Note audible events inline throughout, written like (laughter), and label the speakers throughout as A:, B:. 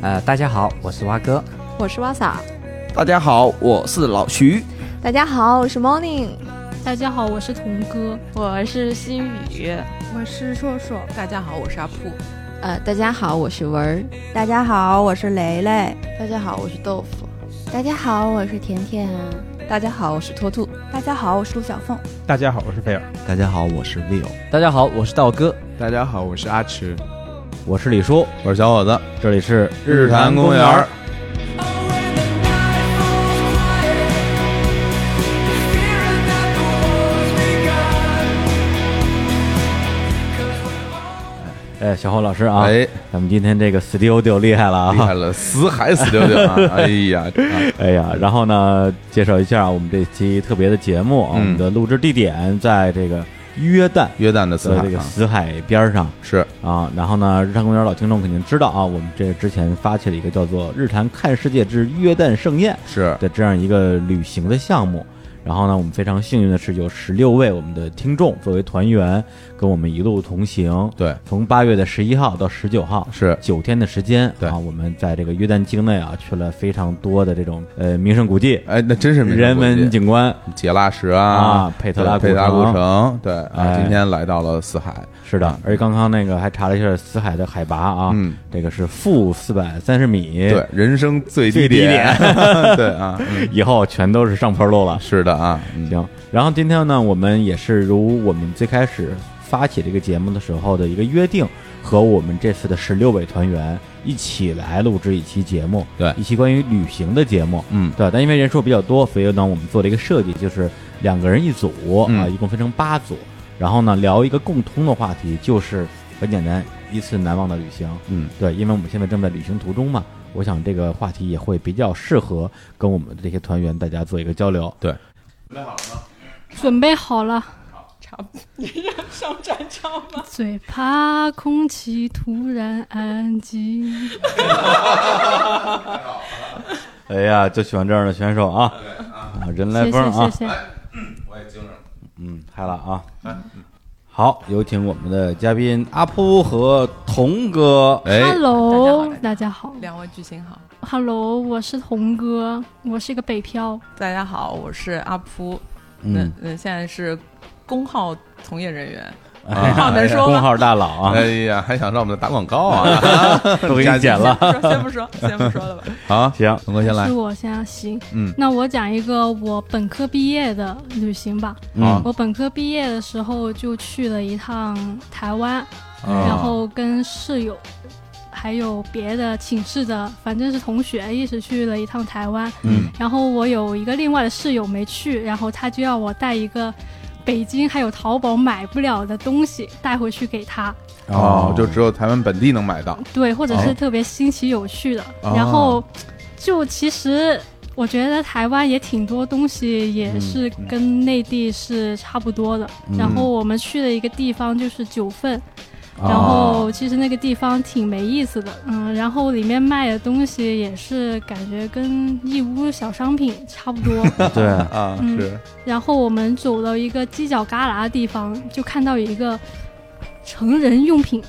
A: 呃
B: 大家好，我是蛙哥。
C: 我是瓦萨。
D: 大家好，我是老徐。
C: 大家好，我是 Morning，
E: 大家好，我是童哥。
C: 我是心雨。
F: 我是硕硕，
G: 大家好，我是阿铺。
C: 呃，大家好，我是文儿。
F: 大家好，我是雷雷。
C: 大家好，我是豆腐。
H: 大家好，我是甜甜啊。
C: 大家好，我是托兔。
F: 大家好，我是陆小凤。
I: 大家好，我是菲尔。
J: 大家好，我是 Will。
K: 大家好，我是道哥。
L: 大家好，我是阿驰。
M: 我是李叔，
N: 我是小伙子，
M: 这里是
N: 日坛公园儿。
M: 哎，小侯老师啊，
N: 哎，
M: 咱们今天这个 studio 厉害了啊，
N: 厉害了，死海死丢丢啊！
M: (laughs)
N: 哎呀，啊
M: 哎呀，然后呢，介绍一下我们这期特别的节目啊，我们的录制地点在这个约旦
N: 嗯约旦的死
M: 的
N: 海
M: 这个
N: 啊
M: 死海边儿上
N: 是
M: 啊。然后呢，日坛公园老听众肯定知道啊，我们这之前发起了一个叫做“日坛看世界之约旦盛宴”
N: 是，
M: 的这样一个旅行的项目。然后呢，我们非常幸运的是，有十六位我们的听众作为团员，跟我们一路同行。
N: 对
M: 从八月的十一号到十九号，
N: 是
M: 九天的时间。
N: 对
M: 啊，我们在这个约旦境内啊，去了非常多的这种呃名胜古迹、
N: 哎，那真是没
M: 人文
N: 景
M: 景观。
N: 杰拉什啊，
M: 啊佩特拉古
N: 对佩特拉古
M: 城
N: 城，对啊，
M: 哎
N: 今天来到了死海，
M: 是的，而且刚刚那个还查了一下死海的海拔啊，
N: 嗯，
M: 这个是负四百三十米。
N: 对，，人生最低
M: 最低
N: 点，对
M: (laughs)
N: 啊，嗯
M: 以后全都是上坡路了。
N: 是的啊，嗯
M: 行，然后今天呢，我们也是如我们最开始发起这个节目的时候的一个约定，和我们这次的十六位团员一起来录制一期节目，
N: 对
M: 一期关于旅行的节目，
N: 嗯
M: 对。但因为人数比较多，所以呢，我们做了一个设计，就是两个人一组
N: 嗯
M: 啊，一共分成八组，然后呢，聊一个共通的话题，就是很简单，一次难忘的旅行，
N: 嗯，
M: 对，因为我们现在正在旅行途中嘛，我想这个话题也会比较适合跟我们的这些团员大家做一个交流。
N: 对，
E: 准备好了，
G: 差不多，你让上战场吗？
E: 最怕空气突然安静。
M: 哎呀，就喜欢这样的选手啊！啊，人来
E: 谢
M: 疯
E: 谢
M: 啊
E: 谢！谢。
N: 我也精神了，
M: 嗯，嗨了啊！好，有请我们的嘉宾阿扑和童哥。
N: 哎，
E: Hello，大家好
G: 两位巨星好，
E: ，Hello，我是童哥，我是一个北漂。
G: 大家好，我是阿扑。
M: 嗯，
G: 那现在是公号从业人员，
E: (laughs)
N: 哎
G: 好能说
M: 工
G: 吗？
M: 号大佬啊，
N: 哎呀，还想让我们打广告啊
M: (laughs) 都给你剪了。
G: (laughs) 先不说，先不
N: (laughs)
G: 说了吧。
N: 啊！
M: 行，
N: 龙哥先来
E: 是，我现在行，
N: 嗯
E: 那我讲一个我本科毕业的旅行吧。
N: 啊
M: 嗯，
E: 我本科毕业的时候就去了一趟台湾，
N: 啊
E: 然后跟室友还有别的寝室的，反正是同学，一起去了一趟台湾。
M: 嗯，
E: 然后我有一个另外的室友没去，然后他就要我带一个北京还有淘宝买不了的东西带回去给他，
N: 哦，就只有台湾本地能买到，
E: 对，或者
N: 哦
E: 是特别新奇有趣的。
N: 哦
E: 然后就其实。我觉得台湾也挺多东西，
N: 嗯
E: 也是跟内地是差不多的。然后我们去的一个地方就是九份，
N: 哦
E: 然后其实那个地方挺没意思的，嗯，然后里面卖的东西也是感觉跟义乌小商品差不
N: (laughs)
E: 多。
M: (laughs) 对，
N: 啊，
E: 嗯
N: 是
E: 然后我们走到一个犄角旮旯的地方，就看到有一个成人用品，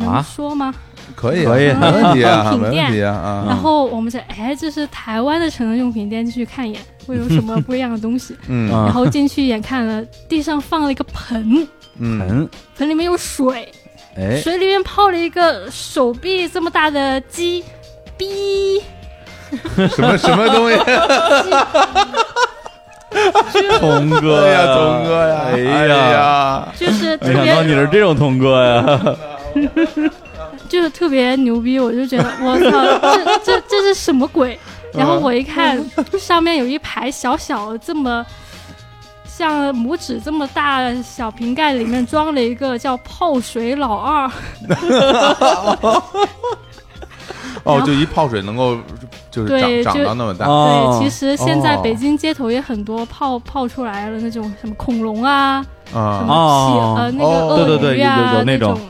M: 啊
E: 能说吗？
N: 可以啊
M: 可以
N: 没问题
E: (laughs)
N: 啊，
E: 嗯
N: 没问题啊啊，
E: 然后我们说，哎，这是台湾的成人用品店，进去看一眼，会有什么不一样的东西。
N: 嗯
E: 然
M: 啊，
E: 后进去一眼看了，地上放了一个盆，
N: 嗯，
M: 嗯，
E: 盆里面有水，
M: 哎，
E: 水里面泡了一个手臂这么大的鸡，逼，
N: (laughs) 什么什么东西？
M: 童哥
N: 哎呀，童哥呀，
M: 哎
N: 哎
M: 呀，
N: 呀，
E: 就是特
M: 没想到
E: 别
M: 你是这种童哥呀！ (laughs)
E: 就是特别牛逼，我就觉得我操，这这这是什么鬼？然后我一看上面有一排小小的这么。像拇指这么大的小瓶盖里面装了一个叫“泡水老二
N: 哦，就一泡水能够就是长
E: 对
N: 长
E: 就
N: 到那么”，大，
M: 哦
E: 对，其实现在
N: 哦
E: 北京街头也很多泡泡出来了那种什么恐龙啊，什
N: 啊
E: 么企鹅、呃那个
N: 哦
M: 对
E: 鳄鱼啊、
M: 对对有有有那
E: 那
M: 种。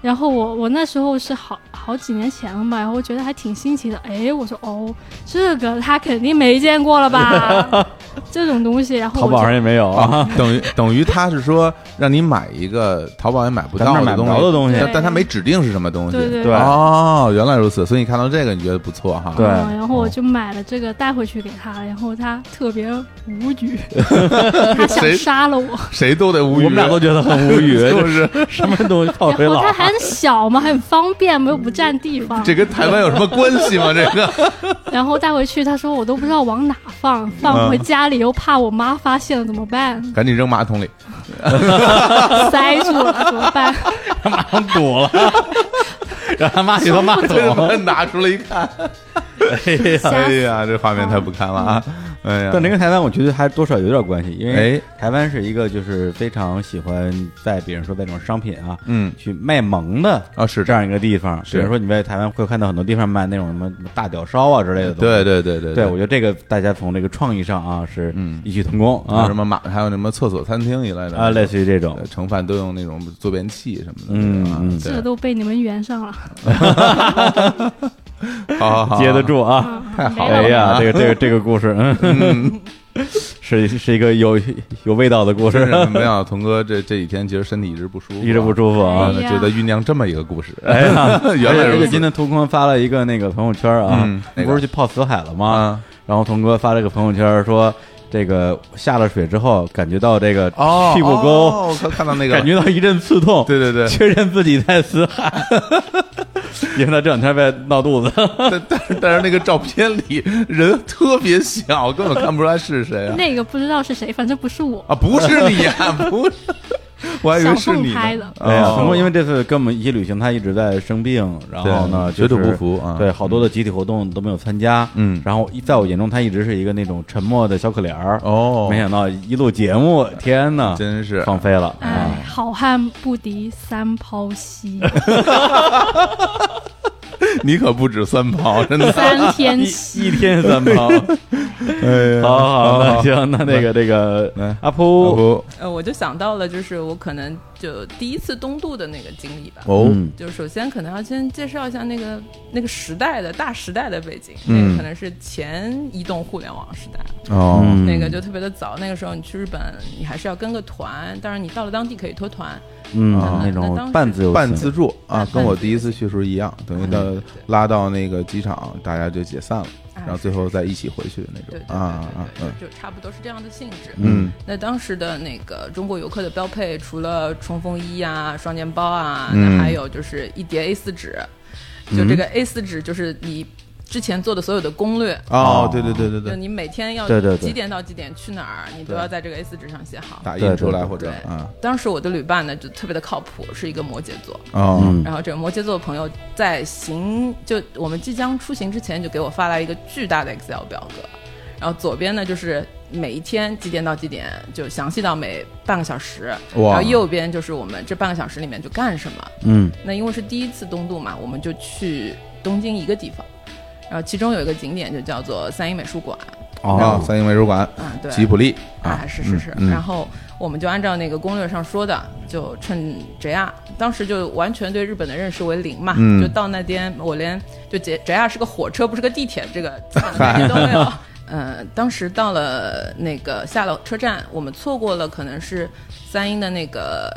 E: 然后我我那时候是好好几年前了吧，然后我觉得还挺新奇的。哎，我说哦，这个他肯定没见过
M: (laughs)
E: 了吧？这种东西，然后
M: 淘
E: 我
M: 宝上
E: 就
M: 也没有啊。
N: 啊，等于等于他是说让你买一个淘宝也买不
M: 咱
N: 到
M: 们买不着的
N: 东
M: 东西
N: 但但他没指定是什么东西。
E: 对对
M: 对
N: 哦，原来如此，所以你看到这个你觉得不错哈。
M: 对
E: 嗯，然后我
M: 哦
E: 就买了这个带回去给他，然后他特别无
M: (laughs)
E: 语， (laughs) 他想
N: 谁
E: 杀了我，
N: 谁都得无
M: 我
N: 语。
M: 们俩都觉得很无语，
N: (laughs) 就
M: 这
N: 是
M: 什么东西泡水
E: 然后
M: 佬
E: (laughs)
N: (laughs)
E: 他？很小嘛，很方便，没有不占地方。
N: 哦这跟台湾有什么关系吗？这
M: (laughs)
N: 个
E: (laughs) 然后带回去，他说我都不知道往哪放，
N: 嗯
E: 放回家里又怕我妈发现了怎么
N: (laughs)
E: 办？
N: 赶紧扔马桶里。
E: (laughs) 塞住了怎么办？
M: 马上堵
N: (laughs)
M: 了，让他骂去他骂走。
N: 拿出来一看，
M: 哎呀
N: 哎呀，这画面太不堪了啊！哎呀，
M: 但这跟台湾，我觉得还多少有点关系，因为
N: 哎，
M: 台湾是一个就是非常喜欢在比如说在这种商品啊
N: 嗯
M: 去卖萌的
N: 啊是
M: 这样一个地方。
N: 是
M: 比如说你在台湾会看到很多地方卖那种什么什么大屌烧啊之类的东西。
N: 对对对对
M: 对，我觉得这个大家从这个创意上啊是
N: 嗯
M: 异曲同工
N: 还有
M: 啊
N: 什么马，还有什么厕所、餐厅一类的
M: 啊，类似于这种
N: 呃。盛饭都用那种坐便器什么的。
M: 嗯
N: 啊
M: 嗯
E: 这
M: (laughs)
N: 对，
E: 都被你们圆上了，
N: 好好好，
M: 接得。住啊！
N: 太好了
M: 哎呀，这个
N: (laughs)
M: 这个这个故事，嗯， (laughs) 是是一个有有味道的故
N: 真
M: 事，
N: 是没想到，童哥这这几天其实身体一直不舒服啊，
M: 一直不舒服啊
N: 啊。
E: 哎呀
N: 就在酝酿这么一个故 (laughs) 事。
M: 哎呀，
N: 原来
M: 而
N: 如
M: 且
N: 此
M: 今天童坤发了一个那个朋友圈啊
N: 嗯，哪个
M: 不是去泡死海了吗？
N: 啊！
M: 然后童哥发了个朋友圈说，这个下了水之后感觉到这个
N: 哦，
M: 屁股沟，
N: 哦，我看看到那个了，
M: 感觉到一阵刺痛，
N: 对 (laughs) 对对，
M: 确认自己在死海。因为他这两天在闹肚子，
N: 但但是但是那个照片里人特别小，根本看不出来是谁啊！
E: (laughs) 那个不知道是谁，反正不是我。
N: 啊，不是你呀、不是，我还以为是你
E: 小
N: 呢
E: 凤拍的
M: 哎呀，童
N: 哦
M: 哥因为这次跟我们一起旅行，他一直在生病，然后呢，
N: 对
M: 就是
N: 水土不服啊
M: 对，好多的集体活动都没有参加，
N: 嗯
M: 然后一在我眼中，他一直是一个那种沉默的小可怜儿，
N: 哦，
M: 没想到一录节目，天呐，
N: 真是
M: 放飞了啊！
E: 哎，好汉不敌三抛
N: (laughs)
E: 膝，
N: 你可不止三炮，
M: (laughs)
N: 真的。
E: 三天
M: 一
E: 膝。
M: 一天三 (laughs) 包，
N: 哎呀
M: 好哦好
N: 好
M: 好，
N: 好
M: 那行，那那个这个
N: 来
M: 阿扑，
N: 哦
G: 呃，我就想到了，就是我可能就第一次东渡的那个经历吧。
N: 哦，
M: 嗯
G: 就是首先可能要先介绍一下那个那个时代的大时代的背景，
N: 嗯
G: 那个可能是前移动互联网时代，
N: 哦，
M: 嗯
G: 那个就特别的早。那个时候你去日本，你还是要跟个团，当然你到了当地可以脱团，呃
M: 嗯
N: 啊
M: 那
G: 那当
M: 种
G: 时
M: 半自由
N: 半
M: 行嗯
N: 自助啊
G: 啊，
N: 跟我第一次去时候一样，等于到拉到那个机场，大家就解散了，
G: 哎
N: 然后最后再一起回去的那
G: 对对
N: 种
G: 对
N: 啊啊
G: 对
N: 嗯
G: 对，就差不多是这样的性质。
N: 嗯
G: 那当时的那个中国游客的标配，除了冲锋衣啊、双肩包啊，
N: 嗯
G: 那还有就是一叠 A 4纸，就这个 A 4纸就是你之前做的所有的攻略。
N: 哦，对对对对
G: 就
N: 对，
G: 你每天要
M: 对对对
G: 几点到几点去哪儿，你都要在这个 A 4纸上写好。
N: 打
M: 对
N: 印
M: 对
N: 出来
M: 对
N: 或者
G: 对
N: 啊
G: 当时我的旅伴呢就特别的靠谱，是一个摩羯座，
N: 哦
M: 嗯
G: 然后这个摩羯座的朋友在行就我们即将出行之前就给我发来一个巨大的 Excel 表格，然后左边呢就是每一天几点到几点，就详细到每半个小时，然
N: 哇
G: 后右边就是我们这半个小时里面就干什么。
M: 嗯
G: 那因为是第一次东渡嘛，我们就去东京一个地方，然后其中有一个景点就叫做三一美术馆，
N: 啊
M: 哦，
N: 三英美术馆
G: 嗯，对，
N: 吉卜力
G: 啊，是是是。
N: 嗯嗯
G: 然后我们就按照那个攻略上说的，就趁这样，当时就完全对日本的认识为零嘛，
N: 嗯
G: 就到那边我连就这这样是个火车，不是个地铁，这个
N: (laughs)
G: 基本的概念都没有。 (laughs) 呃，当时到了那个下了车站，我们错过了可能是三英的那个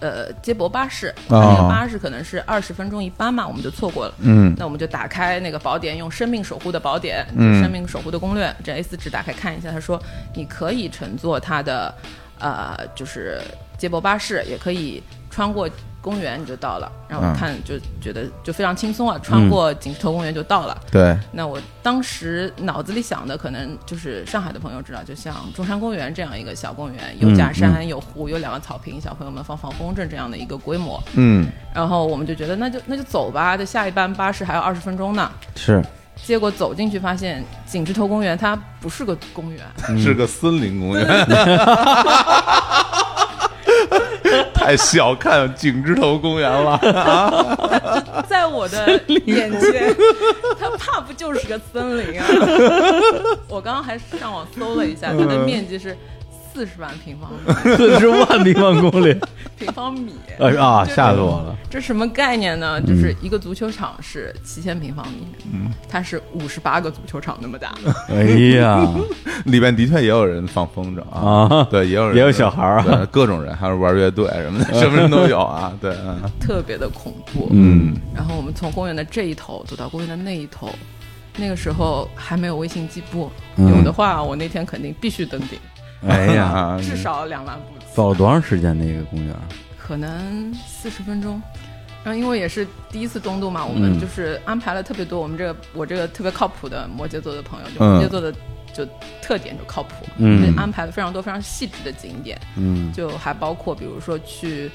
G: 呃接驳巴士，它那
N: 哦
G: 个巴士可能是二十分钟一班嘛，我们就错过了。
N: 嗯
G: 那我们就打开那个宝典，用《生命守护》的宝典，
N: 嗯
G: 生命守护》的攻略，这 A 4纸打开看一下。他说，你可以乘坐它的，呃，就是接驳巴士，也可以穿过公园你就到了。然
N: 嗯
G: 后我看就觉得就非常轻松啊，穿过景石头公园就到了。
N: 嗯对
G: 那我当时脑子里想的可能就是上海的朋友知道，就像中山公园这样一个小公园，有假
N: 嗯
G: 山、有湖、有两个草坪，小朋友们放放风筝这样的一个规模。
N: 嗯
G: 然后我们就觉得那就那就走吧，这下一班巴士还有二十分钟呢。
M: (laughs) 是
G: 结果走进去发现，景之头公园它不是个公园，
N: (laughs) 嗯是个森林公园。太小看景之头公园了，
G: (laughs)
N: 啊
G: 在我的眼界，它怕不就是个森林啊？我刚刚还上网搜了一下，它的面积是四十万平方米，
M: 四十万平方公里，
G: 平方米，
M: 呃啊，吓死我了！
G: 这什么概念呢？就是一个足球场是七千平方米，
N: 嗯，
G: 它是五十八个足球场那么大。
M: (laughs) 哎呀，
N: (laughs) 里边的确也有人放风筝啊，
M: 啊，
N: 对，也有人
M: 也有小孩儿啊，
N: 对各种人，还有玩乐队什
M: (laughs)
N: 么的，什么人都有啊，对，嗯
G: 特别的恐怖。
M: 嗯，
G: 然后我们从公园的这一头走到公园的那一头，那个时候还没有微信计步，
M: 嗯
G: 有的话我那天肯定必须登顶，
M: 哎呀，
N: 啊
G: 至少两万步起，
M: 走了多长时间那个公园？
G: 可能四十分钟。然后因为也是第一次东渡嘛，我
M: 嗯
G: 们就是安排了特别多，我们这个我这个特别靠谱的摩羯座的朋友，就
N: 嗯
G: 摩羯座的就特点就靠谱，
M: 嗯
G: 就安排了非常多非常细致的景点。
M: 嗯
G: 就还包括比如说去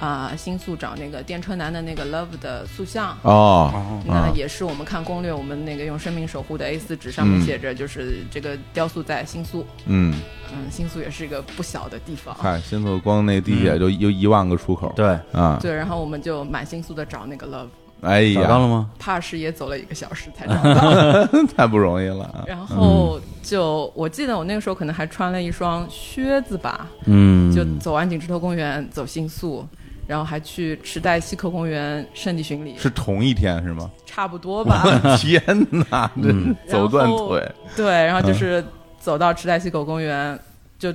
G: 啊、新宿找那个电车男的那个 Love 的塑像。
N: 哦，
G: 那
N: 啊
G: 也是我们看攻略，我们那个用生命守护的 A4 纸上面
N: 嗯
G: 写着，就是这个雕塑在新宿，
N: 嗯，
G: 嗯，新宿也是一个不小的地方，
N: 嗨，新宿光那地铁就就一万个出口，
M: 对，
N: 啊，
G: 对。然后我们就满新宿的找那个 Love，
N: 哎
M: 找到
N: 呀，
M: 了吗？
G: 怕是也走了一个小时才找到。
N: (laughs) (laughs) 太不容易了啊，
G: 然后就我记得我那个时候可能还穿了一双靴子吧，
M: 嗯，
G: 就走完景之头公园，走新宿，然后还去池袋西口公园圣地巡礼，
N: 是同一天是吗？
G: 差不多吧。
N: (laughs) 天哪，这
G: (laughs) 嗯
N: 走断腿，
G: 对，然后就是走到池袋西口公园，就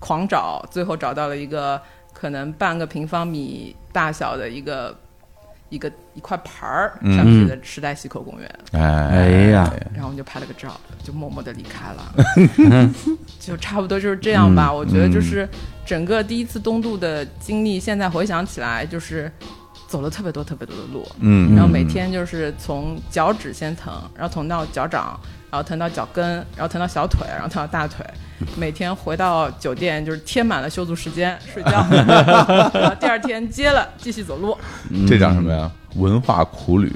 G: 狂找，最后找到了一个可能半个平方米大小的一个一个一块牌儿，
N: 嗯
G: 上面写的池袋西口公园，
N: 哎
M: 哎呀，
G: 然后我们就拍了个照，就默默的离开了，
M: 嗯
G: 就差不多就是这样吧。
N: 嗯
G: 我觉得就是整个第一次东渡的经历，现在回想起来就是。走了特别多特别多的路，
N: 嗯，
G: 然后每天就是从脚趾先疼，然后疼到脚掌，然后疼到脚跟，然后疼到小腿，然后疼到大腿。每天回到酒店就是贴满了休足时间睡觉，
N: (laughs)
G: 然后第二天接了继续走路。
N: 嗯这叫什么呀？文化苦旅。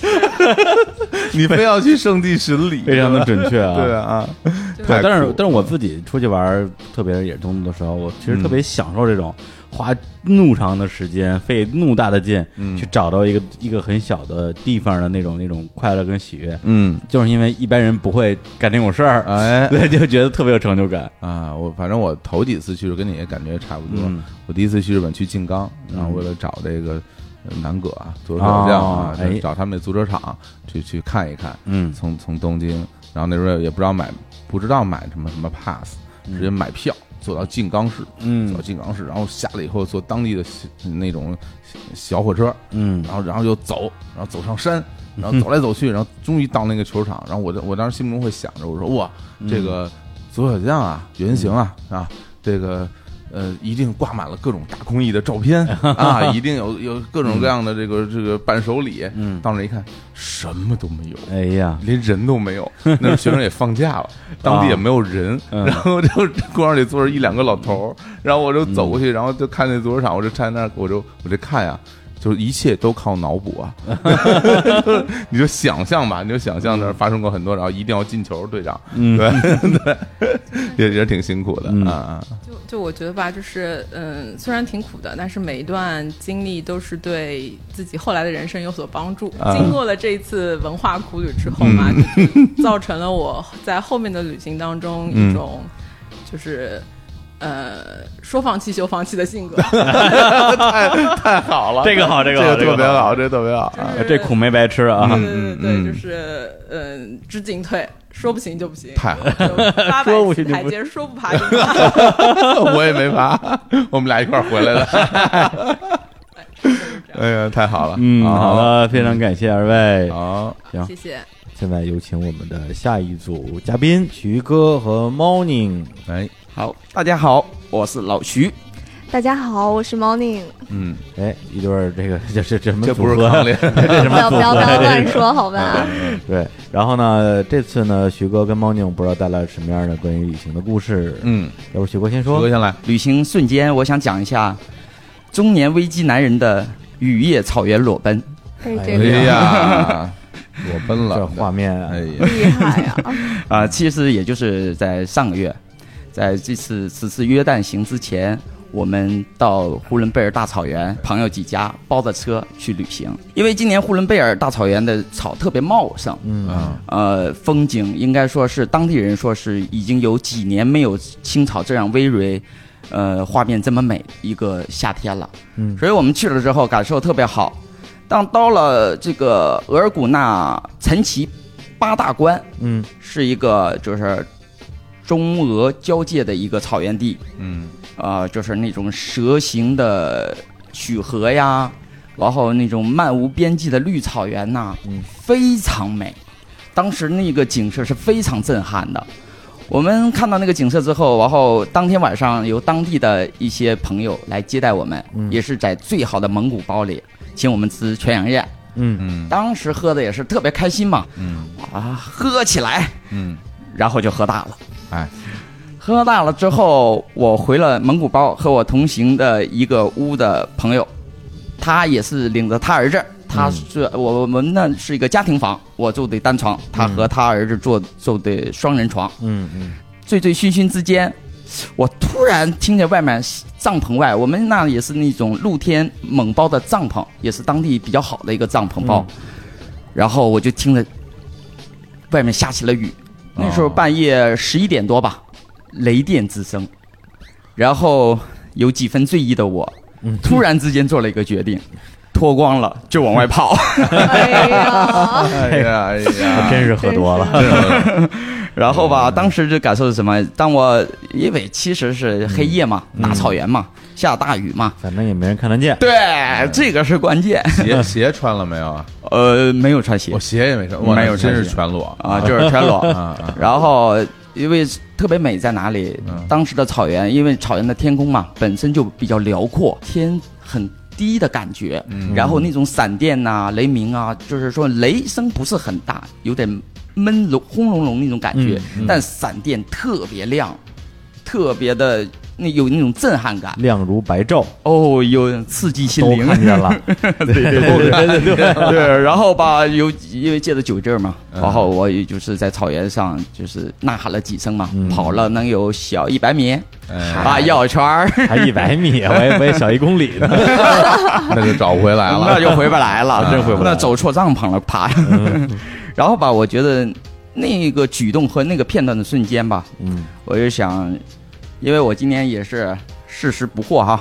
N: (laughs) 你非要去圣地巡礼，
M: (laughs) 非常的准确啊。
N: (laughs) 对啊，
G: 就是
M: 对，但
N: 太
M: 是
N: 酷
M: 但是我自己出去玩儿，特别是野东的时候，我其实特
N: 嗯
M: 别享受这种花怒长的时间，费怒大的劲、
N: 嗯
M: 去找到一个一个很小的地方的那种那种快乐跟喜悦，
N: 嗯，
M: 就是因为一般人不会干这种事儿，(laughs)
N: 哎
M: 对，就觉得特别有成就感。
N: 啊，我反正我头几次去就跟你也感觉差不多。
M: 嗯
N: 我第一次去日本去静冈，然后
M: 嗯
N: 为了找这个呃南葛啊足球小将啊
M: 哦，哎
N: 找他们那足球场去去看一看。
M: 嗯
N: 从从东京，然后那时候也不知道买不知道买什么什么 pass，直接买票坐到静冈市，坐到
M: 嗯
N: 静冈市，然后下来以后坐当地的小那种小火车，
M: 嗯
N: 然后然后又走，然后走上山，然后
M: (laughs)
N: 走来走去，然后终于到那个球场。然后我我当时心目中会想着，我说哇，这个足球小将啊，原型啊啊，这个呃，一定挂满了各种大空翼的照片啊，一定有有各种各样的这个这个伴手礼。
M: 嗯，
N: 到那一看，什么都没有。
M: 哎呀，
N: 连人都没有，那时候学生也放假
M: (laughs)
N: 了，当地也没有人，
M: 嗯
N: 然后就公园里坐着一两个老头儿，然后我就走过
M: 嗯
N: 去，然后就看那足球场，我就站在那儿，我就我就看呀、就是一切都靠脑补
M: (laughs)
N: 啊， (laughs) 就是你就想象吧，你就想象那儿发生过很多，然后一定要进球，队长，
M: 嗯
N: 对
M: (laughs)
N: 对，也也挺辛苦的
M: 嗯
N: 啊，
G: 就就我觉得吧，就是嗯，虽然挺苦的，但是每一段经历都是对自己后来的人生有所帮助。
N: 啊嗯
G: 经过了这一次文化苦旅之后嘛，就造成了我在后面的旅行当中
N: 嗯
G: 一种就是。呃，说放弃就放弃的性格，
N: (laughs) 啊太好了，
M: 这个好这
N: 这
M: 个好这个
N: 特别
M: 好
N: 好，这个特别好啊，
G: 就是
M: 这苦没白吃啊！
G: 对对对，
N: 嗯
G: 就是嗯，知进退，说不行就不行，
N: 太好了， (laughs)
G: 就八百
M: 说不
G: 次
M: 行就
G: 台
M: 不
G: 阶说不爬就不爬，
N: (laughs) 我也没爬，嗯我们俩一块儿
G: (laughs)
N: 回来的，
M: (laughs)
N: 哎呀，太好了，
M: 嗯，好，了，非常感谢二位。
N: 好。
M: 行
G: 谢谢。
M: 现在有请我们的下一组嘉宾徐哥和 Morning。
N: 哎，
D: 好，大家好，我是老徐。
H: 大家好，我是 Morning，
N: 嗯，
M: 哎，一对儿这个这这这什么
N: 这不是
M: 组合啊
N: 康林，
M: (laughs) 这什
H: 不
M: 么
H: 要不
M: 组合
H: 要不要
M: 呀
H: 乱说好吧？
M: 这是对，然后呢，这次呢，徐哥跟猫宁不知道带来什么样的关于旅行的故事，
N: 嗯，
M: 要不徐哥先
N: 哥
M: 说？
N: 先来，
D: 旅行瞬间，我想讲一下中年危机男人的雨夜草原裸奔。
H: 哎，
N: 哎
H: 这个
D: (laughs)
N: 呀，裸奔
M: 这
N: 了，
M: 画面啊，
N: 哎呀，
H: 厉害呀！
D: (laughs) 啊、其实也就是在上个月，在这次此次约旦行之前，我们到呼伦贝尔大草原，朋友几家包着车去旅行。因为今年呼伦贝尔大草原的草特别茂盛，
M: 嗯，
N: 啊，
D: 呃，风景应该说是当地人说是已经有几年没有青草这样葳蕤，呃，画面这么美一个夏天了。
M: 嗯
D: 所以我们去了之后感受特别好。当到了这个额尔古纳陈奇八大关，
M: 嗯
D: 是一个就是中俄交界的一个草原地，
N: 嗯
D: 啊，就是那种蛇形的曲河呀，然后那种漫无边际的绿草原呐、
M: 嗯
D: 非常美。当时那个景色是非常震撼的。我们看到那个景色之后，然后当天晚上由当地的一些朋友来接待我们，
M: 嗯
D: 也是在最好的蒙古包里请我们吃全羊宴。
M: 嗯
N: 嗯
D: 当时喝的也是特别开心嘛，
N: 嗯
D: 啊，喝起来，
N: 嗯
D: 然后就喝大了。
N: 哎，
D: 喝大了之后，我回了蒙古包，和我同行的一个屋的朋友，他也是领着他儿子，他是、我我们那是一个家庭房，我住的单床，他和他儿子坐住的双人床。
M: 嗯嗯
D: 醉醉醺醺之间，我突然听见外面帐篷外，我们那也是那种露天猛包的帐篷，也是当地比较好的一个帐篷
M: 嗯
D: 包。然后我就听着外面下起了雨，那时候
N: 哦
D: 半夜十一点多吧，雷电之声。然后有几分醉意的我，
M: 嗯，
D: 突然之间做了一个
N: (laughs)
D: 决定，脱光了就往外跑。
H: 哎呀，
N: 哎呀哎呀，
M: 真是喝多了，
N: 是
D: (laughs) 然后
M: 嗯
D: 吧，当时就感受是什么？当我因为其实是黑夜嘛，大草原嘛，下大雨嘛，
M: 嗯反正也没人看得见。
D: 对，这个是关键。 (laughs)
N: 鞋鞋穿了没有啊？
D: 呃，没有穿鞋嗯
N: 我鞋也没穿，我
D: 没有
N: 真
D: 穿
N: 是
D: 鞋
N: 全裸
D: 啊，就是全裸。
N: (laughs) 啊啊！
D: 然后因为特别美在哪里
N: 嗯？
D: 当时的草原，因为草原的天空嘛，本身就比较辽阔，天很低的感觉，
N: 嗯
D: 然后那种闪电呐、雷鸣啊，就是说雷声不是很大，有点闷隆轰隆隆那种感觉，
M: 嗯嗯
D: 但闪电特别亮，特别的那有那种震撼感，
M: 亮如白昼，
D: 哦，有刺激心
M: 都
D: 灵。
M: 看见了。 (laughs) 对 (laughs)
D: (laughs)
M: 对对对对，嗯
D: 对，然后吧，有因为借着酒劲儿嘛，然后我也就是在草原上就是呐喊了几声嘛，
M: 嗯
D: 跑了能有小一百米，
N: 哎，
D: 啊，绕圈儿，
M: 还一百
D: (laughs)
M: 米，我也我也小一公里呢。 (laughs)
N: 那就找不回来
D: (laughs) 那
N: 了。
D: 就回不来了，
N: 真回不来
D: 那走错帐篷了，爬。
M: 嗯
D: 然后吧，我觉得那个举动和那个片段的瞬间吧，
M: 嗯
D: 我就想，因为我今年也是四十不惑哈，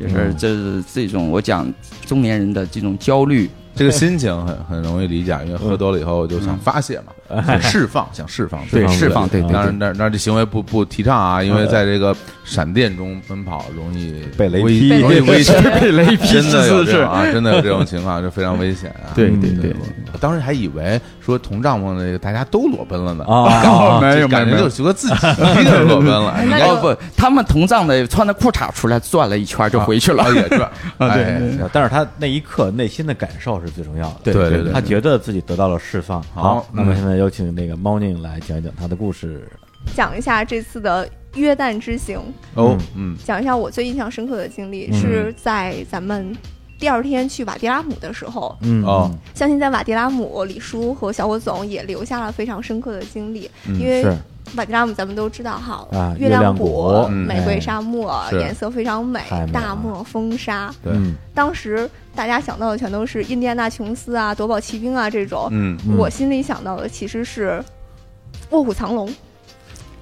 D: 也是
M: 嗯
D: 这这种我讲中年人的这种焦虑，
N: 这个心情很很容易理解，因为喝多了以后就
D: 嗯
N: 想发泄
M: (laughs)
N: 嘛，想释放，想释放，
M: 对嗯释
D: 放对对
N: 当然，那那这行为不不提倡
M: 嗯
N: 啊，因为在这个闪电中奔跑容易
M: 被雷
N: 危
M: 劈
N: 容易危险，
D: (laughs) 被雷劈
N: 真的有
D: 是
N: 这
D: 是
N: 种啊，真的有这种情况，这非常危险
M: (laughs)
N: 啊。
M: 对
N: 嗯
M: 对
N: 对
M: 对，
N: 我当时还以为说同帐篷那个大家都裸奔了呢，(laughs)
O: 哦
M: 啊，
D: 哦没有
N: 感
D: 没
N: 觉
D: 有
N: 就觉得自己一个人裸奔
O: (laughs)
N: 了，你
D: 哦不，他们同帐的穿着裤衩出来转了一圈就回去了。
N: 啊
M: (laughs)
N: 也转，
D: 对
N: 哎
M: 但是他那一刻内心的感受是最重要的。
N: 对对对对
M: 他觉得自己得到了释放。
N: 好
M: 那么现在有请那个 Morning 来讲一讲他的故事。
H: 讲一下这次的约旦之行，
N: 哦，嗯
H: 讲一下我最印象深刻的经历，
M: 嗯
H: 是在咱们第二天去瓦迪拉姆的时候，
M: 嗯
N: 哦，
H: 相信在瓦迪拉姆，李叔和小伙总也留下了非常深刻的经历，
N: 嗯
H: 因
M: 嗯
H: 为
M: 是
H: 瓦迪拉姆咱们都知道哈，
M: 啊
H: 月
M: 月亮
H: 谷、
M: 谷
N: 嗯
H: 玫瑰沙漠、
N: 是
H: 颜色非常美
M: 太美，了
H: 大漠风沙。
N: 对
M: 嗯
H: 当时大家想到的全都是印第安纳琼斯啊、夺宝奇兵啊这种，
N: 嗯，
M: 嗯
H: 我心里想到的其实是卧虎藏龙。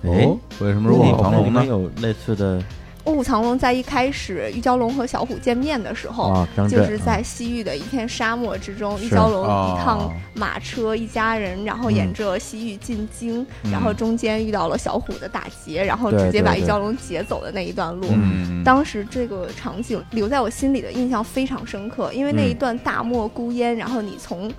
M: 哎
N: 哦，，为什么是卧虎藏龙
M: 那
N: 呢
M: 里面？有类似的
H: 卧虎藏龙在一开始玉娇龙和小虎见面的时候，
M: 啊，张震
H: 就是在西域的一片沙漠之中，
M: 是
H: 一蛟龙
N: 哦
H: 一趟马车一家人，然后沿着西域进京，
M: 啊
N: 嗯
H: 然后中间遇到了小虎的打劫，然后
M: 对
H: 直接把
M: 对
H: 一
M: 对
H: 蛟龙劫走的那一段路。
N: 嗯，
H: 当时这个场景留在我心里的印象非常深刻，因为那一
M: 嗯
H: 段大漠孤烟，然后你从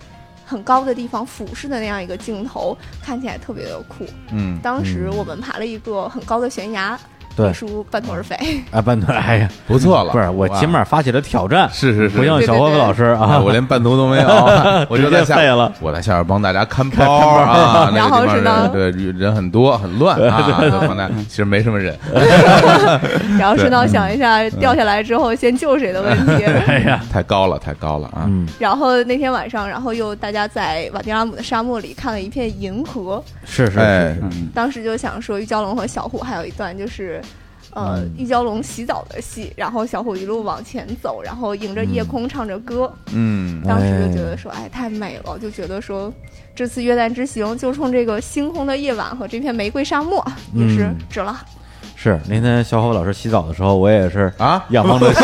H: 很高的地方俯视的那样一个镜头，看起来特别的酷。
N: 嗯
H: 当时
M: 嗯
H: 我们爬了一个很高的悬崖，
M: 对
H: 李叔半途而废。
M: 啊，半途哎呀，
N: 不错了，
M: (laughs) 不是我
N: 哇
M: 起码发起了挑战，
N: 是是是，
M: 不像
H: 对
M: 小
H: 对
M: 伙子
H: 对
M: 老师
N: 啊，
M: 啊，
N: 我连半途都没
M: (laughs)
N: 有，啊我就
M: 直
N: 在
M: 接
N: 下
M: 废了。
N: 我在下边帮大家看包啊，那
H: 然
N: 个
H: 后
N: 地方
H: 是呢
N: 人对人很多很乱
M: (laughs)
N: 啊，在放大其实没什么人，
H: (laughs) (laughs) 然后顺道想一下掉下来之后先救谁的问题。
M: 嗯 (laughs) 哎呀，
N: 太高了太高了啊，
M: 嗯，
H: 然后那天晚上，然后又大家在瓦迪拉姆的沙漠里看了一片银河，
M: 是是是
N: 哎
M: 是，
D: 嗯，
H: 当时就想说玉娇龙和小虎还有一段就是。呃
M: 嗯，
H: 玉娇龙洗澡的戏，然后小虎一路往前走，然后迎着夜空唱着歌，
N: 嗯
H: 当时就觉得说，哎，太美了，就觉得说，这次约旦之行就冲这个星空的夜晚和这片玫瑰沙漠，也是
M: 嗯
H: 值了。
M: 是是那天小伙老师洗澡的时候，我也是
N: 啊
M: 仰望着星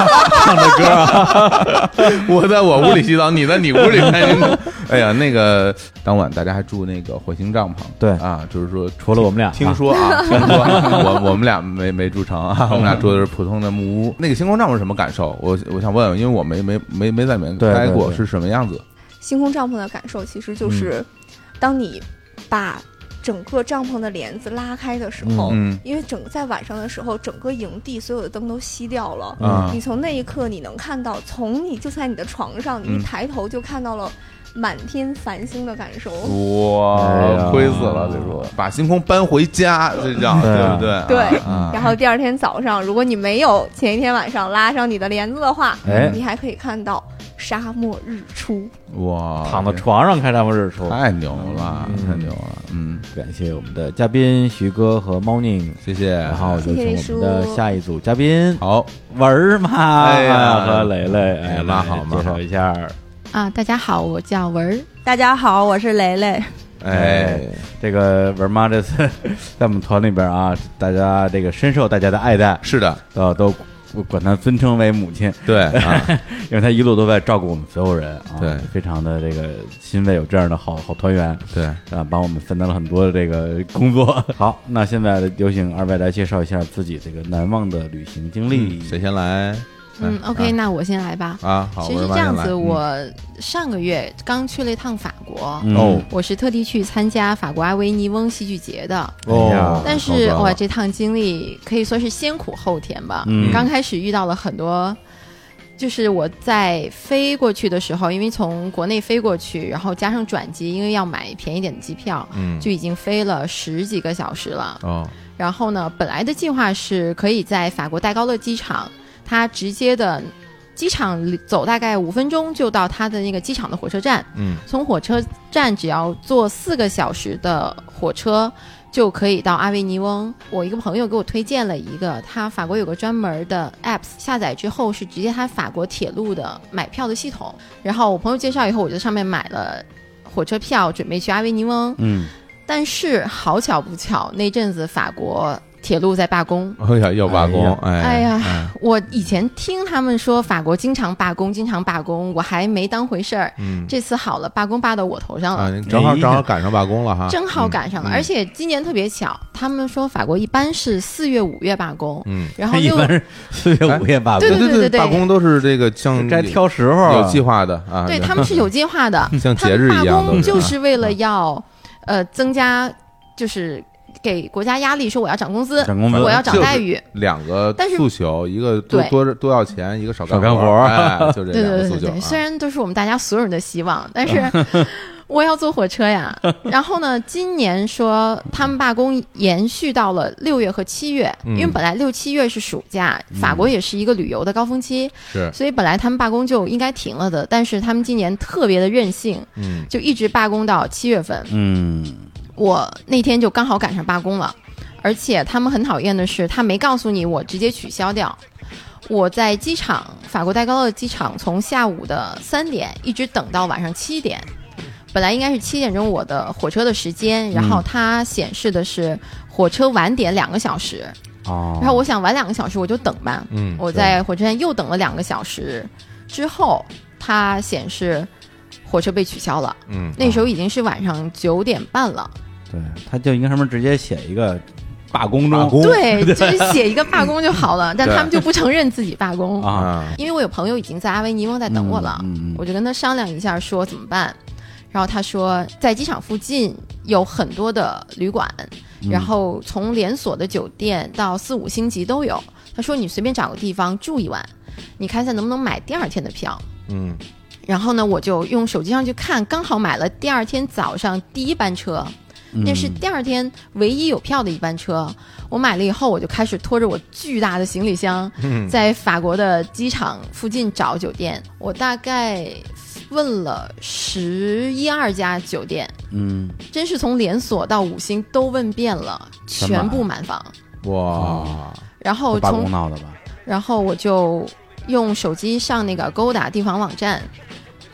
M: (laughs) 啊
N: 我在我屋里
M: (laughs)
N: 洗澡，你在你屋里拍荧幕。哎呀，那个当晚大家还住那个火星帐篷，
M: 对
N: 啊，就是说
M: 除了我们俩，
N: 听说
M: (laughs)
N: 啊，听说我我们俩没没住成啊， (laughs) 我们俩住的是普通的木屋。那个星空帐篷是什么感受？我我想问问，因为我没没没没在里面
M: 对对
N: 待过，
M: 对
N: 是什么样子？
H: 星空帐篷的感受其实
N: 嗯
H: 就是，当你把整个帐篷的帘子拉开的时候，
N: 嗯
H: 因为整个在晚上的时候，整个营地所有的灯都熄掉了。
N: 啊
H: 你从那一刻，你能看到，从你就在你的床上，你
N: 嗯
H: 一抬头就看到了满天繁星的感受。
M: 哎
N: 哇
M: 呀，
N: 亏死了！这说嗯把星空搬回家，这叫
M: 对
N: 对
M: 啊嗯
N: 不对？
H: 对
N: 啊
H: 然后第二天早上，如果你没有前一天晚上拉上你的帘子的话，
M: 哎
H: 你还可以看到沙漠日出。
N: 哇，
M: 躺到床上看他们日出。
N: 太牛了，
M: 嗯
N: 太牛了！嗯，
M: 感谢我们的嘉宾徐哥和猫宁，
N: 谢谢。
M: 然后有
H: 谢
M: 请
H: 谢
M: 我们的
H: 叔
M: 下一组嘉宾
N: 好，
M: 文儿妈
N: 哎呀
M: 和蕾蕾，
N: 哎
M: 哎，
N: 妈
M: 来
N: 好妈
M: 介绍
N: 好
M: 一下，
C: 啊！大家好，我叫文儿。
F: 大家好，我是雷雷。
N: 哎，
M: 这个文儿妈这次在我们团里边啊，大家这个深受大家的爱戴，
N: 是的，
M: 呃，都管她尊称为母亲，
N: 对啊，
M: (laughs) 因为她一路都在照顾我们所有人啊，
N: 对
M: 非常的这个欣慰有这样的好好团员。
N: 对，
M: 啊，帮我们分担了很多的这个工
N: (laughs)
M: 作。好，那现在有请二位来介绍一下自己这个难忘的旅行经历。
N: 谁先来？哎
C: 嗯，OK，那我先来吧。
N: 啊，好，
C: 其实
N: 我
C: 是
N: 妈
C: 这样
N: 先来
C: 子，
N: 嗯
C: 我上个月刚去了一趟法国，
M: 嗯
N: 哦
C: 我是特地去参加法国阿维尼翁戏剧节的。
M: 哎呀
N: 哦，
C: 但是
N: 好吧
C: 哇，这趟经历可以说是先苦后甜吧。
M: 嗯
C: 刚开始遇到了很多，就是我在飞过去的时候，因为从国内飞过去，然后加上转机，因为要买便宜点的机票，
N: 嗯，
C: 就已经飞了十几个小时了。
N: (laughs) 哦，
C: 然后呢，本来的计划是可以在法国戴高乐机场，它直接的机场走大概五分钟就到它的那个机场的火车站。
N: 嗯，
C: 从火车站只要坐四个小时的火车就可以到阿维尼翁。我一个朋友给我推荐了一个，他法国有个专门的 app，下载之后是直接他法国铁路的买票的系统。然后我朋友介绍以后，我就上面买了火车票，准备去阿维尼翁。
M: 嗯，
C: 但是好巧不巧，那阵子法国铁路在罢工。
N: 哎呀，要罢工，哎，
C: 哎呀，我以前听他们说法国经常罢工，经常罢工，我还没当回事儿。
N: 嗯，
C: 这次好了，罢工罢到我头上了。
N: 啊，正
M: 哎
N: 好
M: 呀
N: 正好赶上罢工了哈，
C: 正好赶上了，
N: 嗯
C: 而且今年特别巧，他们说法国一般是四月、五月罢工，
N: 嗯，
C: 然后
M: (laughs) 一
C: 六
M: 般
C: (laughs)
M: 是四月五月罢工
N: 对
C: 对，对对对
N: 罢工都是这个像
M: 该挑时候啊
N: 有计划的啊，
C: 对他们是有计划的，
N: (laughs) 像
C: 他
N: 节
C: 们
N: 日
C: 罢
N: 一样的，啊
C: 工就是为
N: 嗯
C: 了要呃增加，就是给国家压力，说我要涨工资，
M: 涨工资
C: 我要涨
N: 就是
C: 待遇，
N: 两个
C: 但是
N: 诉求，一个多
C: 对
N: 多多要钱，一个少
M: 少
N: 干
M: 干活
N: 儿哎，就这
C: 对
N: 两个
C: 对
N: 诉
C: 对
N: 求
C: 对
N: 啊
C: 对，。虽然都是我们大家所有人的希望，
N: (laughs)
C: 但是我要坐火车呀。然后呢，今年说他们罢工延续到了六月和七月，
N: 嗯
C: 因为本来六七月是暑假，法国也是一个旅游的高峰期，
N: 是
C: 所以本来他们罢工就应该停了的，但是他们今年特别的任性，
N: 嗯
C: 就一直罢工到七月份。
M: 嗯，
C: 我那天就刚好赶上罢工了，而且他们很讨厌的是，他没告诉你，我直接取消掉。我在机场，法国戴高乐机场，从下午的三点一直等到晚上七点。本来应该是七点钟我的火车的时间，然后它显示的是火车晚点两个小时，
M: 哦，
C: 然后我想晚两个小时我就等吧，
N: 嗯，
C: 我在火车站又等了两个小时之后，它显示火车被取消了。
N: 嗯
C: 那时候已经是晚上九点半了。
M: 对，他就应该上面直接写一个罢工中
N: 罢工
C: 对，
M: (laughs)
N: (laughs)
C: 就是写一个罢工就好了，但他们就不承认自己罢工，
M: 啊，
N: 啊，
C: 因为我有朋友已经在阿维尼翁在等我了，
M: 嗯嗯嗯
C: 我就跟他商量一下说怎么办，然后他说在机场附近有很多的旅馆，
M: 嗯
C: 然后从连锁的酒店到四五星级都有，他说你随便找个地方住一晚，你看一下能不能买第二天的票。
N: 嗯
C: 然后呢，我就用手机上去看，刚好买了第二天早上第一班车，那是第二天唯一有票的一班车。我买了以后，我就开始拖着我巨大的行李箱，
N: 嗯
C: 在法国的机场附近找酒店。我大概问了十一二家酒店，
M: 嗯，
C: 真是从连锁到五星都问遍了，
M: 全满
C: 全部满房。
N: 哇，
C: 嗯然后
M: 罢
C: 从
M: 工闹的吧？
C: 然后我就用手机上那个 Goda 订房网站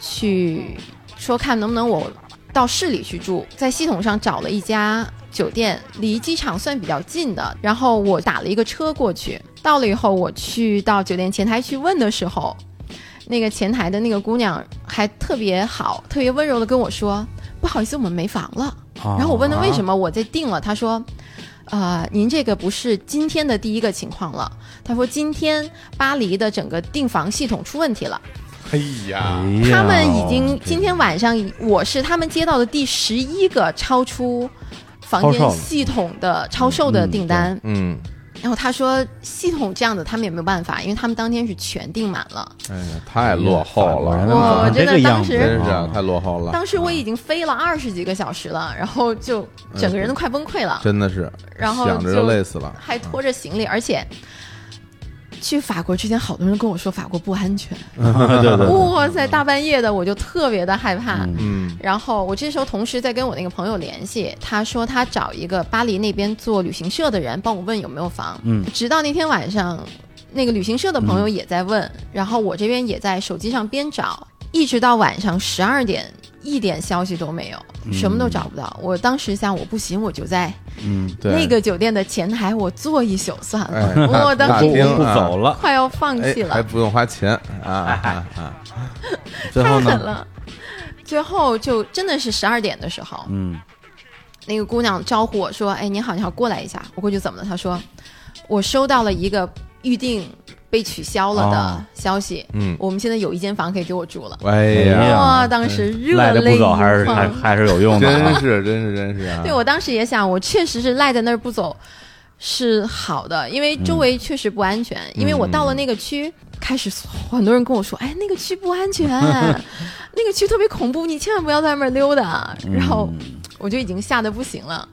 C: 去说看能不能我到市里去住，在系统上找了一家酒店离机场算比较近的，然后我打了一个车过去，到了以后，我去到酒店前台去问的时候，那个前台的那个姑娘还特别好，特别温柔的跟我说：“不好意思，我们没房了。”然后我问她为什么，我在订了，她说。呃，您这个不是今天的第一个情况了。她说，今天巴黎的整个订房系统出问题了，
N: 哎呀，
C: 他们已经
M: 这
C: 今天晚上已，我是他们接到的第十一个超出房
M: 超
C: 间
M: 售
C: 系统的超售的
M: 嗯
C: 订单。
N: 嗯，
C: 然后他说，系统这样的他们也没有办法，因为他们当天是全订满了。
N: 哎呀，太落后
M: 反
N: 了，啊
M: 正
C: 哇
M: 咱
C: 真的
M: 这个样
C: 当
M: 子
C: 时
N: 真是
M: 啊
N: 太落后了，
C: 当时我已经飞了二十几个小时了，然后就整个人都快崩溃了，
N: 真的是，
C: 然后
N: 想着就
C: 就
N: 累死
M: 嗯
N: 了，
C: 还拖着行李，而且。去法国之前，好多人跟我说法国不安全。
M: (laughs) 对对对，
C: 哇塞，大半夜的，我就特别的害怕。
M: 嗯
N: 嗯
C: 然后我这时候同时在跟我那个朋友联系，他说他找一个巴黎那边做旅行社的人帮我问有没有房。
M: 嗯，
C: 直到那天晚上，那个旅行社的朋友
N: 嗯
C: 也在问，然后我这边也在手机上边找，一直到晚上十二点，一点消息都没有，
N: 嗯
C: 什么都找不到。我当时想，我不行，我就在
M: 嗯，
N: 对
C: 那个酒店的前台我坐一宿算了，
N: 哎大
C: 我当
N: 大
C: 时已
N: 厅
C: 经
M: 不不走了，
C: 快要放
N: 哎
C: 弃，了。
N: 还不用花钱啊啊
C: (laughs)
N: 啊！
M: 最
C: 太
M: 后
C: 狠
M: 呢，
C: 了。最后就真的是十二点的时候，
M: 嗯，
C: 那个姑娘招呼我说：“哎，你好，你好，过来一下。”我过去怎么了？她说：“我收到了一个预定被取消了的
M: 哦
C: 消息，
N: 嗯
C: 我们现在有一间房可以给我住了。
N: 哎
M: 哎
N: 呀，
M: 呀嗯
C: 哇，当时热
M: 赖的
C: 泪
M: 不走
C: 盈
M: 还是还
C: 眶。
M: 还是有用的
N: 真
M: 啊，
N: 是真是真是啊！
C: 对我当时也想，我确实是赖在那儿不走是好的，因为周
M: 嗯
C: 围确实不安全。因为我到了那个区，开始很多人跟我说：“哎，那个区不安全，啊
M: (laughs)
C: 那个区特别恐怖，你千万不要在外面溜达。”啊
M: 嗯
C: 然后我就已经吓得不行了。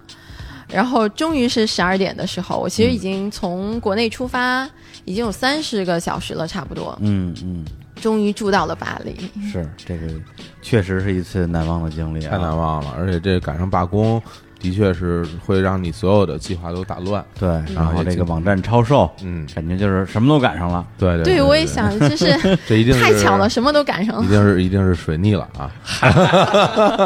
C: 然后终于是十二点的时候，我其实已经从国内出发，已经有三十个小时了，差不多，
M: 嗯嗯，
C: 终于住到了巴黎。
M: 是这个确实是一次难忘的经历啊，
N: 太难忘了，而且这赶上罢工，的确是会让你所有的计划都打乱。
M: 对，
C: 嗯
M: 然后
N: 也
M: 这
N: 挺
M: 个网站超售，
N: 嗯，
M: 感觉就是什么都赶上了。
N: 对对
C: 对，我也，想，就是
M: (laughs)
N: 这一定是
C: 太巧
N: (laughs)
C: 了，，什么都赶上了
N: 一。定是一定是水逆了
C: (laughs)
N: 啊！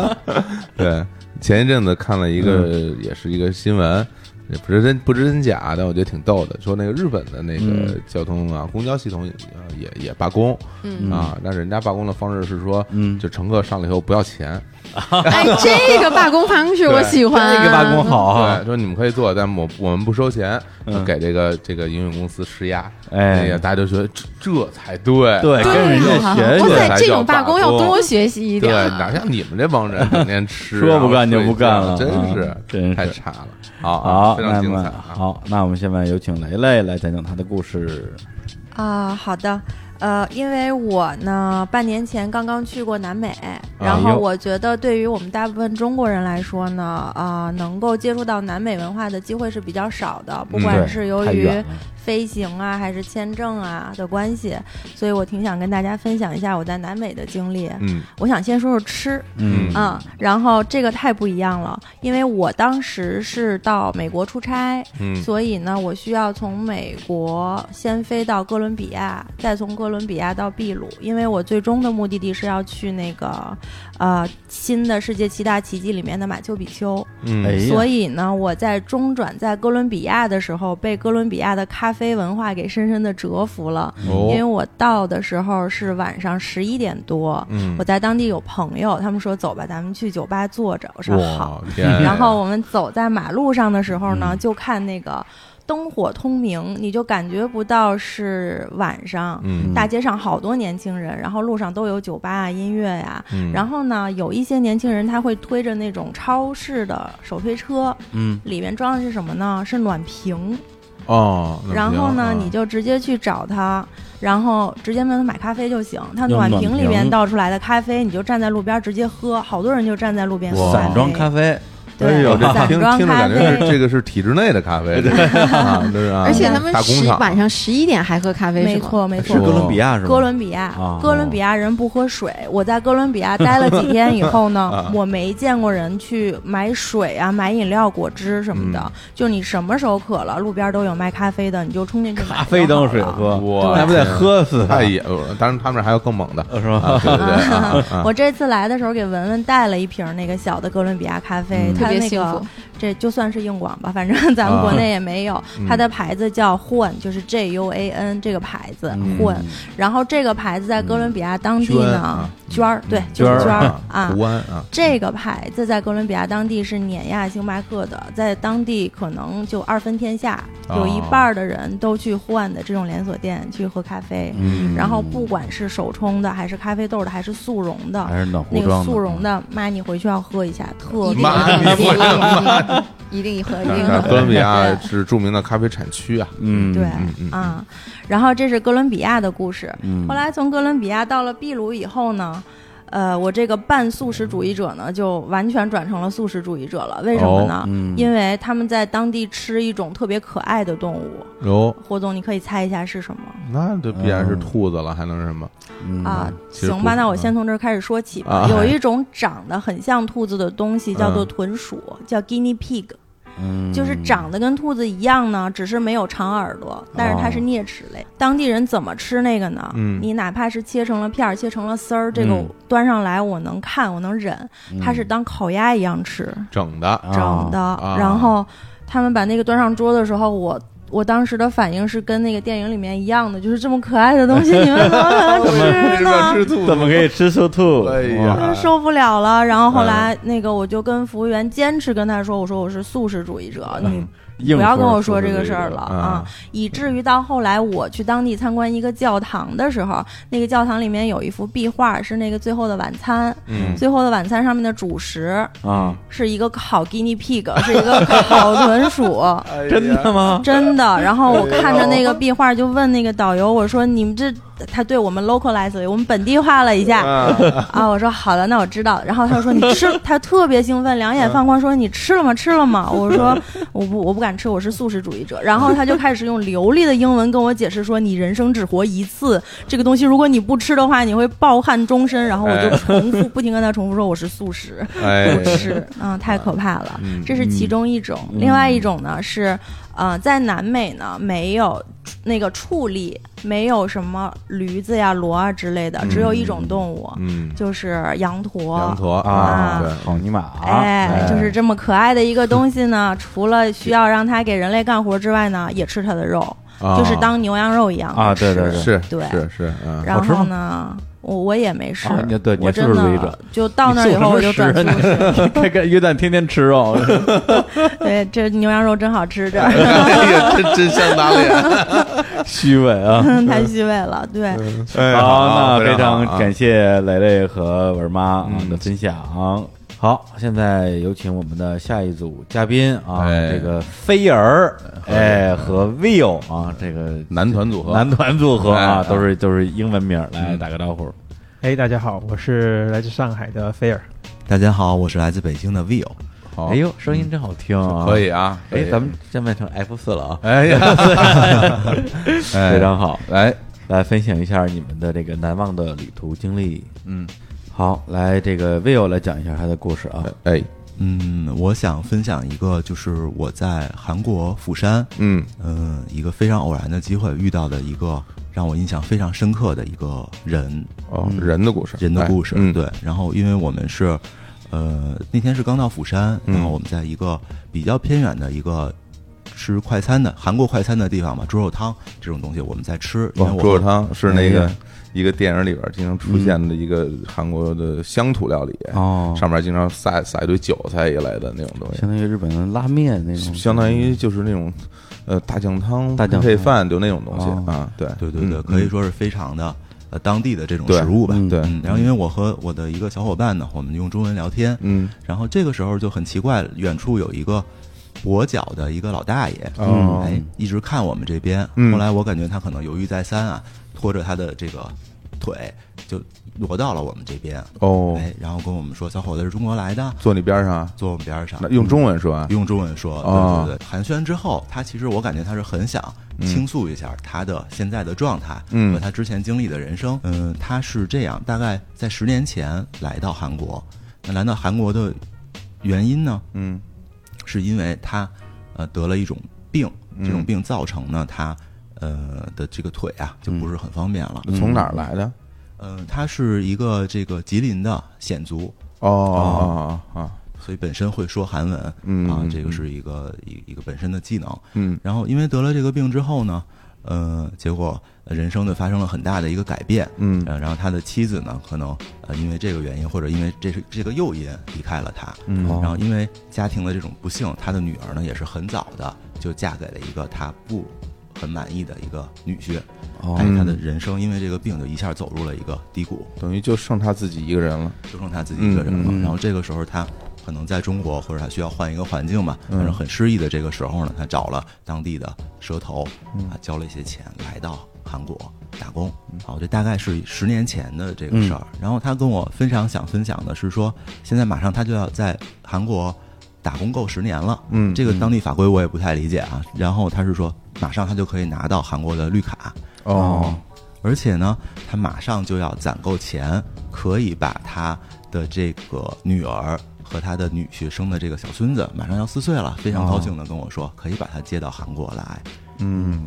N: (laughs) 对，前一阵子看了一个，
M: 嗯
N: 也是一个新闻。也不是真不知真假，但我觉得挺逗的。说那个日本的那个
M: 嗯
N: 交通啊，公交系统也也也罢工、
C: 嗯
N: 啊，但人家罢工的方式是说，
M: 嗯
N: 就乘客上来以后不要
C: (laughs)
N: 钱，
C: (laughs) 哎，这个罢工方式我喜欢、
M: 这个罢工。好啊
N: 对，，说你们可以做，但我我们不收钱，
M: 嗯
N: 就给这个这个营运公司施压。
M: 哎
N: 呀，大家就觉得这这才对，
C: 啊
M: 对，跟人家学
C: 哇
M: 学，
C: 塞，这种罢工要多学习一
N: 对，
C: 点啊儿。
N: 哪像你们这帮人
M: (laughs)
N: 整天吃，
M: 说不干就不干
N: 然后
M: 了
N: 睡觉真
M: 啊
F: 嗯
N: 是
M: 真是
N: 太差了。好啊，
M: 好，
N: 非常
M: 那
N: 精
M: 么
N: 彩啊！
M: 好，那我们现在有请雷雷来讲讲他的故事。
F: 啊、好的，呃，因为我呢半年前刚刚去过南美，然
M: 哎
F: 后
M: 呦
F: 我觉得对于我们大部分中国人来说呢，啊、能够接触到南美文化的机会是比较少的，不
N: 嗯
F: 管
M: 对
F: 是由
M: 太
F: 于
M: 远了
F: 飞行啊还是签证啊的关系，所以我挺想跟大家分享一下我在南美的经历。
N: 嗯
F: 我想先说说吃，
M: 嗯
F: 嗯，然后这个太不一样了，因为我当时是到美国出差，
N: 嗯
F: 所以呢，我需要从美国先飞到哥伦比亚，再从哥伦比亚到秘鲁，因为我最终的目的地是要去那个呃新的世界七大奇迹里面的马丘比丘。
N: 嗯，
M: 哎呀
F: 所以呢，我在中转在哥伦比亚的时候，被哥伦比亚的咖啡文化给深深的折服了，因为
N: 哦，
F: 我到的时候是晚上十一点多，
N: 嗯
F: 我，在当地有朋友，他们说走吧，咱们去酒吧坐着。我说好。
N: 哇，天呀，
F: 然后我们走在马路上的时候呢，
M: 嗯
F: 就看那个灯火通明，你就感觉不到是晚上。
N: 嗯
F: 大街上好多年轻人，然后路上都有酒吧啊、音乐呀、
N: 嗯，
F: 然后呢，有一些年轻人他会推着那种超市的手推车，
M: 嗯，
F: 里面装的是什么呢？是暖瓶。
N: 哦，那
F: 然
N: 不行
F: 后呢
N: 啊，
F: 你就直接去找他，然后直接问他买咖啡就行。他
M: 用
F: 暖
M: 暖
F: 瓶里
M: 瓶
F: 面倒出来的咖啡，你就站在路边直接喝。好多人就站在路边喝
N: 哇
M: 散装咖
F: 啡，
M: 啡，
N: 哎
F: 对
N: 呦，这，
F: 散
N: 听
F: 装
N: 听着
F: 咖
N: 感觉是
F: 啡。
N: 这个是体制内的咖啡， (laughs) 啊，真是啊，
C: 而且他们
N: 大工
C: 十
N: 厂
C: 晚上十一点还喝咖啡，
F: 没
C: 是吗？
F: 错，没
M: 是哥
F: 错。
M: 伦比亚是吗？
F: 哥伦比亚
M: 啊，
F: 哥伦比亚人不喝水。我在哥伦比
M: (laughs)
F: 亚待了几天以后
M: 啊
F: 呢，我没见过人去买水啊、买饮料、果汁什么
M: 嗯
F: 的。就你什么时候渴了，路边都有卖咖啡的，你就冲进去买就好
M: 咖
F: 了。
M: 啡当水喝，
N: 哇
M: 那不得喝死他
N: 太野了，当然他们还有更猛的，
M: 是吧？
N: 啊对对
F: (laughs)
N: 对啊，啊
F: 我这次来的时候给文文带了一瓶那个小的哥伦比亚咖啡，
M: 嗯
F: 它
C: 特别
F: 那
C: 幸
F: 个
C: 福，
F: 这就算是硬广吧，反正咱们国内也没有。
N: 嗯
F: 它的牌子叫混，就是 J U A N 这个牌子
N: 嗯
F: 混。然后这个牌子在哥伦比亚当地
N: 娟
F: 呢
N: 啊，
F: 娟儿、对，就是
M: 娟儿
F: 娟儿啊
N: 啊，胡安啊，
F: 这个牌子在哥伦比亚当地是碾压星巴克的，在当地可能就二分天下，
N: 哦
F: 有一半儿的人都去呼万的这种连锁店去喝咖啡。
M: 嗯
F: 然后不管是手冲的，还是咖啡豆的，还是速溶的，
M: 还是暖
F: 那
M: 壶
F: 个
M: 装的，
F: 速溶的，妈，你回去要喝一下，特别
C: 一定
N: 妈
F: 好
N: 咪
F: 喝
N: 不是
C: 喝，一定一定一定喝，一定
N: 那
C: 喝。
N: 哥伦比亚是著名的咖啡产区啊，
M: 嗯，
F: 对
N: 嗯嗯嗯，
F: 啊。然后这是哥伦比亚的故事。
M: 嗯
F: 后来从哥伦比亚到了秘鲁以后呢，呃，我这个半素食主义者呢，就完全转成了素食主义者了。为什么呢？
M: 嗯，
F: 因为他们在当地吃一种特别可爱的动物，
N: 有
F: 霍总，你可以猜一下是什么
N: 那这必然是兔子了，还能是什么？
M: 嗯
F: 啊？
N: 其实嗯
F: 行
N: 不
F: 吧，那我先从这儿开始说起吧。
N: 啊
F: 有一种长得很像兔子的东西叫做
N: 嗯
F: 豚鼠，叫 guinea pig，
M: 嗯
F: 就是长得跟兔子一样呢，只是没有长耳朵，但是它是啮齿类。当地人怎么吃那个呢？
N: 哦嗯
F: 你哪怕是切成了片儿，切成了丝儿，这个
M: 嗯
F: 端上来我能看，我能忍，
N: 嗯
F: 它是当烤鸭一样吃。
N: 整的，
F: 整的。
N: 啊
F: 然后他们把那个端上桌的时候，我我当时的反应是跟那个电影里面一样的，就是这么可爱的东西，你们怎么可能吃呢？
N: 兔
M: 怎么可以吃出兔？
N: 哎呀
M: 啊
F: 真受不了了，然后后来那个我就跟服务员坚持跟他说，我说我是素食主义者，你
M: 硬
F: 不要跟
M: 核
F: 我说
M: 兔
F: 这
M: 子
F: 个事儿了啊！以至于到后来我去当地参观一个教堂的时候，那个教堂里面有一幅壁画，是那个《最后的晚餐》，
N: 嗯
F: 《最后的晚餐》上面的主食
M: 啊，
F: 是一个烤 guinea pig，是一
J: (laughs)
F: 个烤豚鼠。
M: 真的
J: 啊
M: 吗？
F: 真的，然后我看着那个壁画，就问那个导游：“我说你们这，他对我们 localize，了我们本地化了一下啊。”我说：“好的，那我知道。”然后他说：“你吃？”他特别兴奋，两眼放光，说：“你吃了吗？吃了吗？”我说：“我不，我不敢吃，我是素食主义者。”然后他就开始用流利的英文跟我解释说：“你人生只活一次，这个东西如果你不吃的话，你会抱憾终身。”然后我就重复不停跟他重复说：“我是素食，
N: 哎
F: 不，吃。”啊，太可怕了。
N: 嗯
F: 这是其中一种，
M: 嗯
F: 另外一种呢是，呃，在南美呢没有那个畜力，没有什么驴子呀、骡啊之类的，只有一种动物，
N: 嗯，
F: 就是羊驼。
N: 羊驼
M: 啊
N: 对，
M: 草泥马，
F: 哎，就是这么可爱的一个东西
N: (laughs)
F: 呢，除了需要让它给人类干活之外呢，也吃它的肉，
N: 啊
F: 就是当牛羊肉一样
M: 啊
F: 吃
M: 对对对
N: 是
F: 对
N: 是是，嗯，
F: 然
M: 好吃吗
F: 后呢，我我也没吃，
M: 啊你对你
F: 我
M: 也
F: 真
M: 素食主义
F: 的
M: 者
F: 就到那儿以后我就转素食。
M: 这个约旦天天吃哦肉，
F: (laughs) 对，这牛羊肉真好吃，这。 (laughs)
N: 哎呀，真真相打脸，
M: (laughs) 哎啊虚伪啊！
F: (laughs) 太虚伪了，对，
N: 哎
M: 好，那非常
N: 好啊
M: 感谢蕾蕾和文妈啊
N: 嗯
M: 的分享。好，现在有请我们的下一组嘉宾啊，
N: 哎
M: 这个菲儿哎和 Will 啊，这个
N: 男团组合，
M: 男团组合啊，
N: 哎
M: 都是都是英文名儿，来
N: 嗯
M: 打个招呼。
B: 哎，大家好，我是来自上海的菲尔。
I: 大家好，我是来自北京的 Will。
N: 好
M: 哎，呦，声音真好听啊！
N: 可以。啊，可
M: 哎
N: 以，
M: 咱们现在变成 F 四了啊，(laughs)
N: 哎呀，哎 (laughs)
M: 非常好。
N: 来，
M: 来分享一下你们的这个难忘的旅途经历。
N: 嗯，
M: 好，来这个 Will 来讲一下他的故事啊。
N: 哎，
I: 嗯，我想分享一个，就是我在韩国釜山，
N: 嗯
I: 嗯、一个非常偶然的机会遇到的一个让我印象非常深刻的一个人
N: 哦，人的故事，
I: 人的故事。
N: 哎嗯，
I: 对，然后因为我们是，呃，那天是刚到釜山，
N: 嗯
I: 然后我们在一个比较偏远的一个。吃快餐的韩国快餐的地方嘛，猪肉汤这种东西我们在吃，因为
N: 哦
I: 我
N: 猪肉汤是那
M: 哎
N: 个一个电影里边经常出现的一个韩国的乡土料理，
M: 哦
N: 上面经常撒撒一堆韭菜一类的那种东西
M: 相，当于日本的拉面那种，
N: 相当于就是那种呃大酱汤、
M: 大酱汤
N: 配饭就那种东西
M: 哦
N: 啊，对
I: 对对对，
N: 嗯
I: 可以
N: 嗯
I: 说是非常的呃当地的这种
N: 对
I: 食物吧。
M: 嗯
N: 对，
I: 嗯，然后因为我和我的一个小伙伴呢，我们用中文聊天，
N: 嗯
I: 然后这个时候就很奇怪，远处有一个跛脚的一个老大爷，
N: 哦
I: 哎，一直看我们这边。
N: 嗯
I: 后来我感觉他可能犹豫再三啊，拖着他的这个腿就挪到了我们这边，
N: 哦，
I: 哎，然后跟我们说，小伙子是中国来的，
N: 坐你边上，啊
I: 坐我们边上
N: 那。用中文说啊，
I: 用中文说，
N: 哦
I: 对对对，寒暄之后，他其实我感觉他是很想倾诉一下他的现在的状态，
N: 嗯
I: 和他之前经历的人生。嗯，他是这样，大概在十年前来到韩国。那来到韩国的原因呢，
N: 嗯
I: 是因为他呃得了一种病，
N: 嗯
I: 这种病造成呢他呃的这个腿啊就不是很方便了。
N: 嗯从哪儿来的？
I: 嗯、呃，他是一个这个吉林的鲜族，
N: 哦哦哦哦，
I: 所以本身会说韩文
N: 嗯
I: 啊
N: 嗯，
I: 这个
N: 嗯
I: 是一个一一个本身的技能。
N: 嗯
I: 然后因为得了这个病之后呢，呃，结果呃人生的发生了很大的一个改变。
N: 嗯
I: 呃，然后他的妻子呢，可能呃因为这个原因，或者因为这是这个诱因离开了他。
N: 嗯
I: 然后因为家庭的这种不幸，他的女儿呢也是很早的就嫁给了一个他不很满意的一个女婿。
M: 哦
I: 哎，他的人生因为这个病就一下走入了一个低谷，
N: 嗯等于就剩他自己一个人了。
I: 就剩他自己一个人了。
N: 嗯嗯
I: 然后这个时候他。可能在中国，或者他需要换一个环境吧，
N: 嗯
I: 反正很失意的这个时候呢，他找了当地的蛇头，啊，交了一些钱来到韩国打工。好，这大概是十年前的这个事儿。然后他跟我分享想分享的是说，现在马上他就要在韩国打工够十年了，
N: 嗯
I: 这个当地法规我也不太理解啊。然后他是说，马上他就可以拿到韩国的绿卡，
N: 哦，
I: 而且呢，他马上就要攒够钱，可以把他的这个女儿和他的女婿生的这个小孙子，马上要四岁了，非常高兴的跟我
N: 哦
I: 说，可以把他接到韩国来，
N: 嗯，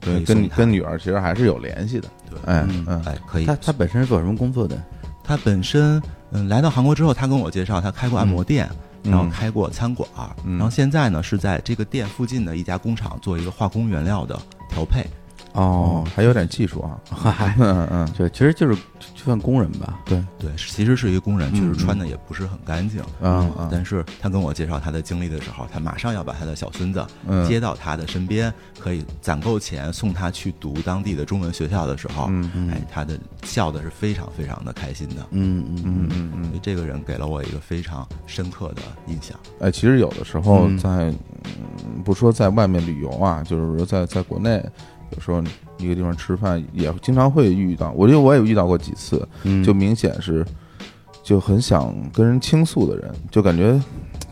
I: 可
N: 对，
I: 以
N: 跟
I: 送
N: 你
I: 他
N: 跟女儿其实还是有联系的。
I: 对
N: 哎
D: 嗯
N: 嗯
I: 哎，可以
M: 他。他本身是做什么工作的？
I: 他本身，嗯，来到韩国之后，他跟我介绍，他开过按摩店，
N: 嗯
I: 然后开过餐馆，
N: 嗯
I: 然后现在呢是在这个店附近的一家工厂做一个化工原料的调配。嗯
N: 哦
M: 哦，，
N: 还有点技术
I: (laughs)
N: 啊。
M: 嗨，
N: 嗯嗯
M: 哎就其实就是就算工人吧。
I: 对，其实是一个工人，确实
N: 嗯
I: 穿的也不是很干净。
N: 嗯嗯
I: 但是他跟我介绍他的经历的时候，他马上要把他的小孙子
N: 嗯
I: 接到他的身边，可以攒够钱送他去读当地的中文学校的时候，
N: 嗯
I: 哎，他的笑的是非常非常的开心的。
M: 嗯嗯
N: 嗯嗯嗯
I: 所以。这个人给了我一个非常深刻的印象。
N: 哎，其实有的时候
M: 嗯
N: 在，嗯不说在外面旅游啊，就是说在在国内，有时候一个地方吃饭也经常会遇到。我觉得我也遇到过几次，
M: 嗯，
N: 就明显是就很想跟人倾诉的人，就感觉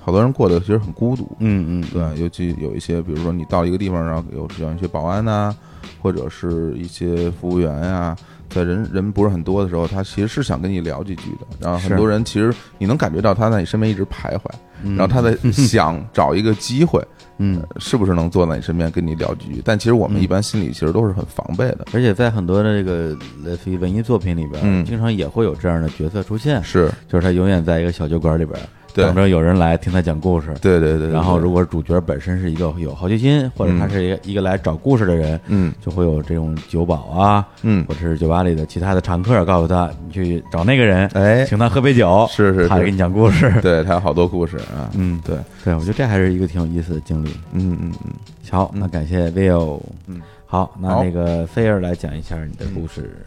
N: 好多人过得其实很孤独。
M: 嗯嗯
N: 对，尤其有一些，比如说你到一个地方，然后有像一些保安呐、或者是一些服务员呀、在人人不是很多的时候，他其实是想跟你聊几句的。然后很
M: 是
N: 多人其实你能感觉到他在你身边一直徘徊，
M: 嗯
N: 然后他在想找一个机会，呃
M: 嗯，
N: 是不是能坐在你身边跟你聊几句？但其实我们
M: 嗯
N: 一般心里其实都是很防备的。
M: 而且在很多的这个类似于文艺作品里边，
N: 嗯
M: 经常也会有这样的角色出现，
N: 是
M: 就是他永远在一个小酒馆里边，
N: 对
M: 等着有人来听他讲故事。
N: 对对对。嗯
M: 然后，
N: 对
M: 如果主角本身是一个有好奇心，或者他是一个一个来找故事的人，
N: 嗯
M: 就会有这种酒保啊，
N: 嗯
M: 或，者是酒吧里的其他的常客告诉他，你去找那个人，
N: 哎，
M: 请他喝杯酒，
N: 是是
M: 他给
N: 是，
M: 你讲故事。
N: 对他有好多故事啊。
M: 嗯，
N: 对，
M: 对，我觉得这还是一个挺有意思的经历。
N: 嗯嗯嗯，
M: 好，那感谢 Will。
N: 嗯，
M: 好，那
N: 好
M: 那个菲儿来讲一下你的故事。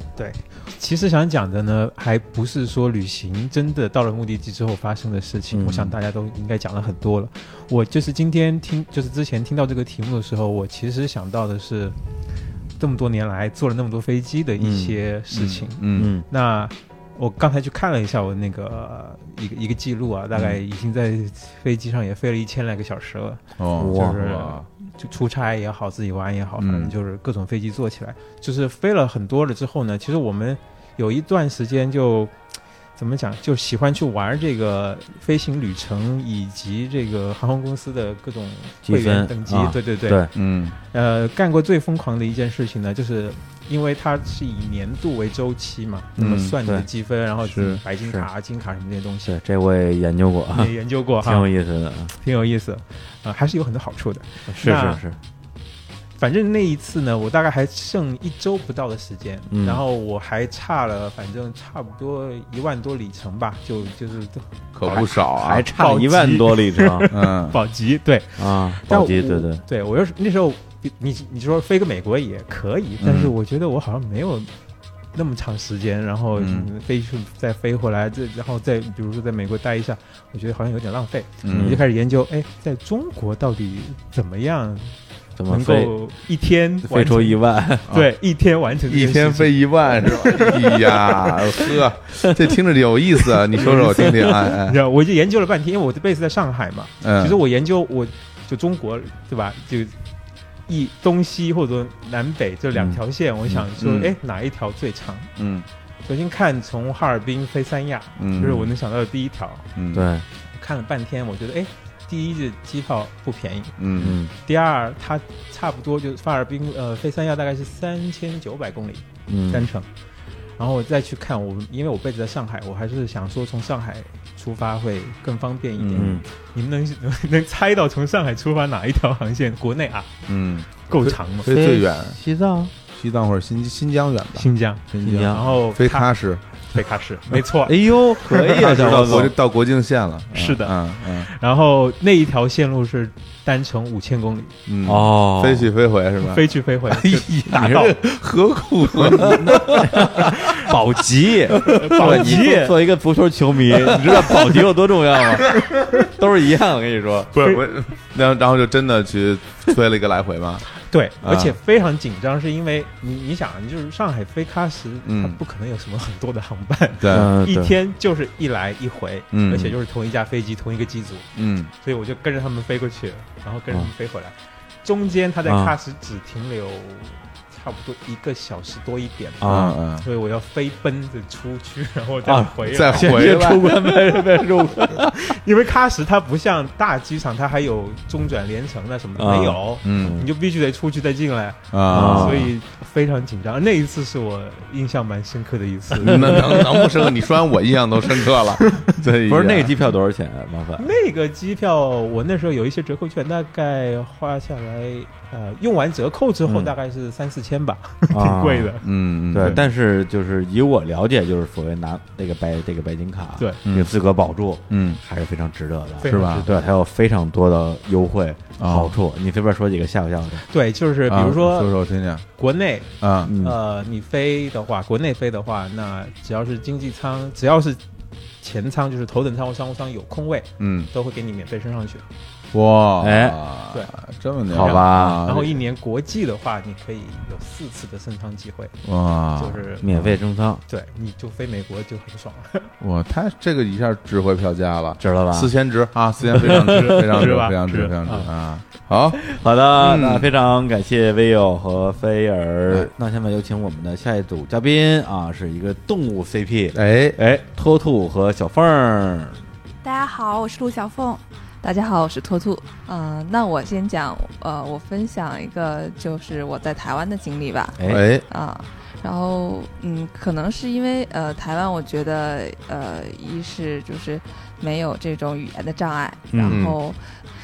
B: 其实想讲的呢，还不是说旅行真的到了目的地之后发生的事情，
M: 嗯
B: 我想大家都应该讲了很多了。我就是今天听，就是之前听到这个题目的时候，我其实想到的是，这么多年来坐了那么多飞机的一些事情。
N: 嗯
M: 嗯
B: 那我刚才去看了一下我那个呃一个一个记录啊，大概
N: 嗯
B: 已经在飞机上也飞了一千来个小时了，
N: 哦，
B: 哇
N: 就是啊
B: 就出差也好，自己玩也好，
N: 嗯
B: 反正就是各种飞机坐起来，就是飞了很多了之后呢，其实我们有一段时间就。怎么讲？就喜欢去玩这个飞行旅程，以及这个航空公司的各种会
M: 积分
B: 员等级。
M: 啊
B: 对对对，
M: 对，
N: 嗯
B: 呃，干过最疯狂的一件事情呢，就是因为它是以年度为周期嘛，那么
N: 嗯
B: 算你的
M: 对
B: 积分，然后
N: 是
B: 白金卡、金卡什么这些
N: 嗯
B: 东西，
M: 对，这我也研究过啊，
B: 也研究过
M: (laughs) 挺
B: 哈
M: 有，意思的。
B: 挺有意思，呃，还是有很多好处的。
M: 是
B: 那
M: 是是，
B: 反正那一次呢，我大概还剩一周不到的时间，
M: 嗯
B: 然后我还差了，反正差不多一万多里程吧，就就是
N: 可不少啊
M: 还。差一万多里程
N: (laughs)
I: (laughs)
N: 嗯，
B: 保级，对，
M: 啊！
B: 但
M: 宝鸡，
B: 我
M: 对对，
B: 对我要是那时候你你说飞个美国也可以，但是
N: 嗯
B: 我觉得我好像没有那么长时间，然后
N: 嗯
B: 飞去再飞回来，这然后再比如说在美国待一下，我觉得好像有点浪费，我就
N: 嗯，
B: 开始研究，哎，在中国到底怎么样
M: 怎么
B: 能
M: 飞
B: 够一天
M: 飞
B: 完
M: 出
B: 成
M: 一万？
B: 对一天完成这
N: 一
B: 件
N: 天
B: 事情
N: 飞一万是吧？
M: (laughs)
N: 哎呀，呵，啊这听着有意思啊！你说说我听听，
B: (laughs)
M: (laughs)
N: 哎
B: 你
N: 哎，
B: 知道，我就研究了半天，因为我的 base 在上海嘛。
N: 嗯
B: 其实我研究，我就中国对吧？就一东西或者南北这两条线，我想说
N: 嗯，
B: 哎、哪一条最长？
N: 嗯
B: 首先看从哈尔滨飞三亚，
N: 嗯，
B: 这是我能想到的第一条。
N: 嗯，
M: 对，
B: 看了半天，我觉得哎，第一这机票不便宜，
N: 嗯
M: 嗯
B: 第二它差不多就是哈尔滨呃飞三亚大概是三千九百公里
M: 嗯
B: 单程。然后我再去看我，因为我背着在上海，我还是想说从上海出发会更方便一点。
M: 嗯
B: 你们能能 (laughs) 能猜到从上海出发哪一条航线？ (laughs) 国内啊，
N: 嗯，
B: 够长吗？
N: 飞最远
M: 西藏
N: 西藏或者新新疆远吧，
B: 新疆，
N: 新
M: 疆
B: 然后
N: 飞
B: 喀
N: 喀什，
B: 飞喀什，
N: 嗯
B: 没错
M: 哎，呦，可以啊，
N: 喀什
M: 这
N: 到
M: 老总
N: 国到国境线了，嗯
B: 是的
N: 嗯嗯
B: 然后那一条线路是单程五千公里，
N: 嗯，
M: 哦，
N: 飞去飞回是吧？哎
B: 飞去飞回，就大
N: 你
B: 道
N: 这何苦
B: (laughs)
M: 保
N: (laughs)
M: 级，
B: 保级
M: 你做做一个足球球迷，你知道保级有多重要
B: (laughs)
M: 吗？都是一样，我跟你说，
N: 不是我，然后然后就真的去飞了一个来回嘛。
B: (laughs) 对，
N: 啊
B: 而且非常紧张，是因为你你想，你就是上海飞喀什，
N: 嗯
B: 它不可能有什么很多的航班，(laughs)
N: 对，
M: 嗯，
B: 一
M: 对，
B: 天就是一来一回，
N: 嗯
B: 而且就是同一架飞机同一个机组，
N: 嗯
B: 所以我就跟着他们飞过去，然后跟着他们飞回来，中间他在
M: 啊
B: 喀什只停留差不多一个小时多一点吧。
N: 啊
M: 啊
N: 啊，
B: 所以我要飞奔着出去， (laughs) 然后再
M: 啊
B: 回来。 (laughs)
N: 再回来
M: 出关被被入关，
B: 因为喀什它不像大机场，它还有中转连程的什么的，
M: 啊
B: 没有，
N: 嗯
B: 你就必须得出去再进来。
N: 啊，
B: 所以非常紧张。那一次是我印象蛮深刻的一次。
N: (laughs) 那能能不深刻？你说完我印象都深刻
B: (laughs)
M: (laughs)
N: 了。啊对，
M: 不是那个机票多少钱啊？麻烦
B: 那个机票，我那时候有一些折扣券，大概花下来，呃，用完折扣之后
M: 嗯
B: 大概是三四千吧，
M: 挺
B: (laughs) (laughs) 挺贵的。
N: 啊嗯，嗯
M: 对，但是就是以我了解，就是所谓拿那个白这个白金卡，
B: 对
M: 这个资格保住
N: 嗯
M: 还是非常值得的，
B: 非
N: 是
B: 常
N: 吧？
M: 对，它有非常多的优惠
N: 哦
M: 好处，你随便说几个吓唬吓唬的。
B: 对，就是比
N: 啊
B: 如
N: 说
B: 说
N: 说我听听
B: 国内，
N: 啊，
M: 嗯，
B: 呃，你飞的话，国内飞的话，那只要是经济舱，只要是前舱，就是头等舱或商务舱有空位，
N: 嗯，
B: 都会给你免费升上去。
N: 哇，
M: 哎，
B: 对，
N: 这么牛，啊
M: 好吧
B: 然后一年国际的话，你可以有四次的升舱机会，
N: 哇，
B: 就是
M: 免费升舱，
B: 对，你就飞美国就很爽
M: 哎
B: 了。
N: 哇，他这个一下值回票价了。
M: 知道吧？
N: 四千值啊，四千非常值，
B: (laughs)
N: 非常值，
B: 值吧
N: 非常值，
B: 值
N: 非常值啊！好，
M: 好的，
N: 嗯
M: 那非常感谢 Vio 和菲
N: 哎
M: 儿。那下面有请我们的下一组嘉宾啊，是一个动物 CP，
N: 哎，
M: 哎，托兔和小凤儿。
J: 大家好，我是陆小凤。
K: 大家好，我是兔兔。呃，那我先讲，呃，我分享一个就是我在台湾的经历吧。
M: 哎，
N: 哎，
K: 啊，然后嗯，可能是因为呃，台湾我觉得呃，一是就是没有这种语言的障碍，
M: 嗯
K: 然后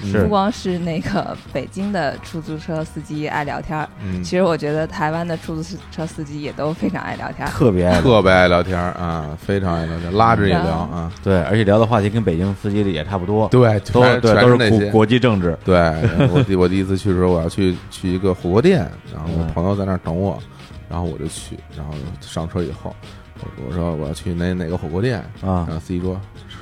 M: 是
K: 不光是那个北京的出租车司机爱聊天儿，
N: 嗯，
K: 其实我觉得台湾的出租车司机也都非常爱聊天儿。
M: 特别爱
N: 特别爱聊天儿啊，非常爱聊天儿，拉着也聊
K: 嗯
N: 啊，
M: 对，而且聊的话题跟北京司机的也差不多，
N: 对，
M: 都
N: 全
M: 对
N: 全
M: 都
N: 是那
M: 国
N: 些。
M: 国际政治。
N: 对，我第我第一次去的时候，我要去去一个火锅店，然后我
M: 嗯
N: 朋友在那儿等我，然后我就去，然后上车以后，我我说我要去哪哪个火锅店，
M: 啊
N: 然后司机说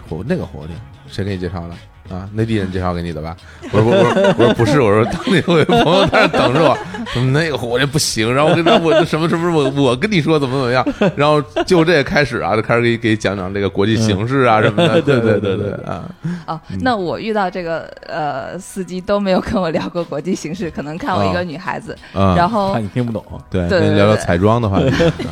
N: 火那个火锅店，谁给你介绍的？啊，内地人介绍给你的吧？我说我说我说不是，我说当地我有朋友在那儿等着我，怎么那个火锅店不行？然后我跟他我就什么什么我我跟你说怎么怎么样，然后就这开始啊，就开始给给讲讲这个国
M: 嗯
N: 际形势啊什么的，对对对对啊，
K: 哦，那我遇到这个呃司机都没有跟我聊过国际形势，可能看我一个女孩子，
N: 啊
K: 然后
M: 哦 (laughs) 怕你听不懂，
N: 对，
K: 对
N: 跟你
K: 对
N: 聊聊
K: 对
N: 彩妆
M: (laughs)
N: 的话题，嗯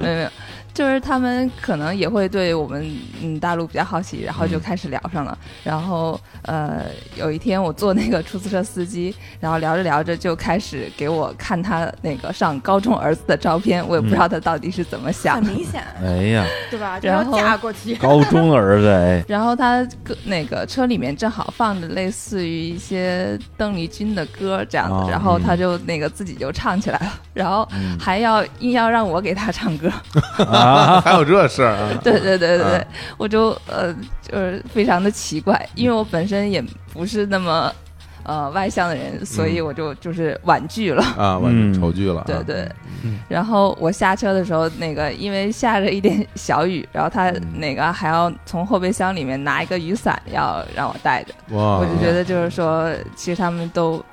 K: 没有没有，就是他们可能也会对我们嗯大陆比较好奇，
M: 嗯
K: 然后就开始聊上了。然后呃，有一天我坐那个出租车司机，然后聊着聊着就开始给我看他那个上高中儿子的照片，我也不
M: 嗯
K: 知道他到底是怎么想
H: 很
K: 的。
H: 明显，
M: 哎呀，
H: 对吧？就
K: (laughs) 然
H: 要
K: 后
H: 嫁过去，
M: 高中儿子哎，
K: 然后他个那个车里面正好放着类似于一些邓丽君的歌这样的，
M: 哦
K: 然后他就那个自己就唱起来了，然后
M: 嗯
K: 还要硬要让我给他唱歌， (laughs)
N: 啊，还有这事儿啊，
K: 对对对对对，
N: 嗯
K: 我就呃就是非常的奇怪，因为我本身也不是那么呃外向的人，所以我就就是婉拒了。
N: 嗯啊，我
M: 嗯
N: 丑剧了啊，
K: 对对，然后我下车的时候，那个因为下着一点小雨，然后他
M: 嗯
K: 那个还要从后备箱里面拿一个雨伞，要让我带着。
N: 哇，
K: 我就觉得就是说，其实他们都，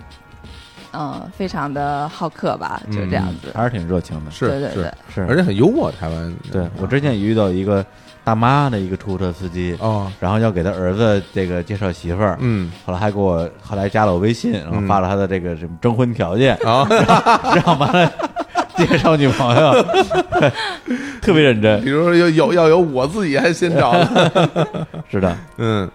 K: 嗯、非常的好客吧，就这样子。
M: 还是挺热情的，
N: 嗯是
K: 对对
N: 是
K: 对，
M: 是，
N: 而且很幽默，台湾，
M: 对我之前也遇到一个大妈的一个出租车司机，
N: 哦，
M: 然后要给他儿子这个介绍媳妇儿，
N: 嗯，
M: 后来还给我后来加了我微信，然后
N: 嗯
M: 发了他的这个什么征婚条件，
N: 啊，
M: (laughs) 然后完了介绍女朋友， (laughs) 特别认真，
N: 比如说有有要有我自己还先找呢，
M: 是的，
N: 嗯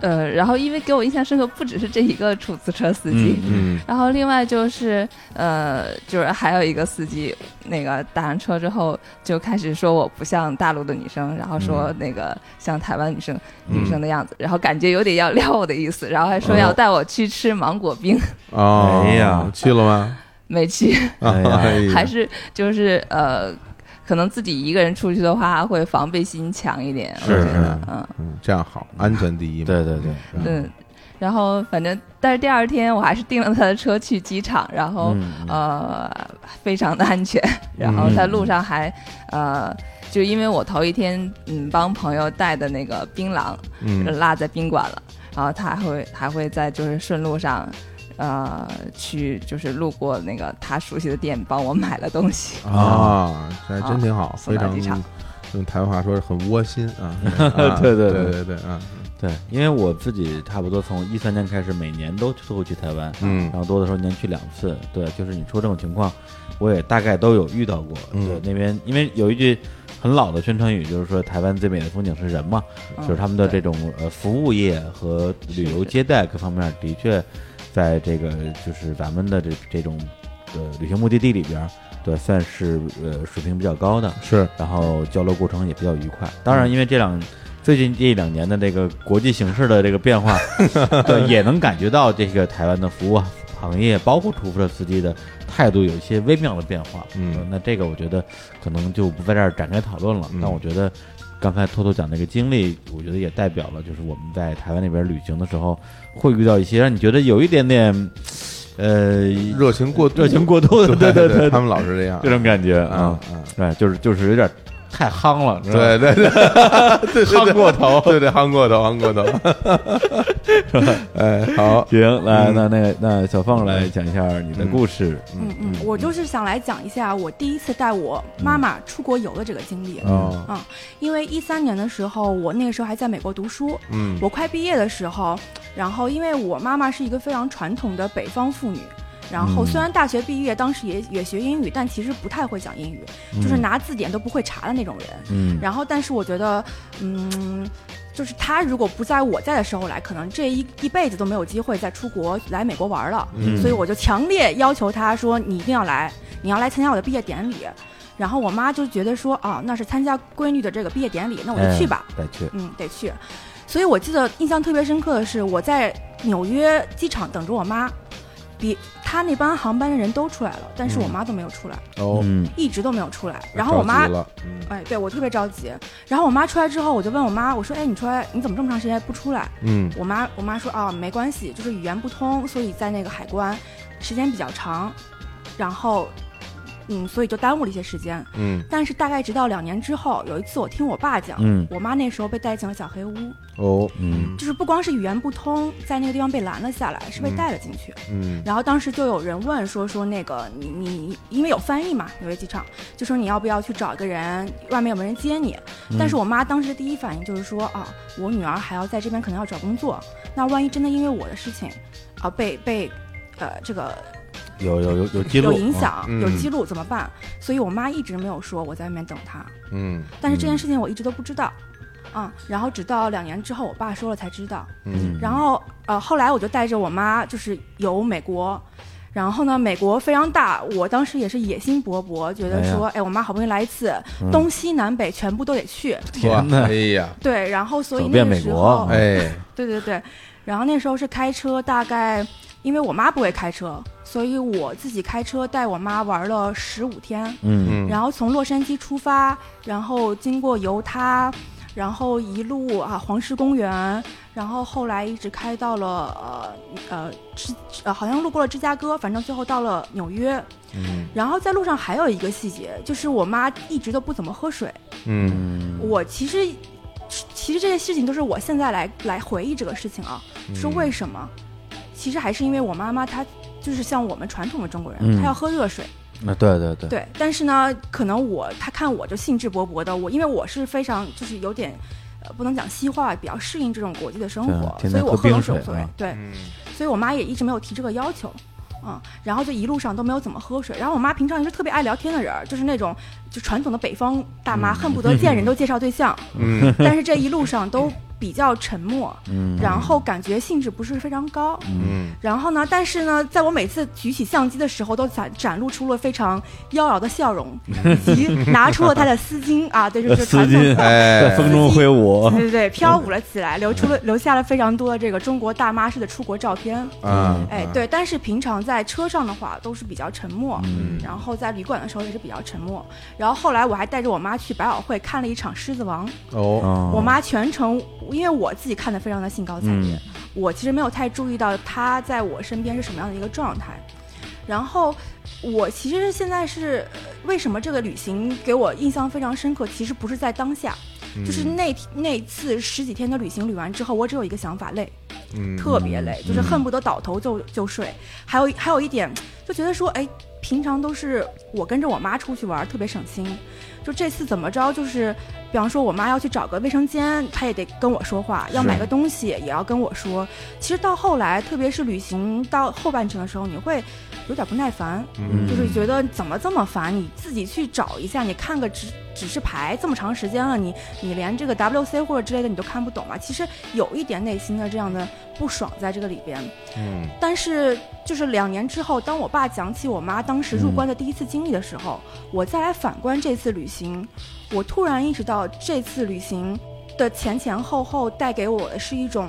K: 呃，然后因为给我印象深刻不只是这一个出租车司机，
L: 嗯嗯
K: 然后另外就是呃，就是还有一个司机，那个打上车之后就开始说我不像大陆的女生，然后说那个像台湾女生、
N: 嗯
K: 女生的样子，然后感觉有点要撩我的意思，然后还说要
N: 哦
K: 带我去吃芒果冰， (laughs)
N: 哦，
L: 哎呀，
N: 去了吗？
K: 没去，
N: 哎呀哎呀
K: 还是就是呃，可能自己一个人出去的话会防备心强一点，我
N: 是
K: 觉得，嗯
N: 嗯。，这样好，安全第一嘛。
M: 对对对，
K: 嗯，然后反正，但是第二天我还是订了他的车去机场，然后、
M: 嗯。
K: 呃非常的
L: (laughs)
K: 安全，然后在路上还、呃就因为我头一天嗯帮朋友带的那个槟榔、
L: 嗯
K: 落在宾馆了，然后他还会还会在就是顺路上。呃，去就是路过那个他熟悉的店，帮我买了东西
N: 啊，这还真挺好，
K: 啊送
N: 非
K: 到
N: 常
K: 机场。
N: 用台湾话说是很窝心啊 (laughs)
M: 对
N: 对
M: 对
N: 对
M: 对
N: 对啊，
M: 对，因为我自己差不多从一三年开始，每年都都会去台湾，
N: 嗯
M: 然后多的时候一年去两次。对，就是你说这种情况，我也大概都有遇到过。
N: 嗯
M: 对，那边因为有一句很老的宣传语，就是说台湾最美的风景是人嘛，
N: 嗯
M: 就是他们的这种呃服务业和旅游接待各方面，的确在这个就是咱们的这这种呃旅行目的地里边儿。对，算是呃水平比较高的，
N: 是，
M: 然后交流过程也比较愉快。当然，因为这两最近这两年的这个国际形势的这个变化，对，也能感觉到这个台湾的服务行业，包括出租车司机的态度有一些微妙的变化。
N: 嗯
M: 呃那这个我觉得可能就不在这儿展开讨论了。
N: 嗯
M: 但我觉得刚才托托讲那个经历，我觉得也代表了，就是我们在台湾那边旅行的时候，会遇到一些让你觉得有一点点。呃，
N: 热情过度
M: 热情过度的，
N: 对
M: 对
N: 对他们老是这样嗯
M: 这种感觉啊，对，就是就是有点太夯了，是吧
N: 对对对对，对
M: 夯过头，
N: 对对，夯过头，夯过头。哎，好，
M: 行，来，
N: 嗯
M: 那那个那小凤来讲一下你的故事，
J: 嗯嗯，我就是想来讲一下我第一次带我妈妈出国游的这个经历。
M: 哦
J: 嗯，因为一三年的时候，我那个时候还在美国读书。
N: 嗯
J: 我快毕业的时候，然后因为我妈妈是一个非常传统的北方妇女。然后
L: 嗯
J: 虽然大学毕业，当时也也学英语，但其实不太会讲英语，就是
L: 嗯
J: 拿字典都不会查的那种人。
L: 嗯
J: 然后但是我觉得，嗯，就是她如果不在我在的时候来，可能这一一辈子都没有机会再出国来美国玩了。
L: 嗯
J: 所以我就强烈要求她说：“你一定要来，你要来参加我的毕业典礼。”然后我妈就觉得说：“啊，那是参加闺女的这个毕业典礼，那我就去吧。
M: 哎再去
J: 嗯，得去。所以我记得印象特别深刻的是，我在纽约机场等着我妈，比她那班航班的人都出来了，但是我
L: 嗯
J: 妈都没有出来，
N: 哦嗯
J: 一直都没有出来。
N: 那
J: 然后我
N: 着急
J: 妈
N: 了嗯，
J: 哎，对我特别着急。然后我妈出来之后，我就问我妈，我说：“哎，你出来，你怎么这么长时间不出来？”
N: 嗯
J: 我妈我妈说：“啊，没关系，就是语言不通，所以在那个海关时间比较长，然后嗯，所以就耽误了一些时间。”
N: 嗯
J: 但是大概直到两年之后，有一次我听我爸讲，
N: 嗯
J: 我妈那时候被带进了小黑屋，
N: 哦，嗯
J: 就是不光是语言不通，在那个地方被拦了下来，是被
N: 嗯
J: 带了进去。
N: 嗯
J: 然后当时就有人问说说那个你你你因为有翻译嘛，纽约机场就说你要不要去找一个人，外面有没有人接你？
L: 嗯
J: 但是我妈当时的第一反应就是说啊，我女儿还要在这边可能要找工作，那万一真的因为我的事情啊被被呃这个
M: 有有有有记录，
J: 有
M: 哦嗯
J: 影响、有记
M: 录，
J: 录怎么办？所以我妈一直没有说我在外面等她，
N: 嗯
J: 但是这件事情我一直都不知道。啊、然后直到两年之后，我爸说了才知道。
N: 嗯
J: 然后呃，后来我就带着我妈就是游美国，然后呢，美国非常大，我当时也是野心勃勃，觉得说，
N: 哎呀
J: 哎我妈好不容易来一次，
N: 嗯
J: 东西南北全部都得去。
N: 哇哎呀，
J: 对，然后所以
N: 走
J: 那
N: 遍
J: 个
N: 美
J: 时
N: 国
J: 候，
N: 哎，
J: 对对对，然后那时候是开车，大概因为我妈不会开车，所以我自己开车带我妈玩了十五天，
L: 嗯嗯
J: 然后从洛杉矶出发，然后经过犹他，然后一路啊黄石公园，然后后来一直开到了呃呃芝呃好像路过了芝加哥，反正最后到了纽约，
L: 嗯
J: 然后在路上还有一个细节，就是我妈一直都不怎么喝水。
L: 嗯
J: 我其实其实这些事情都是我现在来来回忆这个事情啊，是
L: 嗯
J: 为什么？其实还是因为我妈妈她就是像我们传统的中国人，
M: 嗯
J: 她要喝热水。
M: 啊，对对对，
J: 对，但是呢，可能我她看我就兴致勃勃的，我因为我是非常就是有点，呃，不能讲西化，比较适应这种国际的生活，
M: 对天
J: 所以
M: 天
J: 我
M: 喝
J: 喝冷
M: 冰
J: 水
M: 水
J: 无所谓
M: 啊。
J: 对，
N: 嗯
J: 所以我妈也一直没有提这个要求。啊、然后就一路上都没有怎么喝水。然后我妈平常也是特别爱聊天的人儿，就是那种
M: 嗯
J: 就传统的北方大妈，恨不得见人都介绍对象。
L: 嗯
J: 但是这一路上都比较沉默，
M: 嗯
J: 然后感觉兴致不是非常高，
M: 嗯
J: 然后呢，但是呢，在我每次举起相机的时候，都展展露出了非常妖娆的笑容，以
M: 嗯
J: 及拿出了他的丝巾
M: (laughs)
J: 啊，对，就是
M: 丝
J: 传统
M: 巾
J: 的 (laughs)
M: 呃在风中挥舞，
J: 对对对，飘舞了起来，留
M: (laughs)
J: 出了嗯留下了非常多的这个中国大妈式的出国照片。
M: 嗯
J: 哎，对，但是平常在车上的话都是比较沉默，
M: 嗯
J: 然后在旅馆的时候也是比较沉默。然后后来我还带着我妈去百老汇看了一场《狮子王》，
N: 哦嗯
J: 我妈全程因为我自己看的非常的兴高采烈，我其实没有太注意到她在我身边是什么样的一个状态。然后我其实现在是呃为什么这个旅行给我印象非常深刻，其实不是在当下，
L: 嗯
J: 就是那那次十几天的旅行旅完之后，我只有一个想法，累，
L: 嗯
J: 特别累，就是恨不得倒头就就睡。还有还有一点，就觉得说，哎，平常都是我跟着我妈出去玩，特别省心。就这次怎么着，就是比方说我妈要去找个卫生间，她也得跟我说话；要
L: 是
J: 买个东西也要跟我说。其实到后来，特别是旅行到后半程的时候，你会有点不耐烦，
L: 嗯
J: 就是觉得怎么这么烦？你自己去找一下，你看个指指示牌，这么长时间了，你你连这个 WC 或者之类的你都看不懂啊。其实有一点内心的这样的不爽在这个里边。
L: 嗯
J: 但是就是两年之后，当我爸讲起我妈当时入关的第一次经历的时候，
L: 嗯
J: 我再来反观这次旅行，我突然意识到这次旅行的前前后后带给我的是一种。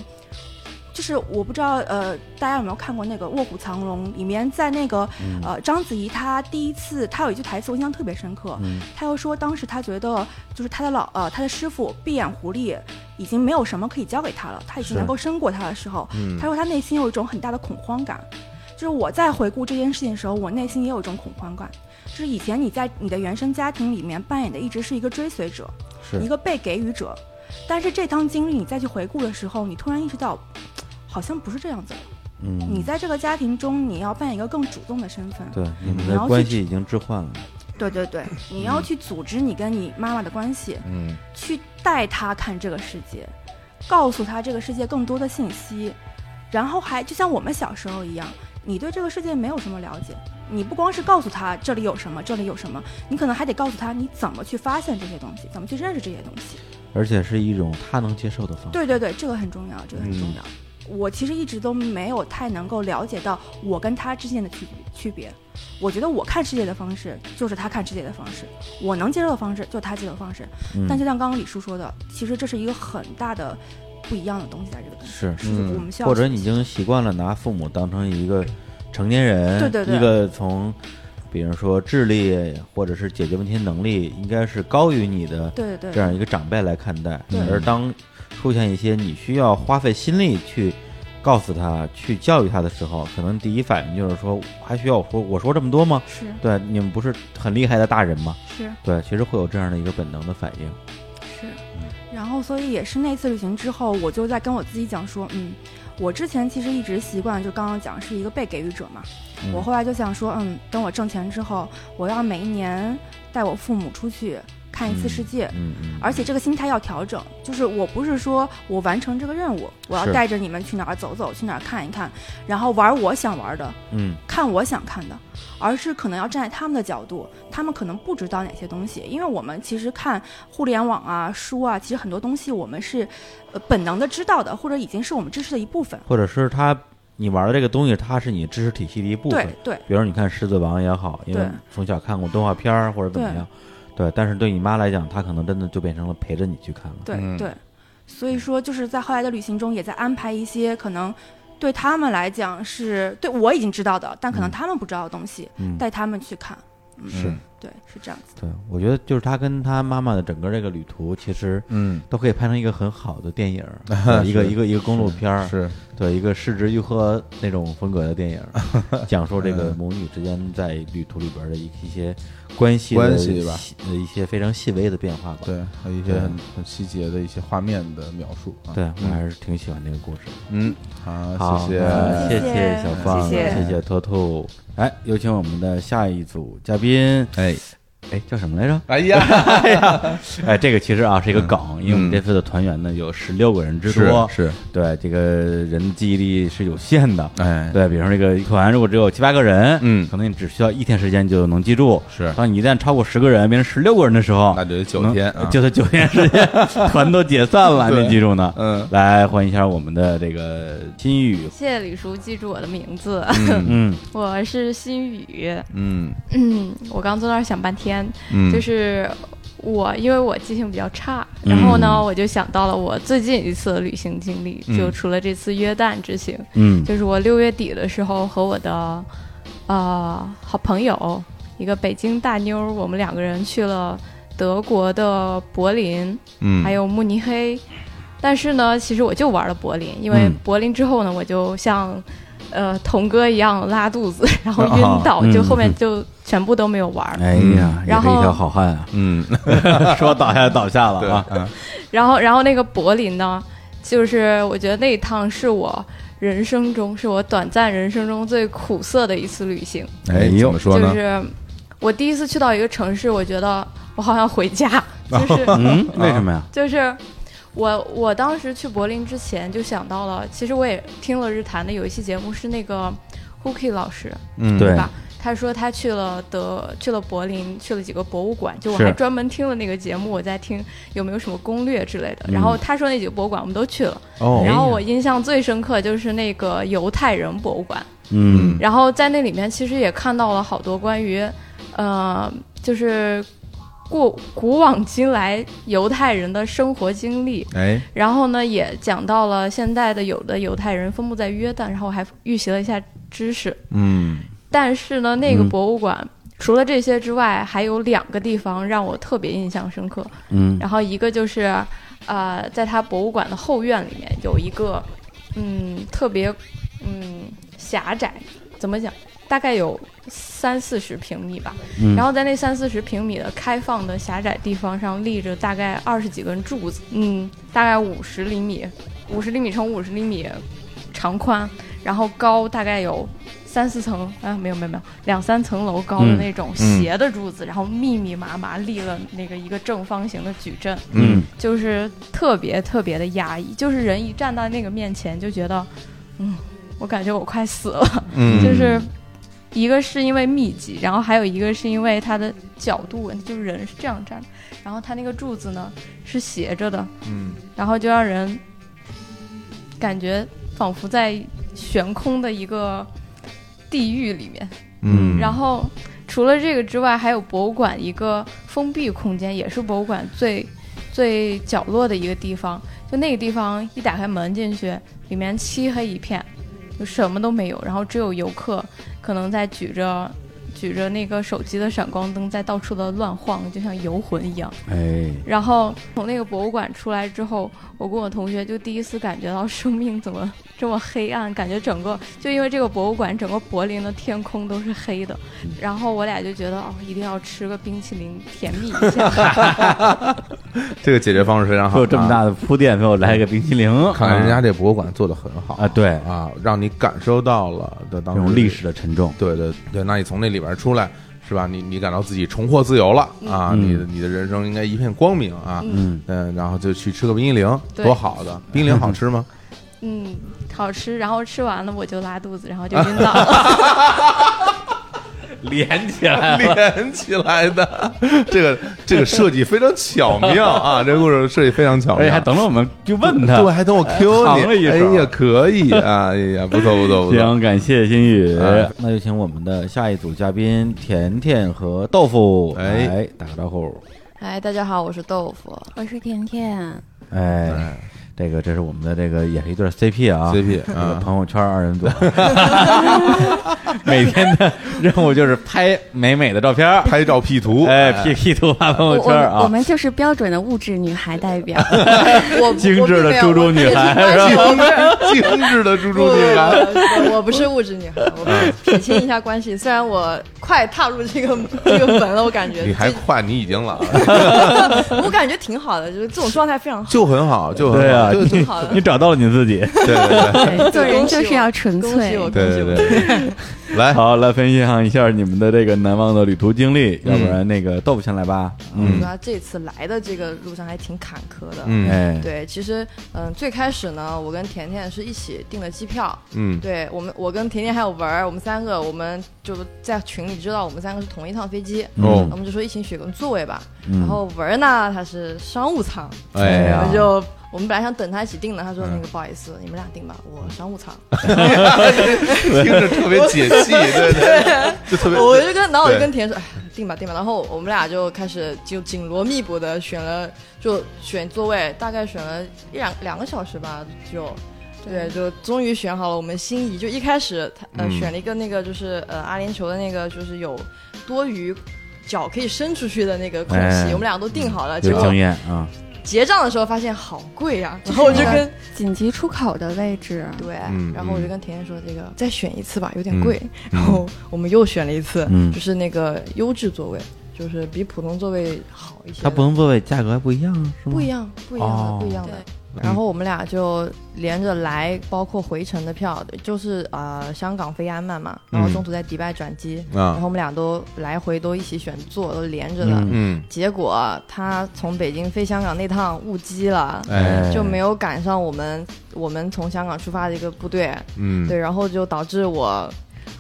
J: 就是我不知道，呃，大家有没有看过那个《卧虎藏龙》里面，在那个、
L: 嗯
J: 呃章子怡她第一次，她有一句台词我印象特别深刻，
L: 嗯
J: 她又说当时她觉得就是她的老呃她的师傅闭眼狐狸已经没有什么可以教给她了，她已经
L: 是
J: 能够胜过他的时候，
L: 嗯
J: 她说她内心有一种很大的恐慌感。就是我在回顾这件事情的时候，我内心也有一种恐慌感。就是以前你在你的原生家庭里面扮演的一直是一个追随者，
L: 是
J: 一个被给予者，但是这趟经历你再去回顾的时候，你突然意识到，好像不是这样子的。
M: 嗯
J: 你在这个家庭中，你要扮演一个更主动的身份。
M: 对你们
J: 你要
M: 的
J: 去
M: 关系已经置换了，
J: 对对
M: (laughs)
J: 对，你要去组织你跟你妈妈的关系，
M: 嗯
J: 去带她看这个世界，告诉她这个世界更多的信息，然后还就像我们小时候一样，你对这个世界没有什么了解，你不光是告诉她这里有什么，这里有什么，你可能还得告诉她你怎么去发现这些东西，怎么去认识这些东西。
M: 而且是一种他能接受的方式。
J: 对对对，这个很重要，这个
M: 嗯
J: 很重要。我其实一直都没有太能够了解到我跟他之间的区区别。我觉得我看世界的方式就是他看世界的方式，我能接受的方式就是他接受的方式。
L: 嗯
J: 但就像刚刚李叔说的，其实这是一个很大的不一样的东西在这个东西。
M: 是，
J: 嗯我们需要
M: 或者你已经习惯了拿父母当成一个成年人，
J: 对对对
M: 一个从，比如说智力或者是解决问题能力，应该是高于你的，
J: 对对对
M: 这样一个长辈来看待。
J: 对
M: 而当出现一些你需要花费心力去告诉他、去教育他的时候，可能第一反应就是说，还需要我说我说这么多吗？
J: 是
M: 对，你们不是很厉害的大人吗？
J: 是
M: 对，其实会有这样的一个本能的反应。
J: 是，
L: 嗯
J: 然后所以也是那次旅行之后，我就在跟我自己讲说，嗯，我之前其实一直习惯就刚刚讲是一个被给予者嘛，
L: 嗯
J: 我后来就想说，嗯，等我挣钱之后，我要每一年带我父母出去。看一次世界，
L: 嗯嗯嗯
J: 而且这个心态要调整，就是我不是说我完成这个任务，我要
L: 是
J: 带着你们去哪儿走走，去哪儿看一看，然后玩我想玩的，
M: 嗯
J: 看我想看的，而是可能要站在他们的角度，他们可能不知道哪些东西，因为我们其实看互联网啊、书啊，其实很多东西我们是呃本能的知道的，或者已经是我们知识的一部分。
M: 或者是他你玩的这个东西，它是你知识体系的一部分。
J: 对对
M: 比如你看《狮子王》也好，因为
J: 对
M: 从小看过动画片儿或者怎么
J: 对
M: 样，对。但是对你妈来讲，她可能真的就变成了陪着你去看了。
J: 对、
N: 嗯
J: 对，所以说就是在后来的旅行中，也在安排一些可能对他们来讲是对我已经知道的，但可能
M: 嗯
J: 他们不知道的东西，
M: 嗯
J: 带他们去看。嗯，
M: 是
J: 对，是这样子。
M: 对，我觉得就是她跟她妈妈的整个这个旅途，其实
N: 嗯，
M: 都可以拍成一个很好的
N: (laughs)
M: 电影儿，对一个
N: 是
M: 一个一个公路片儿，
N: 是
M: 对一个市值愈合那种风格的电
N: (laughs)
M: 影儿，讲述这
N: 嗯
M: 个母女之间在旅途里边儿的一一些关系的
N: 关系吧
M: 细呃一些非常细微的变化吧。
N: 对，还有一些
M: 对
N: 很很细节的一些画面的描述啊。
M: 对我
N: 嗯
M: 还是挺喜欢这个故事的。
N: 嗯好
M: 好，
N: 谢谢
M: 那谢
N: 谢
M: 谢
N: 谢
M: 小放，
N: 谢谢
M: 谢托托。哎，有请我们的下一组嘉宾。
N: 哎，
M: 哎，叫什么来着？
N: (laughs) 哎呀
M: 哎呀，哎，这个其实啊是一个梗，因为我们
N: 嗯
M: 这次的团员呢有十六个人之多，
N: 是是
M: 对这个人的记忆力是有限的，
N: 哎，
M: 对，比如说这个团如果只有七八个人，
N: 嗯
M: 可能你只需要一天时间就能记住，
N: 是
M: 当你一旦超过十个人，变成十六个人的时候，
N: 那就得九天啊
M: 能就得九天时间， (laughs) 团都解散了，
N: 对
M: 你记住呢？
N: 嗯，
M: 来欢迎一下我们的这个金宇，
L: 谢谢李叔记住我的名字，
M: 嗯
L: (laughs) 我是心雨。
N: 嗯
L: 嗯，我刚坐那儿想半天，
N: 嗯
L: 就是我因为我记性比较差，然后呢，
M: 嗯
L: 我就想到了我最近一次的旅行经历，
M: 嗯
L: 就除了这次约旦之行，
M: 嗯
L: 就是我六月底的时候和我的呃好朋友一个北京大妞儿，我们两个人去了德国的柏林，
P: 嗯
L: 还有慕尼黑。但是呢，其实我就玩了柏林，因为
P: 嗯
L: 柏林之后呢，我就像呃童哥一样拉肚子， (laughs) 然后晕倒，
M: 哦
L: 就
M: 嗯
L: 后面就全部都没有玩儿。嗯
M: 哎呀，也是
L: 然
M: 一条
L: 后
M: 好汉啊，
N: 嗯，
M: (laughs) 说倒下就倒下了啊，
L: 然后然后那个柏林呢，就是我觉得那一趟是我人生中是我短暂人生中最苦涩的一次旅行。
N: 哎怎么说呢
L: 就是我第一次去到一个城市，我觉得我好想回家，就是、
M: (laughs) 嗯，为什么呀？
L: (laughs) 就是我我当时去柏林之前就想到了，其实我也听了日坛的有一期节目是那个 Hooky 老师，
M: 嗯
L: 对
M: 对
L: 吧？他说他去了德，去了柏林，去了几个博物馆，就我
M: 是
L: 还专门听了那个节目，我在听有没有什么攻略之类的。
M: 嗯
L: 然后他说那几个博物馆我们都去了，
M: 哦
L: 然后我印象最深刻就是那个犹太人博物馆，
M: 嗯
L: 然后在那里面其实也看到了好多关于，呃，就是过古往今来犹太人的生活经历。
N: 哎，
L: 然后呢，也讲到了现在的有的犹太人分布在约旦，然后我还预习了一下知识。
N: 嗯
L: 但是呢，那个
N: 嗯
L: 博物馆、除了这些之外，还有两个地方让我特别印象深刻。
M: 嗯
L: 然后一个就是，呃，在它博物馆的后院里面有一个，嗯，特别，嗯，狭窄，怎么讲？大概有三四十平米吧，
P: 嗯
L: 然后在那三四十平米的开放的狭窄地方上立着大概二十几根柱子，嗯，大概五十厘米，五十厘米乘五十厘米长宽，然后高大概有三四层，啊，没有没有没有，两三层楼高的
P: 嗯
L: 那种
P: 嗯
L: 斜的柱子，然后密密麻麻立了那个一个正方形的矩阵，
P: 嗯
L: 就是特别特别的压抑，就是人一站到那个面前就觉得，嗯，我感觉我快死了，(laughs)
P: 嗯
L: 就是。一个是因为密集，然后还有一个是因为它的角度问题，就是人是这样站的，然后它那个柱子呢是斜着的，
N: 嗯
L: 然后就让人感觉仿佛在悬空的一个地狱里面。
P: 嗯
L: 然后除了这个之外，还有博物馆一个封闭空间，也是博物馆最最角落的一个地方。就那个地方一打开门进去，里面漆黑一片，就什么都没有，然后只有游客可能在举着。举着那个手机的闪光灯在到处的乱晃，就像游魂一样。
M: 哎，
L: 然后从那个博物馆出来之后，我跟我同学就第一次感觉到生命怎么这么黑暗，感觉整个就因为这个博物馆，整个柏林的天空都是黑的。然后我俩就觉得哦，一定要吃个冰淇淋甜蜜一下。
N: 这个解决方式非常好，啊
M: 做这么大的铺垫，给我来个冰淇淋，
N: 看看人家这博物馆做的很好
M: 啊，对
N: 啊，让你感受到了的当时
M: 这种历史的沉重，
N: 对对对，那你从那里边出来。是吧？你你感到自己重获自由了啊！
M: 嗯
N: 你的你的人生应该一片光明啊！
M: 嗯
N: 嗯，然后就去吃个冰激凌，
L: 对
N: 多好的！冰激凌好吃吗？
L: 嗯，好吃。然后吃完了我就拉肚子，然后就晕倒了。
M: (laughs) 连起
N: 来 (laughs) 连起来的，这个这个设计非常巧妙啊！这个故事设计非常巧
M: 而且
N: 妙，
M: 还等了我们就问他，
N: 对，还等我 Q
M: 扛了一
N: 你，哎
M: 手
N: 呀，可以啊，哎呀，不错不错不错，
M: 行，感谢星宇
N: 哎，
M: 那就请我们的下一组嘉宾甜甜和豆腐
N: 哎
M: 来打个招呼。
P: 哎，大家好，我是豆腐，我是甜甜。
M: 哎，这个这是我们的这个也是一对 CP 啊
N: CP
M: 这个
N: 啊
M: 朋友圈二
N: (laughs)
M: 人组，每天的任务就是拍美美的照片，
N: 拍照 P 图，
M: 哎
N: 哎
M: ，P P 图发朋
P: 我
M: 友
P: 我
M: 圈
P: 们我
M: 啊，
P: 们就是标准的物质女孩代表，我
M: 精致的猪猪女孩是 (laughs) 吧？
N: 哎 (laughs) 精致的猪
M: 猪女孩
P: (laughs) 我我不是物质女孩，我
M: 啊
P: 们撇清一下关系。虽然我快踏入这个这个门了，我感
M: (laughs)
P: 觉
N: 你还快，你已经了啊，
P: 我感觉挺好的，就是这种状态非常好。
N: 就很好，就很好
M: 对啊了，
N: 对
M: 你
P: 好的
M: 你找到了你自己，对
L: (laughs)
N: 对
P: 对
L: 做人就是要纯
P: 恭喜
L: 粹。
P: 我，
M: 对对对， (laughs) 来，好，来分享一下你们的这个难忘的旅途经历，要不然那个豆腐先来吧，嗯
P: 主要这次来的这个路上还挺坎坷的。
M: 嗯哎
P: 对，其实嗯，最开始呢，我跟甜甜是一起订的机票。
M: 嗯
P: 对我们，我跟甜甜还有文儿，我们三个，我们就在群里知道我们三个是同一趟飞机。
M: 哦
P: 我们就说一起选个座位吧。
M: 嗯
P: 然后文儿呢，他是商务舱。
M: 哎呀
P: 我们就。我们本来想等他一起订的，他说
M: 嗯
P: 那个不好意思，你们俩订吧，我商务舱。
N: (laughs) 听着特别解气，对对，就特别，
P: 我就跟，然后我就
N: 对
P: 跟田说，哎，定吧定吧。然后我们俩就开始就紧锣密鼓的选了，就选座位，大概选了一两两个小时吧，就。对，就终于选好了我们心仪。就一开始他呃、
L: 嗯
P: 选了一个那个就是呃阿联酋的那个就是有多余脚可以伸出去的那个空隙，
M: 哎
P: 我们俩都定好了。结
M: 有
P: 果
M: 经验啊，
P: 结账的时候发现好贵呀、然后我就跟
L: 紧急出口的位置，
P: 对
L: 嗯
P: 然后我就跟甜甜说：“这个再选一次吧，有点
L: 嗯
P: 贵。然后我们又选了一次，
M: 嗯
P: 就是那个优质座位，就是比普通座位好一些。
M: 它不同座位价格还不一样啊，是吗？
P: 不一样，不一样的，
M: 哦
P: 不一样的。
M: 对嗯
P: 然后我们俩就连着来，包括回程的票，就是呃香港飞安曼嘛，然后
M: 嗯
P: 中途在迪拜转机，
M: 啊
P: 然后我们俩都来回都一起选座，都连着的。
M: 嗯嗯
P: 结果他从北京飞香港那趟误机了，
M: 哎
P: 就没有赶上我们我们从香港出发的一个部队，
M: 嗯
P: 对，然后就导致我。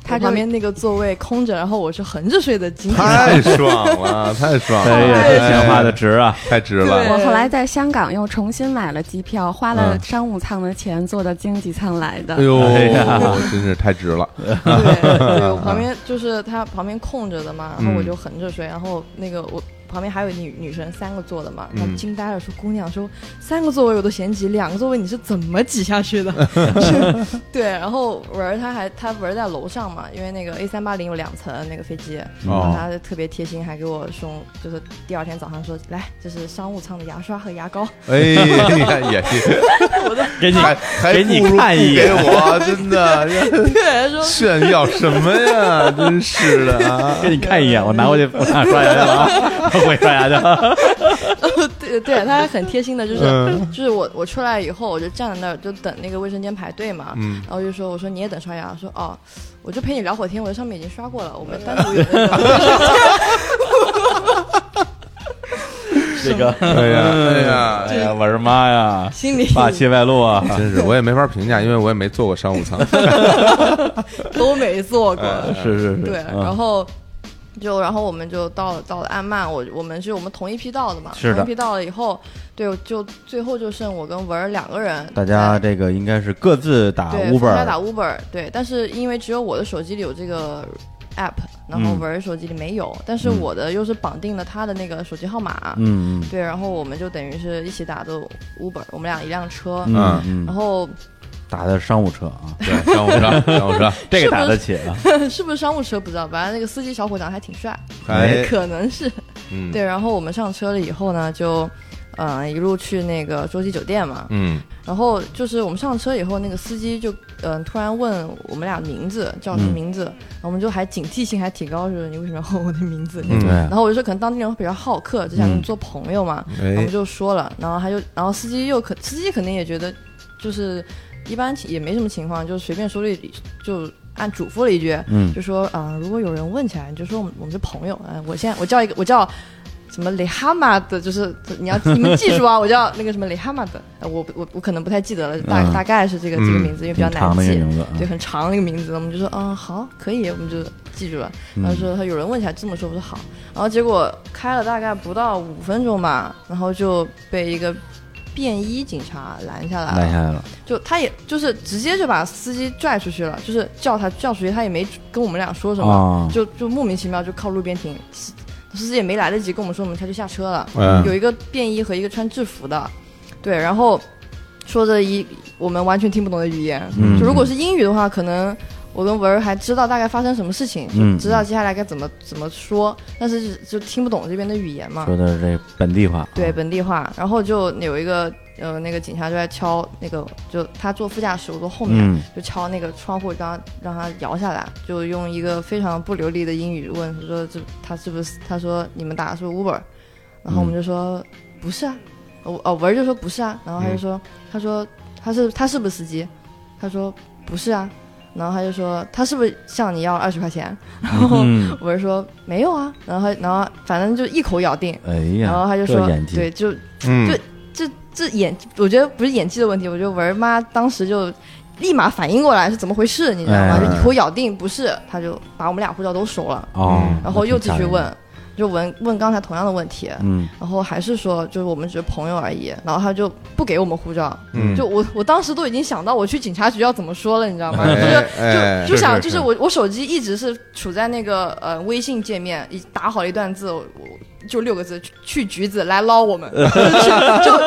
L: 他
P: 我
L: 就
P: 旁边那个座位空着，然后我是横着睡的经济舱，
M: (laughs)
N: 太爽了，太爽了，
M: 哎呀这钱花的
N: 值啊，太值了，
L: 我后来在香港又重新买了机票，花了
N: 嗯
L: 商务舱的钱坐的经济舱来的。
N: 哎呦
M: 哎呀，
N: 真是太值了，嗯
P: 对我
N: (laughs)
P: 旁边就是他旁边空着的嘛，然后我就横着睡，然后那个我旁边还有女女生三个坐的嘛，
L: 嗯
P: 她惊呆了说：“姑娘，说三个座位我都嫌挤，两个座位你是怎么挤下去
N: (laughs)
P: 的？”是对，然后文儿他还他文儿在楼上嘛，因为那个 A 三八零有两层那个飞机，
N: 哦
P: 然后他就特别贴心，还给我送，就是第二天早上说：“来，这是商务舱的牙刷和牙膏。”
N: 哎，你看也
P: (laughs)
N: 是，
M: (laughs) 给你
N: 还
M: 给
N: 还
M: 你
N: 不如不
M: 看一眼
N: 给我，真
M: (laughs)
N: 的，
P: (laughs)
N: 哎
P: 对，说
N: 炫耀什么呀？真是的啊！
M: (laughs) 给你看一眼，我拿回去，我拿刷牙去了啊，我回刷牙去了。
P: 对
M: (laughs)
P: 对，他还很贴心的，就是、
M: 嗯
P: 就是我我出来以后，我就站在那儿就等那个卫生间排队嘛，
M: 嗯
P: 然后就说我说你也等刷牙，说哦，我就陪你聊会儿天，我这上面已经刷过了，我们单独有那个
M: 这个，
N: 哎呀哎呀
M: 哎嗯呀，我的妈呀，
P: 心里
M: 霸气外露啊！
N: 真是，我也没法评价，因为我也没坐过商
M: (laughs)
N: 务舱。
P: (laughs) 都没做过，
N: 哎是是是
P: 对，
N: 嗯
P: 然后。就然后我们就到了到了安曼，我我们是我们同一批到的嘛，
M: 是的
P: 同一批到了以后，对，就最后就剩我跟文儿两个人，
M: (laughs) 大家这个应该是各自打
P: 对，分开打
M: Uber，
P: Uber，对，但是因为只有我的手机里有这个 app，然后
M: 嗯
P: 文儿手机里没有，但是
M: 嗯
P: 我的又是绑定了他的那个手机号码，
M: 嗯嗯
P: 对，然后我们就等于是一起打的 Uber，我们俩一辆车，
M: 嗯嗯
P: 然后
M: 打的商务车啊，
N: 对，商务车商务车
M: 这
P: 是
M: 个
P: 不
M: 打得
P: 是
M: 起啊。
P: (laughs) 是不是商务车不知道，反正那个司机小伙长还挺帅，
M: 哎
P: 可能是。
M: 嗯
P: 对，然后我们上车了以后呢，就呃一路去那个洲际酒店嘛。
N: 嗯。
P: 然后就是我们上车以后，那个司机就嗯、呃突然问我们俩名字叫什么
L: 嗯
P: 名字，然后我们就还警惕性还挺高，就是你为什么要问我的名字？
L: 嗯对
P: 然后我就说可能当地人会比较好客，只想跟你
L: 嗯
P: 做朋友嘛，
L: 哎
P: 然后我们就说了，然后他就然后司机又可司机肯定也觉得就是一般情也没什么情况，就随便说了一就按嘱咐了一句，
L: 嗯
P: 就说啊、如果有人问起来，你就说我们我们是朋友。哎、我现在我叫一个我叫什么雷哈马的，就是你要你们记住啊，我叫那个什么雷哈马的，呃我我我可能不太记得了，大、
L: 嗯
P: 大概是这个这个
L: 嗯
P: 名字，因为比较
L: 挺
P: 难
L: 长的一个
P: 记
L: 名字，嗯
P: 对，很长的一个名字，我们就说嗯好可以，我们就记住了。
L: 嗯
P: 然后说他有人问起来这么说，我说好，然后结果开了大概不到五分钟吧，然后就被一个便衣警察拦
A: 啊
P: 下来了，
M: 拦下来了，
P: 就他也就是直接就把司机拽出去了，就是叫他叫出去，他也没跟我们俩说什么，
M: 哦
P: 就就莫名其妙就靠路边停，司司机也没来得及跟我们说什么，他就下车了。
M: 哎
L: 嗯
P: 有一个便衣和一个穿制服的，对，然后说着一我们完全听不懂的语言，
L: 嗯
P: 就如果是英语的话，可能。我跟文儿还知道大概发生什么事情，
M: 嗯
P: 就知道接下来该怎么怎么说，但是就听不懂这边的语言嘛。
M: 说的是这本地话，
P: 对本地话，然后就有一个呃，那个警察就在敲那个，就他坐副驾驶，我坐后面，
M: 嗯
P: 就敲那个窗户，让他让他摇下来，就用一个非常不流利的英语问
M: 嗯
P: 说这他是不是？他说你们打的是 Uber，然后我们就说、不是啊，我哦文儿就说不是啊，然后
M: 嗯
P: 他就说、他说他是他是不是司机？他说不是啊，然后他就说他是不是向你要二十块钱？ (laughs) 然后
M: 嗯
P: 文儿说没有啊，然后他然后反正就一口咬定，
M: 哎呀
P: 然后他就
M: 这
P: 说
M: 演技
P: 对就
M: 嗯
P: 就这这演，我觉得不是演技的问题，我觉得文儿妈当时就立马反应过来是怎么回事，你知道吗？
M: 哎
P: 就一口咬定不是，他就把我们俩护照都收了，
M: 哦
P: 然后又继续
M: 那挺吓
P: 问
M: 人的，
P: 就问问刚才同样的问题，
M: 嗯
P: 然后还是说就是我们只是朋友而已，然后他就不给我们护照，
M: 嗯
P: 就我我当时都已经想到我去警察局要怎么说了，你知道吗？
M: 哎
P: 就是
M: 哎
P: 就就是想
M: 是
P: 就是
M: 是
P: 我我手机一直是处在那个呃微信界面，已打好了一段字，我我就六个字去去橘子来捞我
M: (laughs)
P: 们，就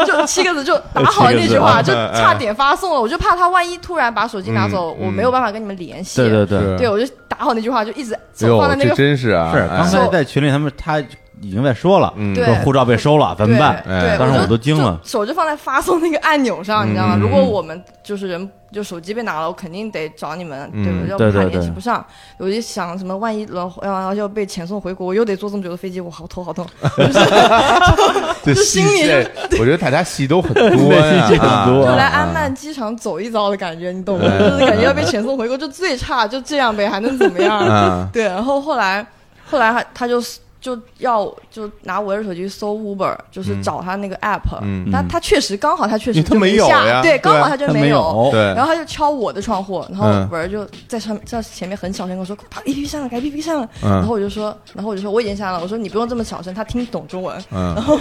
P: 就就七个字就打好了那句话，
M: 七
P: 就
M: 个字啊
P: 差点发送了，我就怕他万一突然把手机拿走，
N: 嗯
P: 我没有办法跟你们联系。
M: 对对对
P: 对，我就打好那句话，就一直
M: 哎呦
P: 放在那个
M: 是
P: 手
M: 刚才在群里他们他已经在说了，
P: 对
M: 说护照被收了怎么办？哎
P: 对对
M: 当时
P: 我就
M: 我都惊了，
P: 手就放在发送那个按钮上，你知道吗？
M: 嗯
P: 如果我们就是人就手机被拿了，我肯定得找你们，
M: 嗯
P: 对不对？要
M: 对
P: 不怕
M: 对
P: 联系
M: 对
P: 不上，我就想什么，万一然后然后要被遣送回国，我又得坐这么久的飞机，我好头好痛， (laughs) 就是就
N: 这
P: 就心里就是
N: 戏这我觉得大家戏都很多
M: (laughs)
N: 呀，
M: 对戏很多
P: 就来
N: 啊
P: 安曼机场走一遭的感觉，你懂吗？
N: 哎
P: 就是感觉要被遣送回国，就最差就这样呗，还能怎么样
N: 啊？
P: 对，然后后来，后来他他就就要就拿我的手机搜 Uber，就是
N: 嗯
P: 找他那个 app，
N: 嗯
P: 但他确实刚好他确实
N: 因为他
P: 就
N: 没有
P: 下
N: 呀
P: 对，刚好
N: 对啊
P: 他就
N: 他没
P: 有
N: 有，对
P: 然后他就敲我的窗户，然后
N: 嗯
P: 文儿就在上在前面很小声跟我说，把 APP 删了，把 APP 删了，
N: 嗯
P: 然后我就说，然后我就说我已经删了，我说你不用这么小声，他听懂中文，
N: 嗯
P: 然后。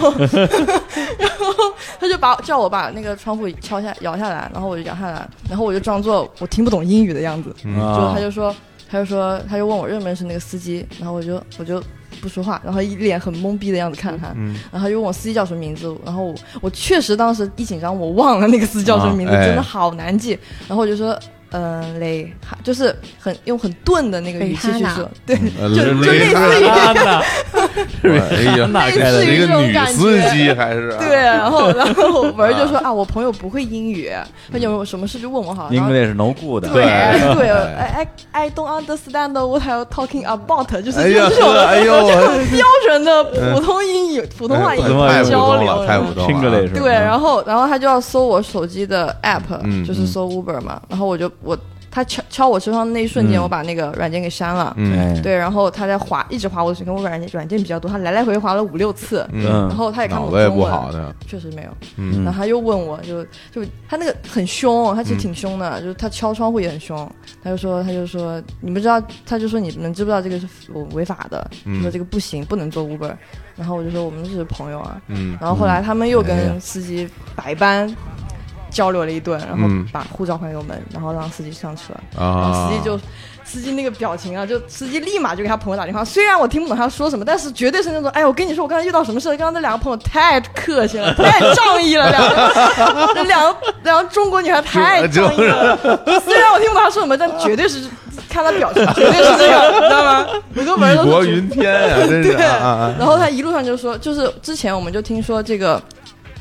P: 然后他就把叫我把那个窗户敲下摇下来，然后我就摇下来，然后我就装作我听不懂英语的样子，
L: 嗯
P: 就他就说他就说他就问我认不认识那个司机，然后我就我就不说话，然后一脸很懵逼的样子看着他，
L: 嗯
P: 然后他就问我司机叫什么名字，然后我我确实当时一紧张我忘了那个司机叫什么名字，
L: 啊哎
P: 真的好难记，然后我就说。嗯嘞，哈就是很用很钝的那个语气去说，对，
N: 呃
P: 就就类
N: 蕾
P: 似于
N: 哈
M: (laughs)
N: 娜哎呀，
P: 那类似于
N: 一
P: 这
N: 个
P: 种
N: 女
P: 感觉
N: 司机还是啊
P: 对，然后
N: (laughs)
P: 然后文儿就说啊，我朋友不会英语，他
N: 嗯
P: 有什么事就问我好了。然后
M: English no good
P: 对对，I I I don't understand what you're talking about，就是
N: 哎呀
P: 这种
N: 呵哎呦
P: 这种标准的普通英语、普通话英
N: 哎太
P: 语
N: 普
P: 交
N: 通
P: 流。
N: 了，太普通了啊，
M: English
P: 对，然后然后他就要搜我手机的 app，、
N: 嗯
P: 就是搜 Uber 嘛，然后我就我他敲敲我车窗的那一瞬间，
M: 嗯
P: 我把那个软件给删了，
N: 哎
M: 嗯
P: 对，然后他在划一直划我的手机，跟我软件软件比较多，他来来回回划了五六次，
N: 嗯
P: 然后他也看
N: 脑
P: 不
N: 子
P: 懂
N: 也
P: 中
N: 不
P: 文，
N: 好的，
P: 确实没有，
N: 嗯
P: 然后他又问我就就他那个很凶，哦他其实
N: 嗯
P: 挺凶的，就是他敲窗户也很凶，他就说他就说你们知道，他就说你们知不知道这个是我违法的，
L: 嗯
P: 就说这个不行，不能做 Uber，然后我就说我们只是朋友啊，
L: 嗯
P: 然后后来他们又
L: 哎呀
P: 跟司机百般。交流了一顿，然后
N: 嗯
P: 把护照还给我们，然后让司机上车。
N: 啊
P: 然后司机就，司机那个表情啊，就司机立马就给他朋友打电话。虽然我听不懂他说什么，但是绝对是那种，哎，我跟你说，我刚才遇到什么事了？刚刚那两个朋友太客气
N: (laughs)
P: 了，太哎仗义了，两个这两个两个中国女孩太
N: 就
P: 仗义
N: (laughs)
P: 了。虽然我听不懂他说什么，但绝对是看他表情，绝对是这个，你知道
N: (laughs)
P: 吗？我跟文儿
N: 义
P: 都是
N: 薄
P: 主
N: 云天呀，真是
P: 对，
N: 啊啊啊！
P: 然后他一路上就说，就是之前我们就听说这个。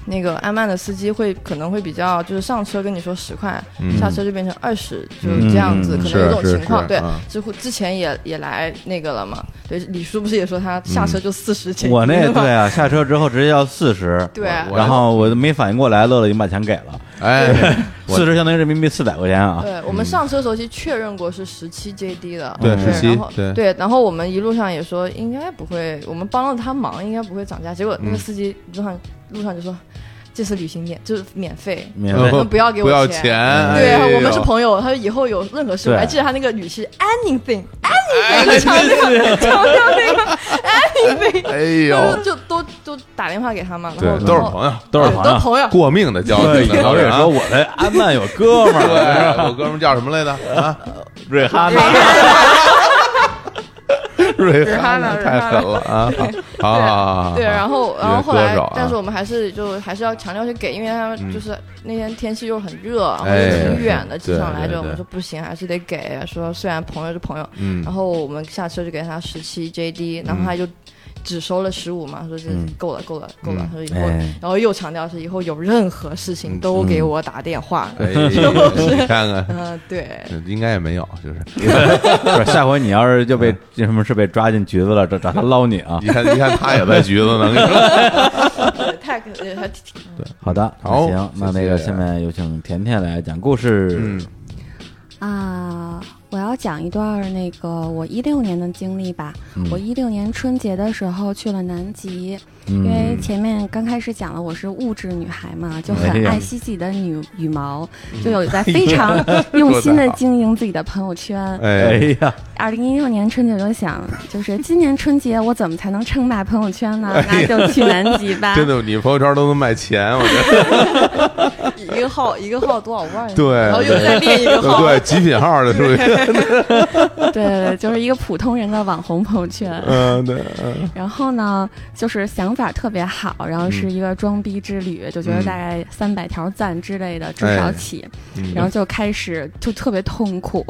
P: 那个安曼的司机会可能会比较，就是上车跟你说十块，
L: 嗯
P: 下车就变成二十，就是这样子，
L: 嗯
P: 可能有这种
L: 是是
P: 情况。
L: 是
P: 对
L: 啊，
P: 之后之前也也来那个了嘛，对，李叔不是也说他下
N: 嗯
P: 车就四十钱？
M: 我
P: (laughs)
M: 那对啊，下车之后直接要四十，
P: 对我
M: 然后我没反应过来，乐乐已经把钱给了，
N: 哎，
M: 四十相当于人民币四百块钱啊，
P: 对，我们上车的时候其实确认过是十七 JD 的，嗯
M: 对17
P: 然后
M: 对
P: 对，然后我们一路上也说应该不会，我们帮了他忙，应该不会涨价。结果那个
N: 嗯
P: 司机路上路上就说。这次旅行免就是免费，
N: 免费哦
P: 你们不要给我
N: 不要
P: 钱。
N: 钱
P: 对、
N: 哎呦
P: 我们是朋友。他说以后有任何事，
N: 对
P: 我还记得他那个语气，anything anything，强调
N: (laughs)
P: 那个强调那个 anything。
N: 哎呦
P: 就就都都打电话给他嘛，
N: 对
P: 然后，
N: 都是朋友，
P: 都
Q: 啊
P: 是朋友都朋友
N: 过命的交情
M: 对
N: 的。
M: 有人说我
N: 的
M: 安曼有哥们儿
N: (laughs)
M: 呃
N: 对，我哥们儿叫什么来着？啊，
M: 瑞哈娜，
P: (laughs)
N: 瑞
P: 哈
N: 哈
P: 娜
N: 娜
P: 瑞哈娜
N: 太狠了啊！好好好，
P: 对，然后然后后
N: 一
P: 来
N: 个歌手啊，
P: 但是我们还是就还是要强调去给，因为他们
N: 嗯
P: 就是那天天气又很热，然后
N: 哎
P: 又挺远的机
N: 对
P: 场来
N: 对
P: 着，我们
N: 对
P: 说不行，还是得给。啊说虽然朋友是朋友，
N: 嗯
P: 然后我们下车就给他十七 JD，然后
L: 嗯
P: 他就。只收了十五嘛，说这
L: 嗯
P: 够了，够了，够了。
L: 嗯
P: 他说以后
L: 哎，
P: 然后又强调是以后有任何事情都给我打电话。
N: 嗯哎，
P: (laughs) 就是
N: 你看看，
P: 嗯，对，
Q: 哎
N: 应该也没有，就
M: (laughs)
N: 是嗯
M: 不是下回你要是就被这嗯什么事被抓进局子了，找找他捞你啊！
G: (laughs)
N: 一看一看他也在局子呢，
P: pack
G: 呃
P: 也还挺
M: 对， (laughs) 好的，
N: (laughs) 好
M: 那行，那那个
N: 谢
M: 下
N: 谢
M: 面有请甜甜来讲故事。嗯，
Q: 啊，我要讲一段儿那个我一六年的经历吧。
M: 嗯
Q: 我一六年春节的时候去了南极，因
M: 嗯
Q: 为前面刚开始讲了我是物质女孩嘛，就
M: 哎
Q: 很
M: 呀
Q: 爱惜自己的羽羽毛，
M: 嗯
Q: 就有在非常
M: (laughs)
Q: 用心的经营自己的朋友圈。
M: 哎呀，
Q: 二零一六年春节我就想，就是今年春节我怎么才能称霸朋友圈呢？那
M: 哎
Q: 就去南极
M: (laughs)
Q: 吧。
N: 哎真的，你朋友圈都能卖钱，我觉得。
P: 一个号一个号多少万？
N: 对，
P: 然后又再列一个号，
N: 对，极品号的属
P: (laughs)
N: 于。
Q: 对对对，就是一个普通人的网红朋
L: (laughs)
Q: 友圈。
N: 嗯，对，嗯
Q: 然后呢，就是想法特别好，然后是一个装逼之旅，就觉得大概三百条赞之类的，至少起，
L: 嗯哎嗯
Q: 然后就开始就特别痛苦。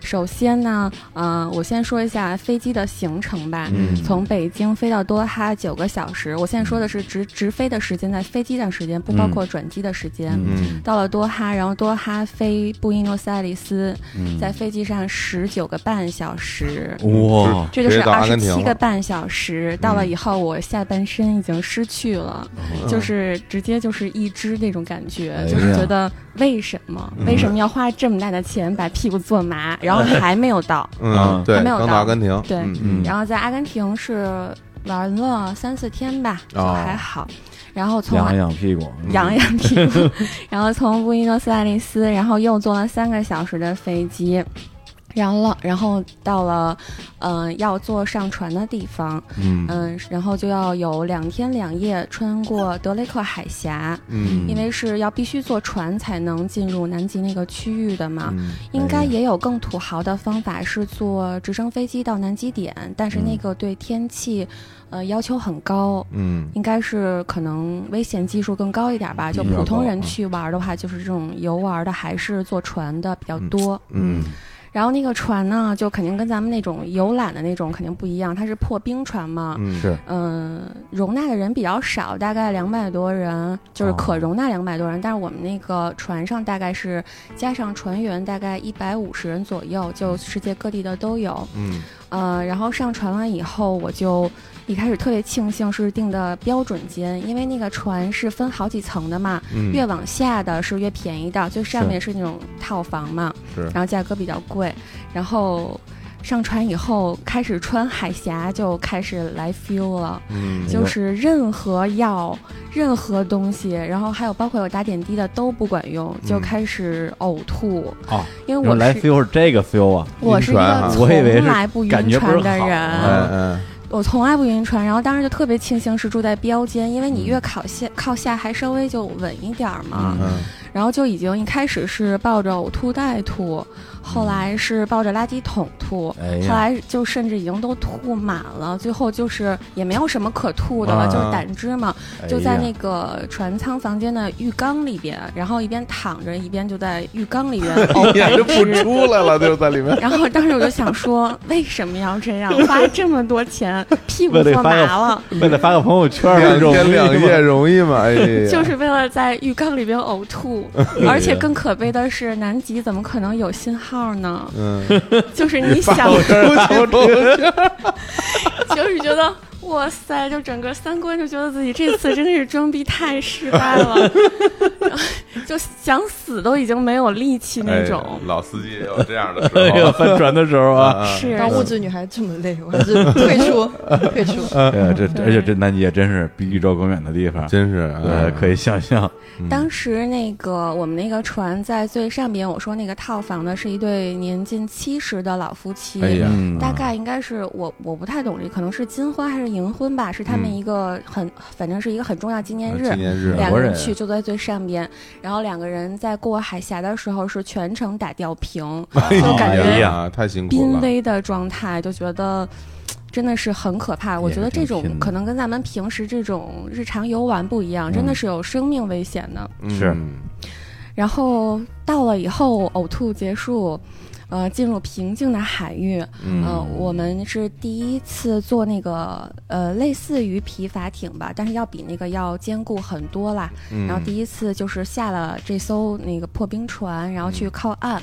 Q: 首先呢，呃，我先说一下飞机的行程吧，
L: 嗯
Q: 从北京飞到多哈九个小时，我现在说的是直
L: 嗯
Q: 直飞的时间，在飞机上时间，不包括转机的时间。 (laughs)
L: 嗯
Q: 到了多哈，然后多哈飞布宜诺斯艾利斯，
L: 嗯
Q: 在飞机上十九个半小时，
M: 哇
Q: 这就是
M: 直接到
Q: 二
M: 阿
Q: 十
M: 根廷
Q: 七个
M: 了
Q: 半小时，到
N: 嗯
Q: 了以后我下半身已经失去了，
M: 嗯
Q: 就是直接就是一只那种感觉，
M: 哎呀
Q: 就是觉得为什么、
N: 嗯
Q: 为什么要花这么大的钱把屁股做麻，然后还没有到，
M: 啊
N: 嗯对
Q: 还没有
N: 刚到阿根廷
Q: 对，
N: 嗯嗯
Q: 然后在阿根廷是玩了三四天吧，就
M: 哦
Q: 还好，然后从
M: 痒一痒屁股，嗯
Q: 痒痒屁股，然后从布宜诺斯艾利斯，然后又坐了三个小时的飞机，然后了，然后到了，嗯、要坐上船的地方，呃
L: 嗯
Q: 然后就要有两天两夜穿过德雷克海峡，
L: 嗯
Q: 因为是要必须坐船才能进入南极那个区域的嘛，
L: 嗯
K: 哎
Q: 应该也有更土豪的方法是坐直升飞机到南极点，但是那个对天气，呃，要求很高，
N: 嗯
Q: 应该是可能危险系数更高一点吧。就
L: 比较
Q: 普通
L: 高
N: 啊
Q: 人去玩的话，就是这种游玩的还是坐船的比较多。
N: 嗯
Q: 然后那个船呢，就肯定跟咱们那种游览的那种肯定不一样，它是破冰船嘛。
N: 嗯是
Q: 嗯、容纳的人比较少，大概两百多人，就是
N: 哦
Q: 可容纳两百多人。但是我们那个船上大概是加上船员大概一百五十人左右，就世界各地的都有。
N: 嗯
Q: 呃，然后上船了以后，我就一开始特别庆幸是订的标准间，因为那个船是分好几层的嘛，
L: 嗯
Q: 越往下的是越便宜的，最上
L: 是
Q: 面是那种套房嘛，
L: 是
Q: 然后价格比较贵，然后。上船以后开始穿海峡，就开始来 feel 了，
L: 嗯
Q: 就是任何药、任何东西，然后还有包括有打点滴的都不管用，就
M: 嗯
Q: 开始呕吐，
M: 哦，
Q: 因为我
M: 原来
Q: 是
M: feel 是这个 feel 啊，
Q: 我是一个
M: 我以为
Q: 从来不
M: 是
Q: 晕
M: 感觉不
Q: 船
M: 是
Q: 的
M: 好
Q: 人
M: 嗯嗯。
Q: 我从来不晕船，然后当时就特别庆幸是住在标间，因为
M: 嗯
Q: 你越靠下靠下还稍微就稳一点儿嘛。
L: 嗯
Q: 然后就已经一开始是抱着呕吐袋吐，
M: 嗯
Q: 后来是抱着垃圾桶吐，
L: 哎呀
Q: 后来就甚至已经都吐满了，最后就是也没有什么可吐的了，
L: 啊
Q: 就是胆汁嘛，
L: 哎呀
Q: 就在那个船舱房间的浴缸里边，然后一边躺着一边就在浴缸
M: (laughs)
Q: 里边
M: 哎
Q: 呕
N: 一眼
Q: 胆
N: 就不
Q: 汁。
N: 出来了，就在里 (laughs) 面。
Q: 然后当时我就想说，为什么要这样？花这么多钱，
N: (laughs)
Q: 屁股
M: 为
Q: 坐
M: 了发
Q: 麻
M: 个
Q: 了，
M: 为了发个朋友圈儿，
N: 两
M: 容易
N: 嗯天两夜
M: 吗
N: 容易吗？哎呀，。
Q: (laughs) 就是为了在浴缸里边呕吐
N: (laughs)
Q: 而且更可悲的是，南极怎么可能有信号呢？
N: 嗯，
Q: 就是你想
N: (laughs) 发我这儿发我这 (laughs) 儿
Q: (laughs) 就是觉得哇塞，就整个三观就觉得自己这次真的是装逼太失败了，
N: (laughs)
Q: 然后就想死都已经没有力气那种。
N: 哎老司机也有这样的时
M: 哎
N: 候，
M: 呦翻船的时候啊
Q: 是
P: 嗯当物质女孩这么累，我还是退
M: (laughs)
P: 出，退出。
M: 哎呀，这而且这南极也真是比宇宙更远的地方，
N: 真是
M: 对，可以想象。
N: 嗯
Q: 当时那个我们那个船在最上边，我说那个套房的是一对年近七十的老夫妻，
L: 哎呀嗯
Q: 大概应该是我我不太懂这，可能是金婚还是银婚吧，是他们
L: 嗯
Q: 一个很、反正是一个很重要纪念
N: 啊
Q: 日，
L: 纪念日
Q: 两
L: 国
Q: 个
L: 人
Q: 人去就在最上边，然后两个人在过海峡的时候是全程打吊瓶，就感
N: (laughs) 哎
Q: 觉
N: 呀，太辛苦
Q: 濒
N: 了。
Q: 危的状态，就觉得。真的是很可怕，我
N: 也
Q: 觉得
N: 是挺
Q: 这种
N: 拼的
Q: 可能跟咱们平时这种日常游玩不一样，
N: 嗯
Q: 真的是有生命危险的。
M: 是，
Q: 然后到了以后，呕吐结束，呃，进入平静的海域。
L: 嗯
Q: 呃，我们是第一次坐那个呃，类似于皮筏艇吧，但是要比那个要坚固很多啦。
L: 嗯
Q: 然后第一次就是下了这艘那个破冰船，然后去靠岸。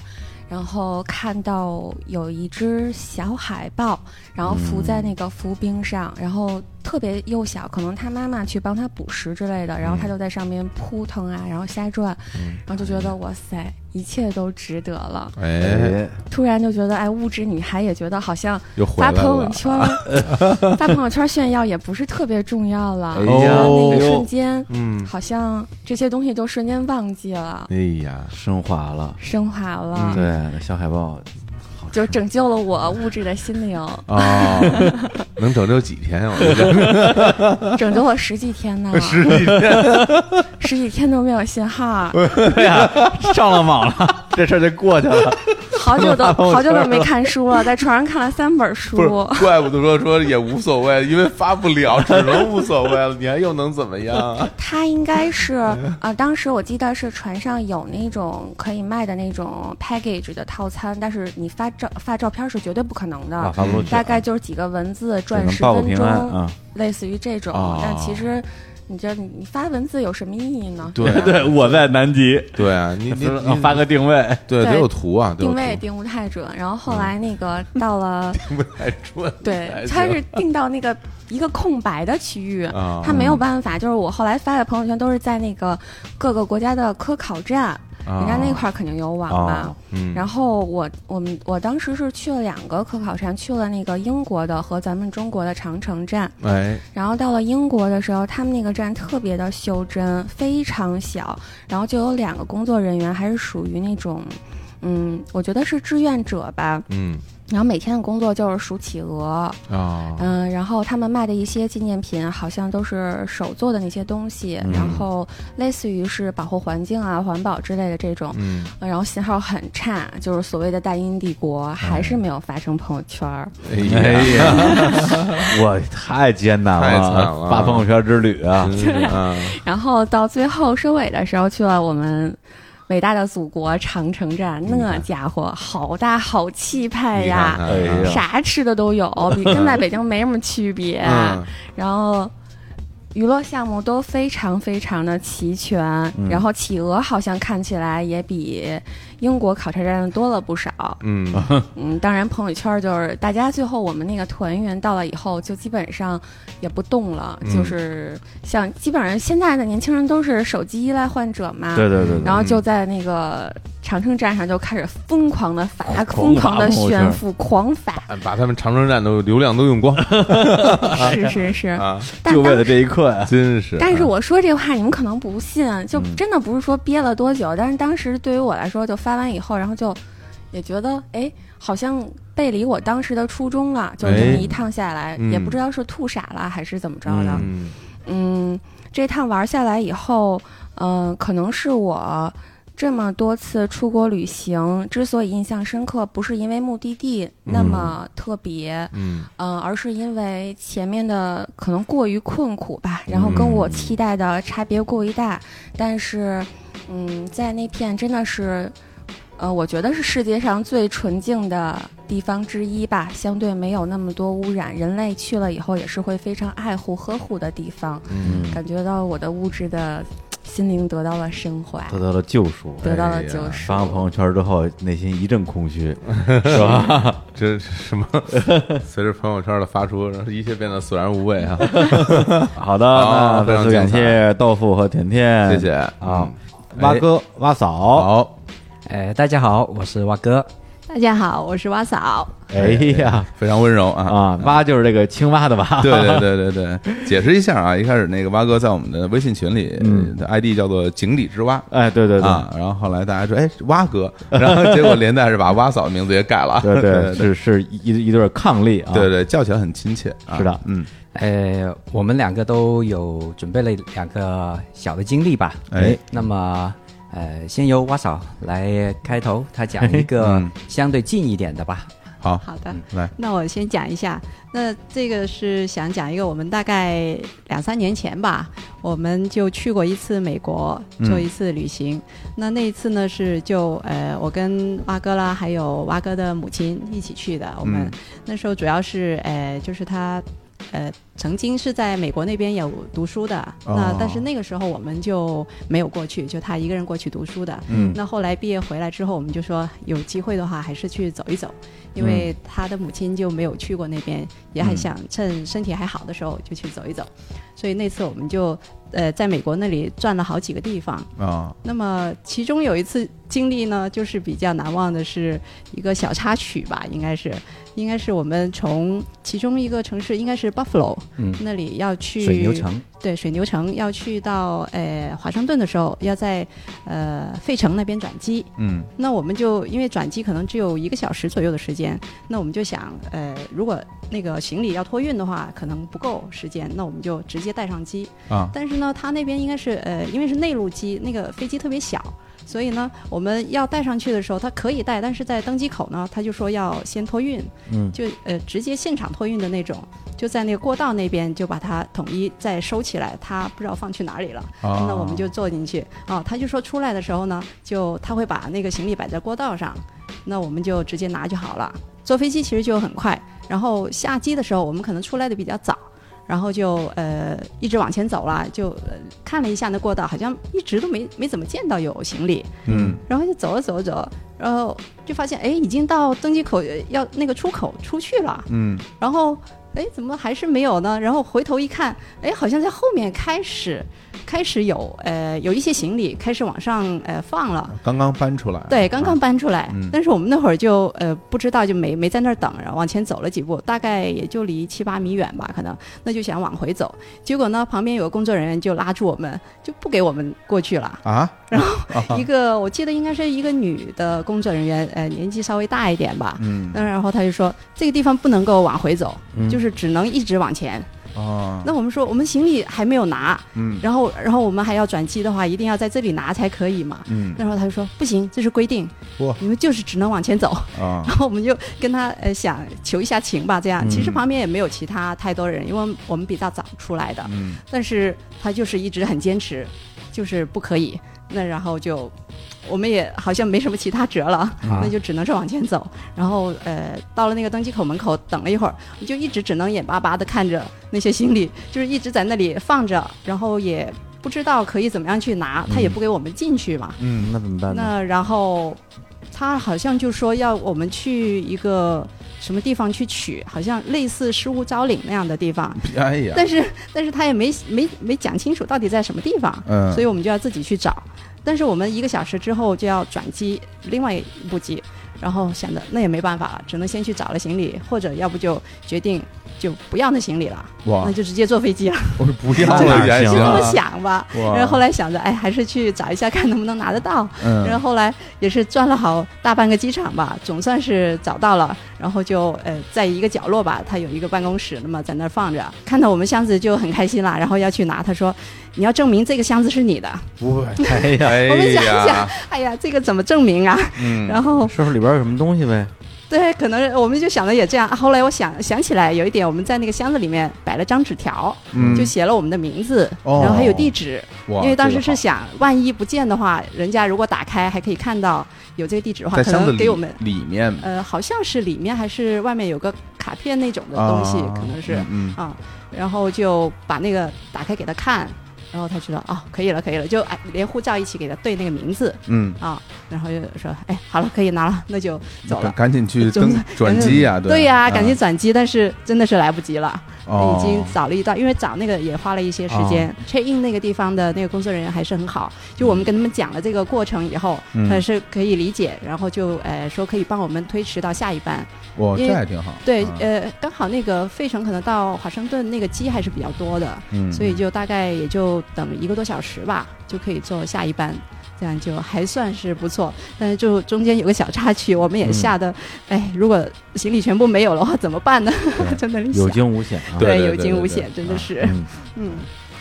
Q: 然后看到有一只小海豹，然后浮在那个浮冰上，然后特别幼小，可能他妈妈去帮他捕食之
N: 嗯
Q: 类的，然后他就在上面扑腾啊，然后瞎转，然后就觉得哇塞，一切都值得了。
N: 哎，
Q: 突然就觉得，哎，物质女孩也觉得好像
N: 又回来
Q: 发
N: 了
Q: 朋友圈，
N: (laughs)
Q: 发朋友圈炫耀也不是特别重要了。
N: 哎呀
Q: 那一
N: 哎呦
Q: 瞬间，
N: 嗯
Q: 好像这些东西都瞬间忘记了，
M: 哎呀，升华了，
Q: 升华了
M: 嗯对，那小海豹
Q: 就拯救了我物质的心灵。
N: (laughs) 啊，能拯救几天？啊我觉
M: (laughs)
N: 得，
Q: (laughs) 拯救了十几天呢
N: 十几天，
Q: 十几天都没有信号，
M: 对呀、 (laughs) 上了网了，这事儿就过去了。
Q: 好久都
N: 朋友圈
Q: 好久都没看书了，在床上看了三本书
N: 不。
Q: (laughs)
N: 是，怪不得说说也无所谓，因为发不了，只能无所谓了。你还又能怎么
Q: (laughs)
N: 样 (laughs) 啊？
Q: 它应该是啊、呃当时我记得是船上有那种可以卖的那种 package 的套餐，但是你发照发照片是绝对不可能的，
M: 啊发不出去
Q: 大概就是几个文字转
M: 只能
Q: 十
M: 报个
Q: 分
M: 平
Q: 钟，
M: 安啊
Q: 类似于这种。
M: 哦
Q: 但其实你这你发文字有什么意义呢？
M: (laughs) 对，我在南极。
N: 啊对啊，你 (laughs) 你
M: 你发个定位，
N: 对，
Q: 对
N: 得有图啊，得
Q: 定
N: 有图
Q: 位也定不太准，然后后来那个到
M: (laughs)
Q: 了， (laughs)
N: 不太准。
Q: 对
N: 还，
Q: 它
N: 行
Q: 是定到那个一个空白的区域
N: 啊，
Q: 它没有办法。就是我后来发的朋友圈都是在那个各个国家的科考站，人家那块儿肯定有网嘛
R: 啊
M: 哦嗯。
Q: 然后我我们我当时是去了两个科考站，去了那个英国的和咱们中国的长城站。
N: 哎，
Q: 然后到了英国的时候，他们那个站特别的袖珍，非常小，然后就有两个工作人员，还是属于那种，嗯，我觉得是志愿者吧。
N: 嗯
Q: 然后每天的工作就是数企鹅，
N: 啊，
Q: 嗯，然后他们卖的一些纪念品好像都是手做的那些东西，
N: 嗯
Q: 然后类似于是保护环境啊、环保之类的这种，
N: 嗯
Q: 呃然后信号很差，就是所谓的大英帝国还是没有发成朋友圈儿。
N: 嗯哎呀，
M: 我太艰难了，
N: 太惨了
M: 发朋友圈之旅啊，
N: 真是啊
Q: 然后到最后收尾的时候，去了我们伟大的祖国长城站，那家伙好大好气派呀
M: 你看看哎，呀
Q: 啥吃的都有，比跟在北京没什么区别
M: 嗯。
Q: 然后。娱乐项目都非常非常的齐全，
N: 嗯
Q: 然后企鹅好像看起来也比英国考察站多了不少。
N: 嗯
Q: 嗯，当然朋友圈就是大家最后我们那个团员到了以后，就基本上也不动了，
N: 嗯
Q: 就是像基本上现在的年轻人都是手机依赖患者嘛，
M: 对对对对
Q: 然后就在那个长城站上就开始疯狂的发，
N: 狂
Q: 疯狂的
N: 发朋友圈
Q: 炫富，狂发，
N: 哎把他们长城站的流量都用光，
Q: (laughs) 是
N: (laughs)
Q: 是是
N: 啊，
Q: 但就为了
M: 这一刻呀，
N: 真是。
Q: 但是我说这话你们可能不信，就
N: 嗯
Q: 真的不是说憋了多久，但是当时对于我来说，就发完以后，然后就也觉得，哎，好像背离我当时的初衷了，就这么
N: 哎
Q: 一趟下来，
N: 嗯
Q: 也不知道是吐傻了还是怎么着的。
N: 嗯
Q: 嗯，这趟玩下来以后，嗯、可能是我这么多次出国旅行之所以印象深刻，不是因为目的地那么特别，
N: 嗯，
Q: 呃，而是因为前面的可能过于困苦吧，然后跟
M: 嗯
Q: 我期待的差别过于大，但是，嗯，在那片真的是。呃，我觉得是世界上最纯净的地方之一吧，相对没有那么多污染，人类去了以后也是会非常爱护呵护的地方。
M: 嗯
Q: 感觉到我的物质的心灵得到了升华。
M: 得到了救赎，哎
Q: 得到了救赎
M: 发完朋友圈之后，内心一阵空 (laughs) 虚，是吧？
N: 这 (laughs) 什么？ (laughs) 随着朋友圈的发出，然后一切变得索然无味啊！
M: (laughs) 好的，
N: (laughs)
M: 那
N: 好非
M: 再
N: 常
M: 次感
N: 精彩
M: 谢豆腐和甜甜，
N: 谢谢
M: 啊
N: 嗯，
M: 蛙哥、蛙嫂，好，
A: 哎，大家好，我是蛙哥。
C: 大家好，我是蛙嫂。
M: 哎呀，
N: 非常温柔啊
M: 啊，蛙就是这个青蛙的蛙，
N: 对对
M: (laughs)
N: 对对对，解释一下啊，一开始那个蛙哥在我们的微信群里，
M: 嗯
N: 的 ID 叫做“井底之蛙”，
M: 哎，对对对
N: 啊，然后后来大家说，哎，蛙哥，然后结果连带是把蛙嫂的名字也
M: (laughs)
N: 改了，
M: 啊对
N: 对
M: 对，是是一一对伉俪啊，
N: 对对，叫起来很亲切，啊
A: 是的，
N: 嗯，
A: 呃，我们两个都有准备了两个小的经历吧。
N: 哎
A: 那么呃，先由蛙嫂来开头，她讲一个
N: 嗯
A: 相对近一点的吧。
N: 好，
O: 好
S: 嗯
O: 的，
N: 来
O: 那我先讲一下。那这个是想讲一个，我们大概两三年前吧，我们就去过一次美国
S: 嗯
O: 做一次旅行。那那一次呢是就呃，我跟蛙哥啦，还有蛙哥的母亲一起去的。我们、
S: 嗯
O: 那时候主要是呃，就是他呃，曾经是在美国那边有读书的，
S: 哦
O: 那但是那个时候我们就没有过去，就他一个人过去读书的。
S: 嗯
O: 那后来毕业回来之后，我们就说有机会的话还是去走一走，因为他的母亲就没有去过那边，也还
S: 嗯
O: 想趁身体还好的时候就去走一走，所以那次我们就呃在美国那里转了好几个地方。
N: 啊，
O: 那么其中有一次经历呢，就是比较难忘的是一个小插曲吧，应该是，应该是我们从其中一个城市，应该是 Buffalo，、
A: 嗯
O: 那里要去
A: 水牛城，
O: 对，水牛城要去到呃华盛顿的时候，要在呃费城那边转机，
N: 嗯
O: 那我们就因为转机可能只有一个小时左右的时间，那我们就想，呃，如果那个行李要托运的话，可能不够时间，那我们就直接带上机。
M: 嗯
S: 啊
O: 但是呢，他那边应该是呃，因为是内陆机，那个飞机特别小，所以呢，我们要带上去的时候，他可以带，但是在登机口呢，他就说要先托运，
S: 嗯
O: 就呃直接现场托运的那种，就在那个过道那边就把它统一再收起来，他不知道放去哪里了，
S: 哦
O: 那我们就坐进去啊、他就说出来的时候呢，就他会把那个行李摆在过道上，那我们就直接拿就好了。坐飞机其实就很快，然后下机的时候我们可能出来的比较早，然后就呃一直往前走了，就、呃看了一下那过道，好像一直都没没怎么见到有行李，
S: 嗯
O: 然后就走着走着走着，然后就发现哎已经到登机口呃要那个出口出去了，
S: 嗯
O: 然后哎怎么还是没有呢？然后回头一看，哎好像在后面开始开始有呃有一些行李开始往上呃放了，
N: 刚刚搬出来，
O: 对，刚刚搬出来，
N: 啊嗯
O: 但是我们那会儿就呃不知道，就没没在那儿等，然后往前走了几步，大概也就离七八米远吧，可能那就想往回走，结果呢，旁边有个工作人员就拉住我们，就不给我们过去了。
N: 啊，
O: 然后一个我记得应该是一个女的工作人员，呃，年纪稍微大一点吧，
N: 嗯
O: 那然后她就说这个地方不能够往回走，
N: 嗯
O: 就是只能一直往前。
N: 啊，
O: 那我们说我们行李还没有拿，
N: 嗯
O: 然后然后我们还要转机的话，一定要在这里拿才可以嘛，
N: 嗯
O: 然后他就说不行，这是规定，
N: 哇
O: 你们就是只能往前走。
N: 啊
O: 然后我们就跟他呃想求一下情吧，这样、
S: 嗯
O: 其实旁边也没有其他太多人，因为我们比较早出来的，
S: 嗯
O: 但是他就是一直很坚持，就是不可以。那然后就我们也好像没什么其他辙了，
S: 啊
O: 那就只能是往前走。然后呃，到了那个登机口门口等了一会儿，我就一直只能眼巴巴的看着那些行李，就是一直在那里放着，然后也不知道可以怎么样去拿，他也不给我们进去嘛。
M: 嗯，那怎么办呢？
O: 那然后他好像就说要我们去一个什么地方去取，好像类似失物招领那样的地方。
N: 哎呀，
O: 但是 (laughs) 但是他也没没没讲清楚到底在什么地方，
N: 嗯
O: 所以我们就要自己去找。但是我们一个小时之后就要转机另外一部机，然后想着那也没办法了，只能先去找了行李，或者要不就决定就不要那行李了，
N: 哇
O: 那就直接坐飞机了。
N: 我说不要
M: 这哪
N: 了，也
M: 行
O: (laughs) 就这
N: 啊
O: 么想吧。
N: 哇
O: 然后后来想着，哎，还是去找一下看能不能拿得到。
N: 嗯
O: 然后后来也是转了好大半个机场吧，总算是找到了。然后就呃，在一个角落吧，他有一个办公室，那么在那儿放着，看到我们箱子就很开心啦，然后要去拿，他说。你要证明这个箱子是你的，
M: 不， (laughs) 哎呀，
O: 我们想一想， (laughs) 哎呀，这个怎么证明啊？
M: 啊嗯，
O: 然后
M: 说说里边有什么东西呗。
O: 对，可能我们就想的也这样。啊后来我想想起来，有一点我们在那个箱子里面摆了张纸条，
S: 嗯
O: 就写了我们的名字，
S: 哦
O: 然后还有地址。
S: 哇
O: 因为当时
S: 这个
O: 是
S: 好
O: 想，万一不见的话，人家如果打开还可以看到有这个地址的话，
N: 在
O: 可
N: 箱子
O: 能
N: 里
O: 给我们
N: 里面，
O: 呃，好像是里面还是外面有个卡片那种的东西，
N: 啊
O: 可能是
N: 嗯嗯
O: 啊，然后就把那个打开给他看，然后他知道哦，可以了，可以了，就哎连护照一起给他对那个名字，
N: 嗯
O: 啊，然后就说哎，好了，可以拿了，那就走了
N: 赶。赶紧去
O: 总
N: 登
O: (laughs)
N: 转机呀，
O: 对呀、赶紧
N: 啊
O: 转机，但是真的是来不及了，
N: 哦
O: 已经找了一段，因为找那个也花了一些时间、
N: 哦
O: check in 那个地方的那个工作人员还是很好，就我们跟他们讲了这个过程以后，
N: 嗯
O: 他是可以理解，然后就呃说可以帮我们推迟到下一班，
N: 哇
O: 因为
N: 这还挺好
O: 对
N: 啊，
O: 呃，刚好那个费城可能到华盛顿那个机还是比较多的，
N: 嗯
O: 所以就大概也就等一个多小时吧，就可以坐下一班。这样就还算是不错，但是就中间有个小插曲，我们也
M: 嗯
O: 吓得，哎，如果行李全部没有的话怎么办呢？ (laughs) 真的是
M: 有
O: 想
M: 惊无
O: (laughs)
M: 险啊
O: 对，
M: 对对
O: 有
M: 对
O: 惊
M: 对
O: 无
M: 对
O: 险，真的是，嗯，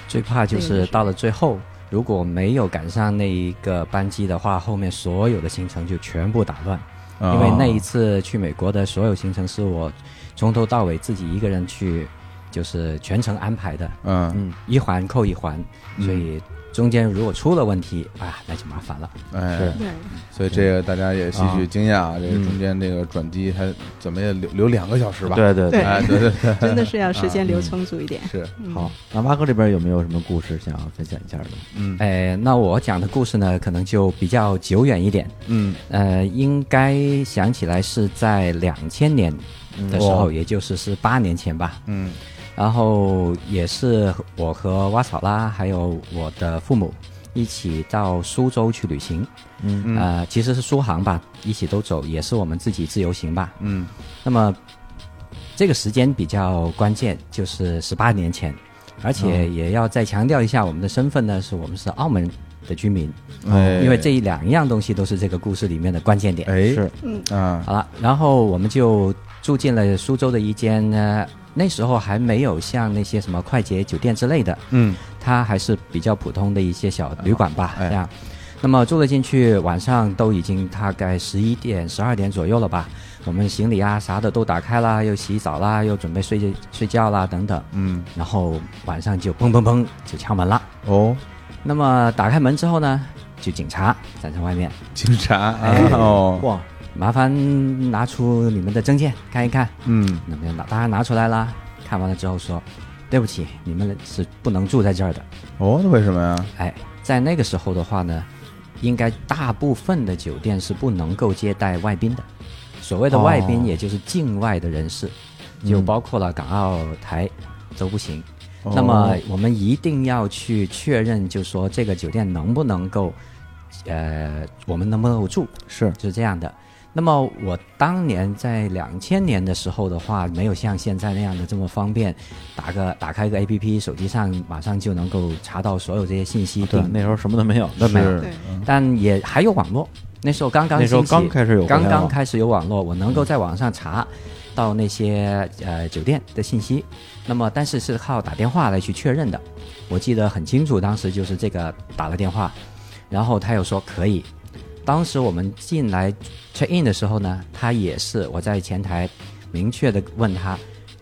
A: 最怕就
O: 这个
A: 是到了最后，如果没有赶上那一个班机的话，后面所有的行程就全部打乱。
N: 哦
A: 因为那一次去美国的所有行程是我从头到尾自己一个人去，就是全程安排的。
N: 嗯
A: 嗯，一环扣一环，所以中间如果出了问题啊，那就麻烦了。
N: 哎
A: 是对，
N: 所以这个大家也吸取经验
M: 嗯
N: 啊，
A: 啊
N: 这个中间这个转机还怎么也留留两个小时吧？
M: 对对对
N: 哎对对对，
M: 真的
O: 是要时间留充足一点。
N: 是
O: 嗯
M: 啊嗯好，那蛙哥这边有没有什么故事想要分享一下的？
A: 嗯，哎，那我讲的故事呢，可能就比较久远一点。
M: 嗯，
A: 呃，应该想起来是在两千年的时
G: 哦
A: 候，
M: 嗯
A: 也就是是八年前吧。
N: 嗯，
A: 然后也是我和蛙草啦，还有我的父母一起到苏州去旅行。
M: 嗯嗯
A: 呃，其实是苏杭吧，一起都走，也是我们自己自由行吧。
M: 嗯，
A: 那么这个时间比较关键，就是十八年前，而且
M: 嗯
A: 也要再强调一下我们的身份呢，是我们是澳门的居民，
M: 哎
A: 因为这一两样东西都是这个故事里面的关键点。
M: 哎是
H: 嗯
N: 啊，
A: 好了，然后我们就住进了苏州的一间呢，那时候还没有像那些什么快捷酒店之类的，
N: 嗯，
A: 它还是比较普通的一些小旅馆吧，
N: 哎
A: 这样。那么住了进去，晚上都已经大概十一点、十二点左右了吧。我们行李啊啥的都打开啦，又洗澡啦，又准备睡觉睡觉啦等等。
N: 嗯，
A: 然后晚上就砰砰砰就敲门啦。
N: 哦，
A: 那么打开门之后呢，就警察站在外面。
N: 警察
A: 哎
N: 啊，哦，
A: 哇，麻烦拿出你们的证件看一看。
N: 嗯，
A: 那边把当然拿出来啦。看完了之后说，对不起，你们是不能住在这儿的。
N: 哦，那为什么呀？
A: 哎，在那个时候的话呢，应该大部分的酒店是不能够接待外宾的。所谓的外宾，
M: 哦
A: 也就是境外的人士，
M: 嗯
A: 就包括了港澳台都不行。
M: 哦
A: 那么我们一定要去确认，就说这个酒店能不能够，呃，我们能不能够住？
M: 是
A: 是这样的。那么我当年在两千年的时候的话，没有像现在那样的这么方便，打个打开个 A P P，手机上马上就能够查到所有这些信息。
M: 对
A: 并
M: 那时候什么都没有
A: 都没
M: 是
A: 有
M: 对嗯，
A: 但也还有网络。那时候刚刚
M: 那时候
A: 兴
M: 刚
A: 起
M: 开始有互
A: 刚
M: 联
A: 刚
M: 网
A: 开始有网络，我能
M: 嗯
A: 够在网上查到那些呃酒店的信息。那么，但是是靠打电话来去确认的。我记得很清楚，当时就是这个打了电话，然后他又说可以。当时我们进来 check in 的时候呢，他也是我在前台明确的问他，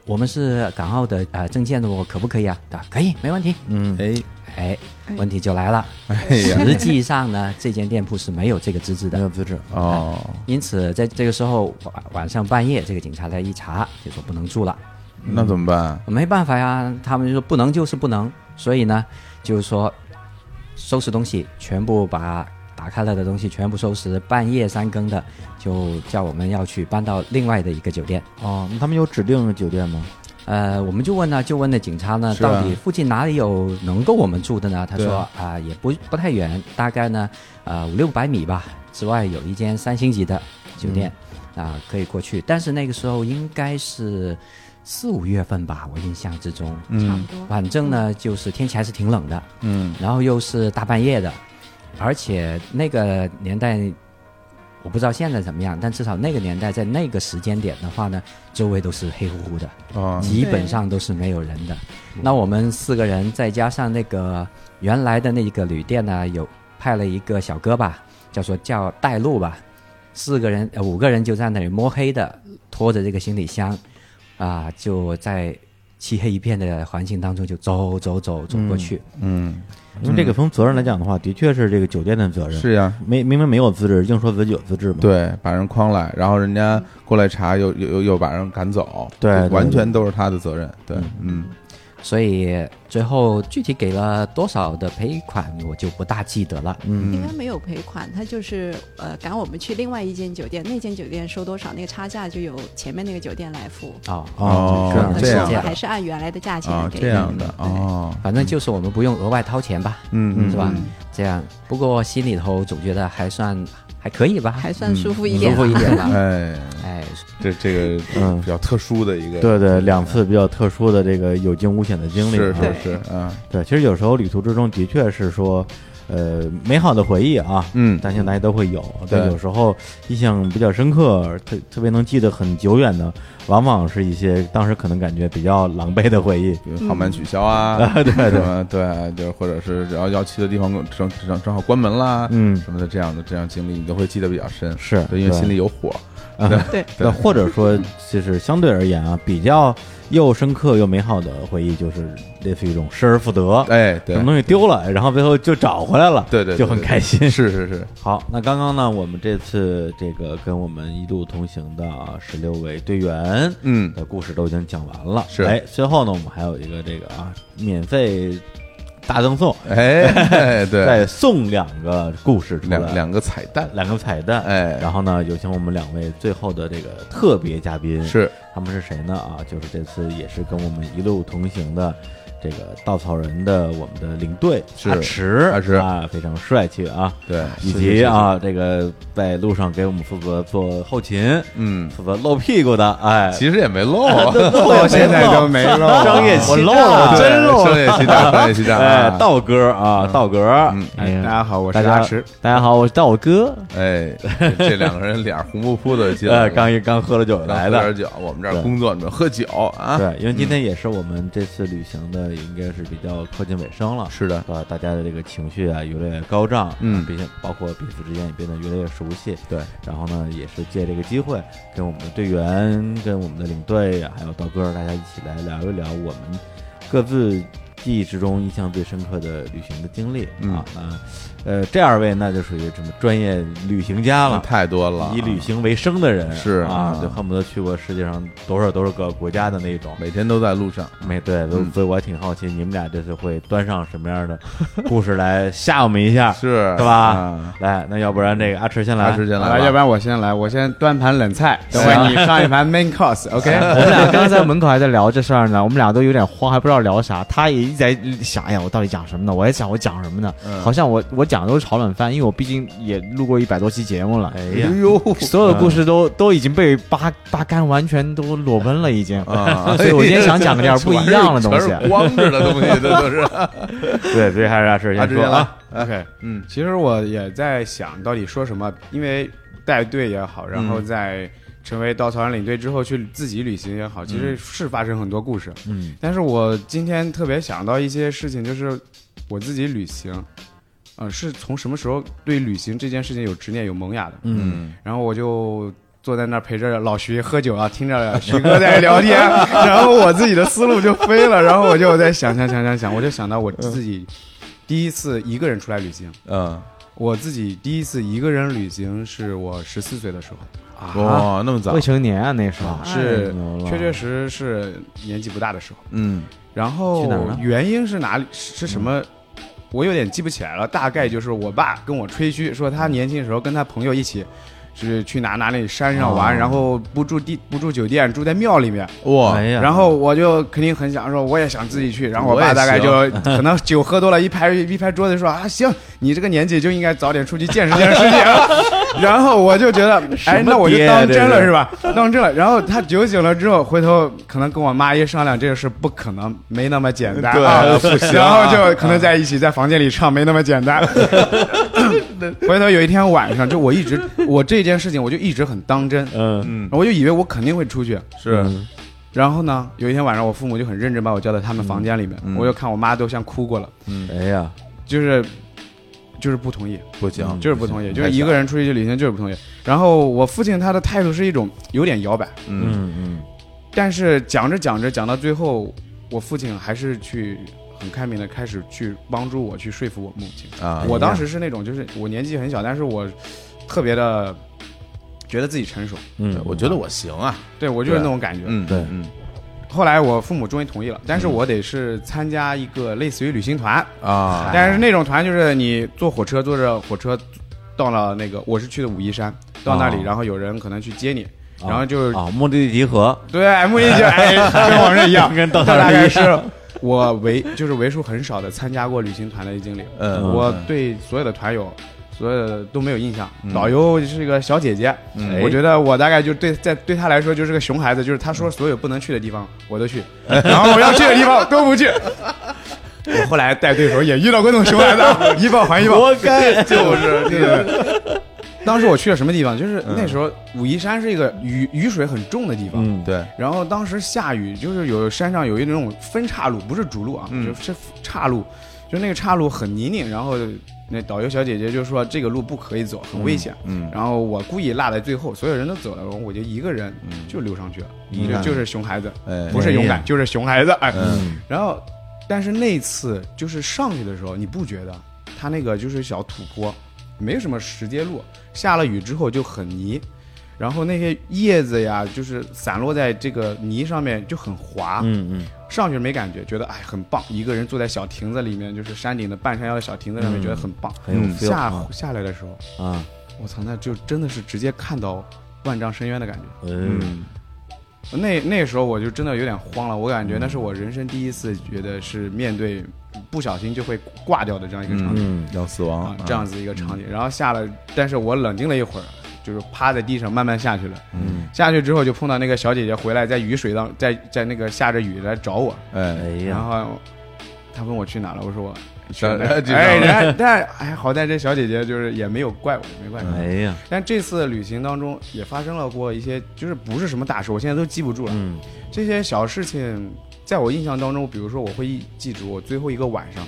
A: 我们是港澳的呃证件的，我可不可以啊？他说可以，没问题。
M: 嗯，
N: 哎
A: 哎，问题就来了，
N: 呀
A: 实际上呢， (laughs) 这间店铺是没有这个资质的，没有
M: 资质
N: 哦。
A: 因此，在这个时候晚晚上半夜，这个警察来一查，就说不能住了。嗯
N: 那怎么办？
A: 没办法呀，他们就说不能就是不能，所以呢，就是说收拾东西，全部把打开了的东西全部收拾，半夜三更的就叫我们要去搬到另外的一个酒店。
M: 哦，那他们有指定酒店吗？
A: 呃，我们就问呢，就问那警察呢，
M: 是啊
A: 到底附近哪里有能够我们住的呢？他
M: 对
A: 说
M: 啊
A: 啊、也不不太远，大概呢，呃，五六百米吧之外有一间三星级的酒店
M: 嗯
A: 啊、可以过去。但是那个时候应该是四五月份吧，我印象之中，
N: 嗯差不多
A: 反正呢，就是天气还是挺冷的，
N: 嗯，
A: 然后又是大半夜的，而且那个年代，我不知道现在怎么样，但至少那个年代在那个时间点的话呢，周围都是黑乎乎的，
N: 啊
A: 基本上都是没有人的。
N: 嗯
A: 那我们四个人再加上那个原来的那个旅店呢，有派了一个小哥吧，叫做叫带路吧，四个人呃五个人就在那里摸黑的拖着这个行李箱，啊、就在漆黑一片的环境当中就走走走走过去。
N: 嗯，
M: 因为这个从责任来讲的话，的确是这个酒店的责任。
N: 是呀，
M: 没明明没有资质，硬说自己有资质嘛。
N: 对，把人诓来，然后人家过来查，又又又又把人赶走，
M: 对对
N: 完全都是他的责任。对，嗯，
A: 所以最后具体给了多少的赔款，我就不大记得了。
N: 嗯
M: 嗯
O: 应该没有赔款，他就是呃赶我们去另外一间酒店，那间酒店收多少，那个差价就由前面那个酒店来付。
A: 哦
N: 哦
A: 可能是
N: 这样
A: 这样
O: 还是按原来的价钱
A: 啊
O: 给
A: 这样的
N: 哦，
A: 反正就是我们不用额外掏钱吧，
N: 嗯嗯
A: 是吧
N: 嗯？。
A: 这样，不过心里头总觉得还算还可以吧，还
O: 算舒服一点啊
A: 舒服一点吧
N: (laughs) 哎
A: 哎，
N: 这这个嗯比较特殊的一个，嗯
M: 对对，两次比较特殊的这个有惊无险的经历，
N: 是
M: 啊
N: 是是嗯，
M: 对，其实有时候旅途之中的确是说，呃，美好的回忆啊，
N: 嗯，
M: 但现在都会有，
N: 对
M: 但有时候印象比较深刻，特特别能记得很久远的，往往是一些当时可能感觉比较狼狈的回忆，
N: 航班取消啊，
M: (laughs) 对对
N: 什么对，就是或者是然后要去的地方正正正好关门啦，
M: 嗯
N: 什么的这样的这样经历，你都会记得比较深，
M: 是
N: 对，因为
M: 对
N: 心里有火。
P: 对
M: 那或者说，就是相对而言啊，比较又深刻又美好的回忆，就是类似于一种失而复得，
N: 哎，对
M: 什么东西丢了，然后最后就找回来了，
N: 对对对
M: 就很开心。
N: (laughs) 是是是。
M: 好，那刚刚呢，我们这次这个跟我们一路同行的十六位队员，
N: 嗯，
M: 的故事都已经讲完了。
N: 是
M: 哎，最后呢，我们还有一个这个啊，免费大赠送，
N: 哎哎
M: (laughs)
N: 对
M: 再送两个故事出来，
N: 两两个彩蛋，
M: 两个彩蛋，
N: 哎，
M: 然后呢，有请我们两位最后的这个特别嘉宾，
N: 是
M: 他们是谁呢？啊，就是这次也是跟我们一路同行的。这个稻草人的我们的领队
N: 是
M: 阿驰，
N: 阿驰
M: 啊，非常帅气啊，
N: 对
M: 以
N: 是是
M: 及
N: 是
M: 啊，这个在路上给我们负责做后勤，
N: 嗯，
M: 负责露屁股的，哎，
N: 其实也没露 (laughs)
M: 啊，对 (laughs) 露也没
N: 现在都没露
M: 商业欺
N: 我
M: 诈，
N: 露
M: 对
N: 了真露了商业欺诈商业欺诈
M: (laughs) 哎
N: 啊，嗯
M: 道哥啊，道哥，哎呀
N: 大家好我是
M: 大家
N: 阿驰
M: 大家好，我是道哥，
N: 哎，这两个人脸红扑扑
M: (laughs)
N: 的进来
M: 呃，
N: 了，
M: 刚一刚喝了酒来的，
N: 刚喝点酒，我们这儿
M: 对
N: 工作，你们喝酒啊？
M: 对，因为今
N: 嗯
M: 天也是我们这次旅行的，应该是比较靠近尾声了。
N: 是的，
M: 对，大家的这个情绪啊，越来越高涨，啊
N: 嗯
M: 并且包括彼此之间也变得越来越熟悉。
N: 对，
M: 然后呢，也是借这个机会，跟我们的队员、跟我们的领队，啊还有道哥儿，大家一起来聊一聊我们各自记忆之中印象最深刻的旅行的经历、
N: 嗯
M: 啊。那呃，这二位那就属于什么专业旅行家了，
N: 嗯太多了
M: 以旅行为生的人
N: 是
M: 啊
N: 啊，
M: 就恨不得去过世界上多少多少个国家的那种，
N: 每天都在路上。
M: 每对，所以
N: 嗯
M: 所以我还挺好奇，你们俩这次会端上什么样的故事来吓我们一下，是是吧？来，那要不然这个阿驰先来，
S: 啊要不然我先来，我先端盘冷菜，等会
M: 行
S: 你上一盘 main course，OK？
M: 行
S: (laughs) 我们俩刚才在门口还在聊这事儿呢，我们俩都有点慌，还不知道聊啥。他也一直在想，哎呀，我到底讲什么呢？我也想我讲什么呢？
M: 嗯
S: 好像我我讲的都是炒冷饭，因为我毕竟也录过一百多期节目了。哎
M: 呀
S: 所有故事都都已经被扒扒干，完全都裸奔了已经。，
N: 啊
S: 所以我今天想讲点不一样的东西，
N: (laughs) 全是光着的东西，这都是。
M: (laughs) 对，所以还是阿驰
N: 阿
M: 先
N: 驰
M: 说
N: 先来
M: 啊。。
S: OK，
N: 嗯，
S: 其实我也在想到底说什么，
T: 因为带队也好，然后
S: 嗯
T: 在成为稻草人领队之后去自己旅行也好，其实
S: 嗯
T: 是发生很多故事。
S: 嗯
T: 但是我今天特别想到一些事情，就是我自己旅行，呃，是从什么时候对旅行这件事情有执念、有萌芽的？
S: 嗯，
T: 然后我就坐在那儿陪着老徐喝酒啊，听着徐哥在聊天，然后我自己的思路就飞了，然后我就在想想想想想，我就想到我
S: 嗯
T: 自己第一次一个人出来旅行，
N: 嗯，
T: 我自己第一次一个人旅行是我十四岁的时候。啊
S: 哇那么早未成年啊那时候
T: 是
S: 太牛了
T: 确确实实是年纪不大的时候，
N: 嗯，
T: 然
S: 去哪儿
T: 后
S: 了
T: 原因是哪里是是什么？我有点记不起来了，大概就是我爸跟我吹嘘说，他年轻的时候跟他朋友一起，是去哪哪里山上玩，
S: 哦
T: 然后不住地不住酒店，住在庙里面。
N: 哇哎呀
T: 然后我就肯定很想说，我也想自己去。然后我
N: 我也
T: 爸大概就
N: 行
T: 可能酒喝多了，一拍一拍桌子说啊，行，你这个年纪就应该早点出去见识见识世界了。 (laughs) 然后我就觉得，
S: 什
T: 哎，
S: 么
T: 那我就
S: 爹呀
T: 当真
S: 这
T: 了
S: 是
T: 是吧？ (laughs) 当真了。然后他酒醒了之后，回头可能跟我妈一商量，这个事不可能，没那么简单
S: 对
T: 啊
S: 不行啊。
T: 然后就可能在一起在房间里唱， (laughs) 没那么简单。 (laughs) 回头有一天晚上，就我一直我这件事情，我就一直很当真，
M: 嗯
T: 我就以为我肯定会出去，
N: 是。
T: 然后呢，有一天晚上，我父母就很认真把我叫到他们房间里面，
N: 嗯嗯
T: 我就看我妈都像哭过了，
N: 嗯
M: 哎呀，
T: 就是就是不同意，
N: 不行
T: 嗯就是不同
N: 不
T: 意，
N: 行
T: 就是一个人出去旅行就是不同意。然后我父亲他的态度是一种有点摇摆，
N: 嗯
M: 嗯，
T: 但是讲着讲着讲到最后，我父亲还是去很开明的开始去帮助我去说服我母亲
N: 啊
T: 我当时是那种就是我年纪很小，但是我特别的觉得自己成熟，
N: 对嗯我觉得我行啊，
T: 对我就是那种感觉，
N: 嗯，对，嗯，
T: 后来我父母终于同意了，但是我得是参加一个类似于旅行团
N: 啊
T: 但是那种团就是你坐火车，坐着火车到了那个，我是去的武夷山，到那
N: 啊
T: 里，
M: 哦
T: 然后有人可能去接你，然后就是
M: 啊，目的地集合，
T: 对目的地集合哎跟我们一
M: (laughs)
T: 样
M: 跟稻草
T: 他
M: 人
T: 大概
M: 一样啊
T: 是 (laughs) 我为就是为数很少的参加过旅行团的经历，
M: 嗯
T: 我
M: 嗯
T: 对所有的团友。所有的都没有印象
M: 嗯，
T: 导游是个小姐姐，
M: 嗯
T: 我觉得我大概就对在对她来说就是个熊孩子，就是她
M: 嗯
T: 说所有不能去的地方我都
M: (laughs)
T: 去，然后我要去的地方都不去。我后来带队的时候也遇到过那种熊孩子，一报还一报，
M: 活该
T: 就是就是。当时我去了什么地方？就是那时候武夷山是一个雨雨水很重的地方，
M: 嗯，
N: 对。
T: 然后当时下雨，就是有山上有一种分岔路，不是主路啊，就是岔路。就那个岔路很泥泞，然后那导游小姐姐就说这个路不可以走，很危险。
N: 嗯嗯
T: 然后我故意落在最后，所有人都走了，我就一个人就溜上去了，
N: 你
T: 就
N: 看
T: 就是熊孩子
N: 哎，
T: 不是勇敢
N: 哎
T: 就是熊孩子。哎
N: 嗯，
T: 然后但是那次就是上去的时候，你不觉得它那个就是小土坡，没什么石阶路，下了雨之后就很泥。然后那些叶子呀，就是散落在这个泥上面，就很滑。
M: 嗯嗯，
T: 上去没感觉，觉得哎很棒。一个人坐在小亭子里面，就是山顶的半山腰的小亭子上面，
M: 嗯
T: 觉得很棒。
M: 很有 feel，
T: 下
M: 嗯
T: 下来的时候
M: 啊，
T: 我操，那就真的是直接看到万丈深渊的感觉。
M: 嗯，
T: 那那时候我就真的有点慌了，我感觉那是我人生第一次觉得是面对不小心就会挂掉的这样一个场景。
N: 嗯，要死亡
T: 啊，这样子一个场景。然后下了，但是我冷静了一会儿，就是趴在地上慢慢下去了。
N: 嗯，
T: 下去之后就碰到那个小姐姐回来，在雨水当在在那个下着雨来找我。
N: 哎
T: 然后她问我去哪了，我说我。去
N: 当
T: 哪
N: 哎
T: 儿
N: 这当
T: 哎，
N: 然
T: 人家但哎，好在这小姐姐就是也没有怪我，没怪我。
M: 哎呀，
T: 但这次旅行当中也发生了过一些，就是不是什么大事，我现在都记不住了。
M: 嗯，
T: 这些小事情，在我印象当中，比如说我会记住我最后一个晚上，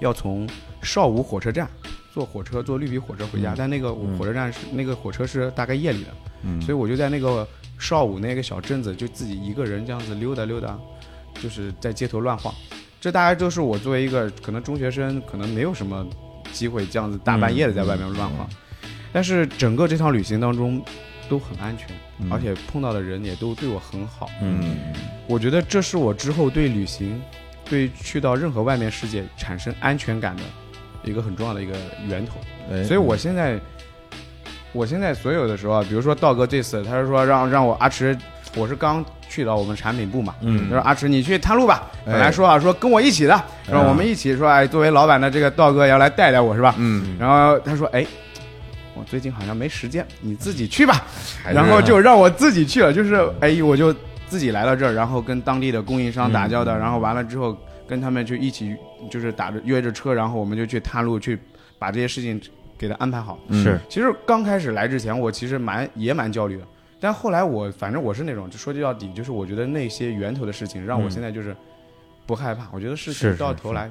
T: 要从邵武火车站坐火车坐绿皮火车回家，
M: 嗯
T: 但那个火车站是、那个火车是大概夜里的，
M: 嗯
T: 所以我就在那个邵武那个小镇子就自己一个人这样子溜达溜达，就是在街头乱晃。这大概就是我作为一个可能中学生，可能没有什么机会这样子大半夜的在外面乱晃，但是整个这趟旅行当中都很安全，
N: 嗯
T: 而且碰到的人也都对我很好。
N: 嗯，
T: 我觉得这是我之后对旅行、对去到任何外面世界产生安全感的一个很重要的一个源头。
N: 哎
T: 所以我现在，我现在所有的时候啊，比如说道哥这次，他是说让让我阿驰，我是刚去到我们产品部嘛，
N: 嗯
T: 他说阿驰你去探路吧，
N: 哎
T: 本来说啊说跟我一起的，让我们一起说哎，作为老板的这个道哥要来带带我是吧？
N: 嗯，
T: 然后他说哎。我最近好像没时间，你自己去吧。
N: 还是
T: 然后就让我自己去了，就是哎，我就自己来到这儿，然后跟当地的供应商
M: 嗯
T: 打交道，然后完了之后跟他们就一起，就是打着约着车，然后我们就去探路，去把这些事情给他安排好。
M: 嗯是
T: 其实刚开始来之前，我其实蛮也蛮焦虑的，但后来我反正我是那种，就说句到底，就是我觉得那些源头的事情，让我
M: 嗯
T: 现在就是不害怕。我觉得事
M: 是
T: 情
M: 是
T: 到
M: 是
T: 头来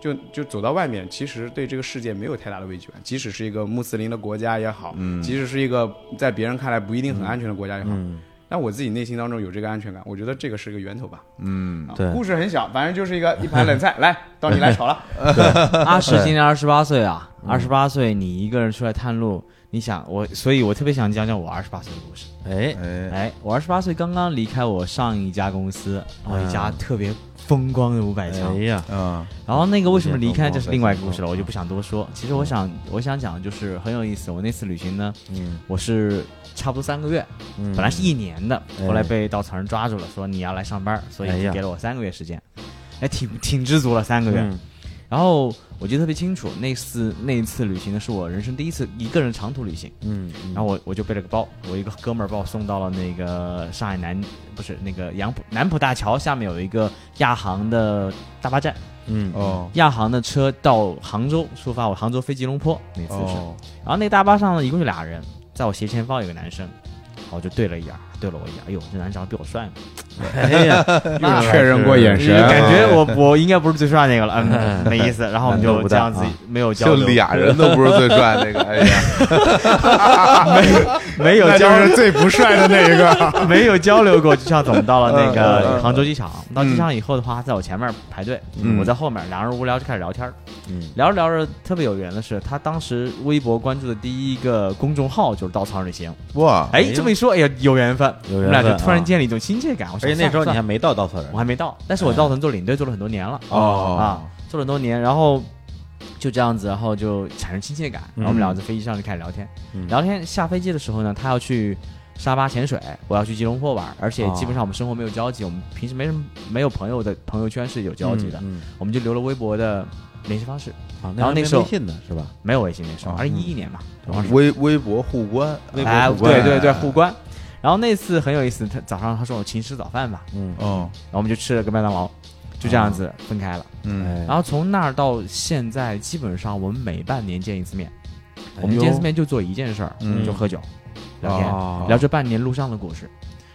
T: 就就走到外面，其实对这个世界没有太大的畏惧感，即使是一个穆斯林的国家也好，
N: 嗯
T: 即使是一个在别人看来不一定很安全的国家也好，
N: 嗯
T: 但我自己内心当中有这个安全感，我觉得这个是个源头吧。
N: 嗯
T: 啊故事很小，反正就是一个一盘冷菜，来到你来炒了 (laughs)
S: 阿石今年 (laughs) 二十八岁啊，二十八岁你一个人出来探路，你想我，所以我特别想讲讲我二十八岁的故事。哎哎，我二十八岁刚刚离开我上一家公司，然后一家
M: 嗯
S: 特别风光的五百强。
M: 哎呀
S: 嗯。然后那个为什么离开，
M: 嗯
S: 这是另外一个故事了，我就不想多说。其实我想，我想讲的就是很有意思。我那次旅行呢，
M: 嗯，
S: 我是差不多三个月，
M: 嗯
S: 本来是一年的，
M: 哎
S: 后来被稻草人抓住了，说你要来上班，所
M: 哎
S: 以
M: 呀
S: 就给了我三个月时间，哎，挺挺知足了三个月。
M: 嗯
S: 然后我记得特别清楚，那次那一次旅行呢，是我人生第一次一个人长途旅行。
M: 嗯
S: 然后我我就背了个包，我一个哥们儿把我送到了那个上海南不是那个杨浦南浦大桥下面有一个亚航的大巴站，
M: 嗯
N: 哦，
S: 亚航的车到杭州出发，我杭州飞吉隆坡那次是，
N: 哦
S: 然后那大巴上呢一共就俩人，在我斜前方有个男生，然后我就对了一眼，对了我一眼，哎呦这男生长得比我帅嘛，哎呀 (laughs)
M: 又，
S: 那
M: 确认过眼神
S: 感觉 (laughs) 我
M: 哎
S: 我应该不是最帅 (laughs) 那个了，
M: (laughs)
S: 嗯，没意思，然后我们
M: 难度
S: 就
M: 不
S: 这
M: 大
S: 样子
M: 啊
S: 没有交
N: 就
S: 流
N: 俩人都不是最帅那个，哎呀，，
S: (laughs) 没没有交流，(laughs) 没有交流过。就像总到了那
M: 嗯嗯
S: 个
M: 嗯
S: 杭州机场，到机场以后的话，他在我前面排队，
M: 嗯
S: 我在后面，两人无聊就开始聊天儿
M: 嗯
S: 聊着聊着特别有缘的是，他当时微博关注的第一个公众号就是稻草人旅行。
N: 哇
S: 哎，这么一说，哎呀，有缘分，
M: 有
S: 我们
M: 缘
S: 俩就
M: 分
S: 突然
M: 啊
S: 间了一种亲切感。我
M: 而且那时候你还没到稻
S: 草
M: (laughs)
S: 人，我还没到，但是我稻草人做领队做了很多年了。
M: 哎哦
S: 啊，做了很多年，然后就这样子，然后就产生亲切感，然后我们俩在飞机上就开始聊天。
M: 嗯
S: 聊天下飞机的时候呢，他要去沙巴潜水，我要去吉隆坡玩，而且基本上我们生活没有交集，我们平时没什么没有朋友的朋友圈是有交集的，
M: 嗯嗯
S: 我们就留了微博的联系方式。
M: 啊那
S: 然后
M: 还没
S: 那时候
M: 微信呢是吧
S: 没有微信那时候，
M: 哦
S: 二零一一年吧，
N: 微微博互关，
S: 哎，对对对，互关。然后那次很有意思，他早上他说我请你吃早饭吧，
M: 嗯哦
N: 哦，
S: 然后我们就吃了个麦当劳，就这样子分开了。哎
N: 嗯
S: 然后从那儿到现在，基本上我们每半年见一次面，
M: 哎呦
S: 我们见一次面就做一件事儿，
M: 嗯
S: 就喝酒、聊天
M: 哦，嗯
S: 聊这半年路上的故事。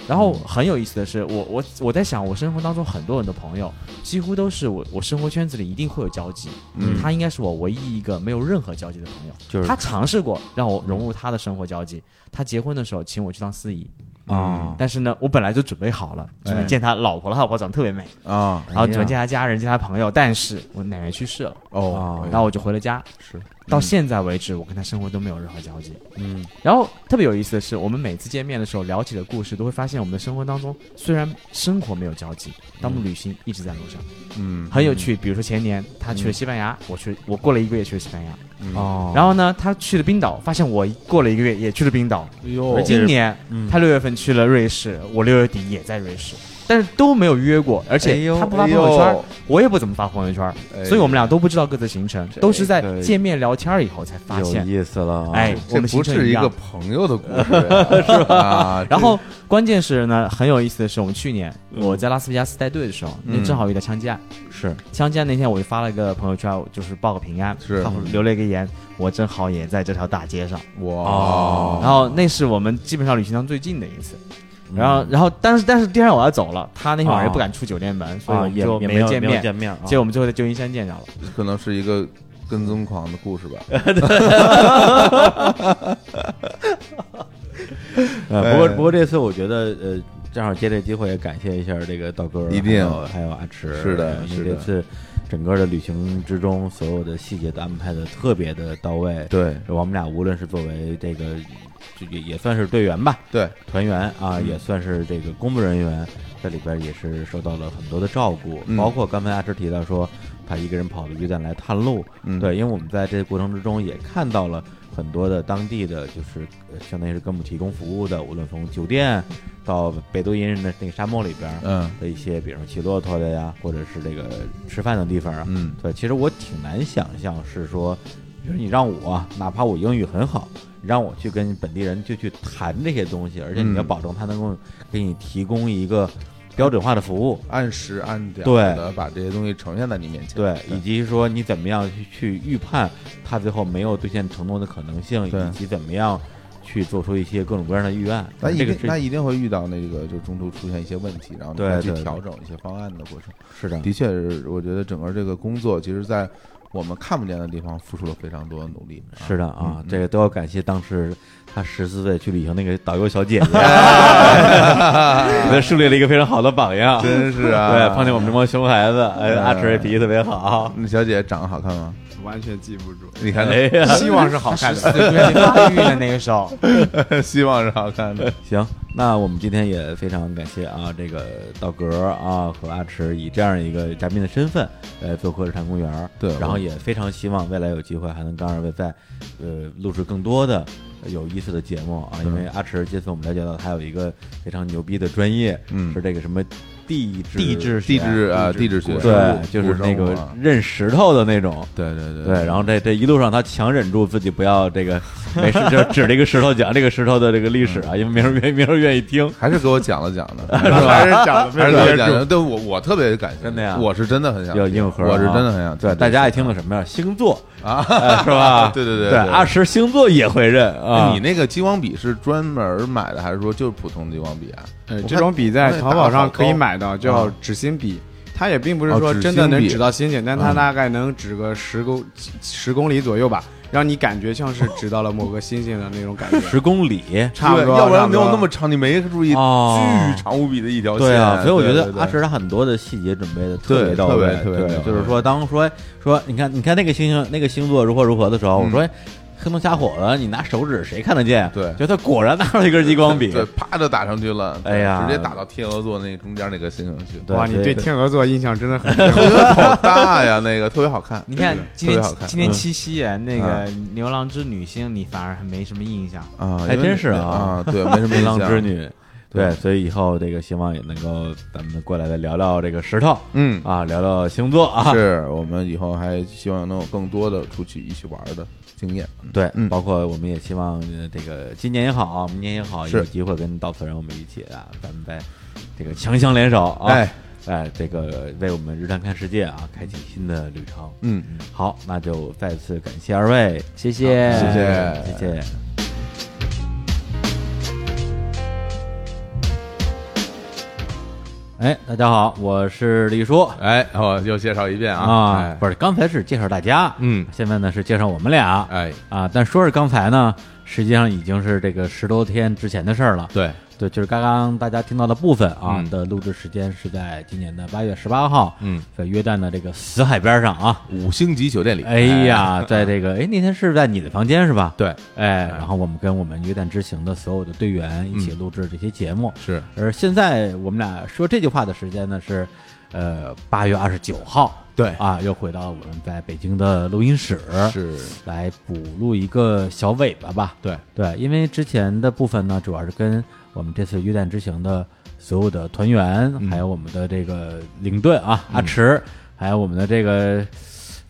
S: 然后很有意思的是，我我我在想，我生活当中很多人的朋友，几乎都是我我生活圈子里一定会有交集，
M: 嗯
S: 他应该是我唯一一个没有任何交集的朋友，
M: 就是
S: 他尝试过让我融入他的生活交际，他结婚的时候请我去当司仪。
M: 哦
S: 但是呢，我本来就准备好了，准备
M: 哎
S: 见他老婆了，他老婆长得特别美
M: 啊
S: 然后准备
M: 哎呀
S: 见他家人，见他朋友，但是我奶奶去世了
M: 哦
S: 然后我就回了家，
M: 是
S: 到
M: 嗯
S: 现在为止，我跟他生活都没有任何交集，
M: 嗯，
S: 然后特别有意思的是，我们每次见面的时候聊起的故事，都会发现我们的生活当中虽然生活没有交集，但我们旅行一直在路上，
M: 嗯
S: 很有趣。比如说前年他去了西班牙，我去我过了一个月去了西班牙，
M: 嗯哦
S: 然后呢他去了冰岛，发现我过了一个月也去了冰岛。
M: 哎呦
S: 今
N: (laughs)
S: 年
M: 嗯
S: 他六月份去了瑞士，我六月底也在瑞士。但是都没有约过，而
M: 哎
S: 且
M: 呦
S: 他不发朋友
M: 哎
S: 圈
M: 呦，
S: 我也不怎么发朋友圈，
M: 哎
S: 所以我们俩都不知道各自行程，
M: 这
S: 都是在
M: 个
S: 见面聊天以后才发现。
M: 有意思了啊
S: 哎，我
M: 这
S: 们
M: 不
S: 行程
M: 是一
S: 样
M: 个
N: 朋友的故
S: (laughs)
N: 事
S: 是吧
N: 啊？
S: 然后关键是呢，很有意思的是，我们去年我在拉斯维加斯带队的时候，
M: 嗯
S: 那正好遇到枪击案，
M: 是
S: 枪击案那天，我就发了一个朋友圈，就是报个平安，
M: 是
S: 然后留了一个言，我正好也在这条大街上，
M: 哇
S: 然后那是我们基本上旅行当最近的一次。
M: 嗯
S: 然后，然后，但是，但是第二天我要走了，他那天晚上
M: 啊
S: 也不敢出酒店门，所以
M: 啊
S: 我们
M: 也
S: 就
M: 也没有
S: 见
M: 没有
S: 面。
M: 见面啊
S: 结果我们最后在旧金山见着了。
N: 可能是一个跟踪狂的故事
M: (laughs)
N: 吧。
M: 呃，不
N: 哎
M: 过不过这次我觉得呃，正好借这机会也感谢一下这个道哥，
N: 一定
M: 还有还有阿驰，
N: 是的
M: 因
N: 是
M: 为
N: 的
M: 这次整个的旅行之中所有的细节都安排的特别的到位，
N: 对
M: 我们俩无论是作为这个。就也也算是队员吧，
N: 对
M: 团员啊，
N: 嗯
M: 也算是这个工作人员，在里边也是受到了很多的照顾，
N: 嗯
M: 包括刚才阿芝提到说他一个人跑到约旦来探路，
N: 嗯
M: 对，因为我们在这个过程之中也看到了很多的当地的，就是呃相当于是给我们提供服务的，无论从酒店到贝都因人的那个沙漠里边，
N: 嗯，
M: 的一些，比如说骑骆驼的呀，或者是这个吃饭的地方啊，
N: 嗯，
M: 对，其实我挺难想象是说，比如你让我，哪怕我英语很好。让我去跟本地人就去谈这些东西，而且你要
N: 嗯
M: 保证他能够给你提供一个标准化的服务，
N: 按时按点
M: 对
N: 的把这些东西呈现在你面前，
M: 对，以及说你怎么样去去预判他最后没有兑现承诺的可能性，
N: 对
M: 以及怎么样去做出一些各种各样的预案。
N: 那一
M: 这个
N: 定
M: 是
N: 那一定会遇到那个就中途出现一些问题，然后你
M: 对
N: 再去
M: 对对
N: 调整一些方案的过程。
M: 是的
N: 的确是，我觉得整个这个工作，其实，在我们看不见的地方付出了非常多的努力。
M: 是的啊，
N: 嗯
M: 这个都要感谢当时他十四岁去旅行那个导游小
N: (laughs)
M: 姐姐， (laughs) 那树立了一个非常好的榜样，
N: 真是啊
M: (laughs) 对，放在我们这帮熊孩子，哎，阿驰也脾气特别好。
N: 那小姐长得好看吗？
T: 完全记不住。
N: 你看
M: 哎呀希望是好看的发育的那个时 (laughs) 候
N: (laughs) 希望是好看的。
M: (laughs) 行，那我们今天也非常感谢啊，这个道格啊和阿驰以这样一个嘉宾的身份来做客日坛公园。
N: 对
M: 然
N: 我
M: 后也非常希望未来有机会还能跟二位再呃录制更多的呃有意思的节目啊，因为
N: 嗯
M: 阿驰这次我们了解到他有一个非常牛逼的专业，
N: 嗯
M: 是这个什么。地质
N: 地质
M: 学
N: 地质啊地质学古生物
M: 对，就是那
N: 古
M: 个
N: 生物啊
M: 认石头的那种，
N: 对对对
M: 对，然后这这一路上他强忍住自己不要这个 (laughs) 没事就指这个石头讲这个石头的这个历史啊，因为 (laughs) 没人愿意没人愿意听，
N: 嗯还是给我讲了讲的，
M: (laughs) 是吧？
N: 还是讲了没人还是给我讲了
M: 的，
N: 对我我特别感兴趣
M: 真的呀，
N: 我是真的很想听
M: 要硬核啊，
N: 我是真的很想听
M: 对，大家爱听的什么呀？星
N: (laughs)
M: 座 (laughs)
N: 啊
M: 哎是吧
N: (laughs) 对对
M: 对
N: 对
M: 阿石星座也会认啊
N: 哎你那个激光笔是专门买的，还是说就是普通激光笔啊？
T: 呃
M: 哎
N: 我，看
T: 这种
N: 那
T: 笔在
N: 个
T: 淘宝
N: 打
T: 上
N: 好高
T: 可以买到，叫
N: 啊
T: 指心笔。它也并不是
N: 哦
T: 说
N: 指
T: 真的
N: 心
T: 能
N: 笔
T: 指到心点，但它
N: 嗯
T: 大概能指个十公十公里左右吧，让你感
N: (laughs)
T: 觉像是指到了某个星星的那种感觉。
M: 十公里，
T: 差不
N: 对
T: 多，
N: 要不
T: 差
N: 然
T: 不
N: 没有
T: 多
N: 那么长，你没注意，
M: 哦
N: 巨长无比的一条线。
M: 对啊，所以我觉得
N: 对对
M: 阿驰他很多的细节准备的特别到位，
N: 对特别特别嗯到位
M: 就是说当说说你看你看那个星星那个星座如何如何的时候，
N: 嗯
M: 我说。黑灯瞎火的，你拿手指谁看得见？对，就他果然拿出一根激光笔，
N: 对，啪就打上去了，
M: 哎呀
N: 直接打到天鹅座那中间那个星星去。
T: 哇，你对天鹅座印象真的
N: (laughs)
T: 很深。
N: 天鹅好大呀，那个特别好看。
S: 你看
N: 是的
S: 今
N: 特别
S: 天
N: 好看。
S: 今天
N: 嗯
S: 七夕耶那
N: 啊
S: 个牛郎织女星，你反而还没什么印象
N: 啊
M: 还真是
N: 啊对没什么
M: 牛郎
N: 印象
M: 织女，对，
N: 对
M: 所以以后这个希望也能够咱们过来再聊聊这个石头，
N: 嗯
M: 啊，聊聊星座啊，
N: 是我们以后还希望能有更多的出去一起玩的经验。嗯
M: 对，包括我们也希望呃这个今年也好啊，明年也好，
N: 是
M: 有机会跟稻草人我们一起啊，咱们再这个强强联手啊，
N: 哎
M: 哎，这个为我们日常看世界啊，开启新的旅程。
N: 嗯，
M: 好，那就再次感谢二位，谢
S: 谢
M: 谢
N: 谢
M: 谢谢。哎，大家好，我是李叔。
N: 哎，我又介绍一遍啊
M: 啊
N: 哎，
M: 不是，刚才是介绍大家，嗯，现在呢是介绍我们俩，
N: 哎
M: 啊，但说是刚才呢，实际上已经是这个十多天之前的事儿了。
N: 对
M: 对，就是刚刚大家听到的部分啊、
N: 嗯
M: 的录制时间是在今年的八月十八号，
N: 嗯，
M: 在约旦的这个死海边上啊，
N: 五星级酒店里。
M: 哎呀，在这个哎那天是在你的房间是吧？
N: 对，
M: 哎，然后我们跟我们约旦之行的所有的队员一起录制这些节目，
N: 嗯是。
M: 而现在我们俩说这句话的时间呢是，呃，八月二十九号，
N: 对
M: 啊，又回到我们在北京的录音室，
N: 是
M: 来补录一个小尾巴吧？
N: 对
M: 对，因为之前的部分呢，主要是跟我们这次约旦之行的所有的团员，
N: 嗯
M: 还有我们的这个领队啊，阿池，还有我们的这个。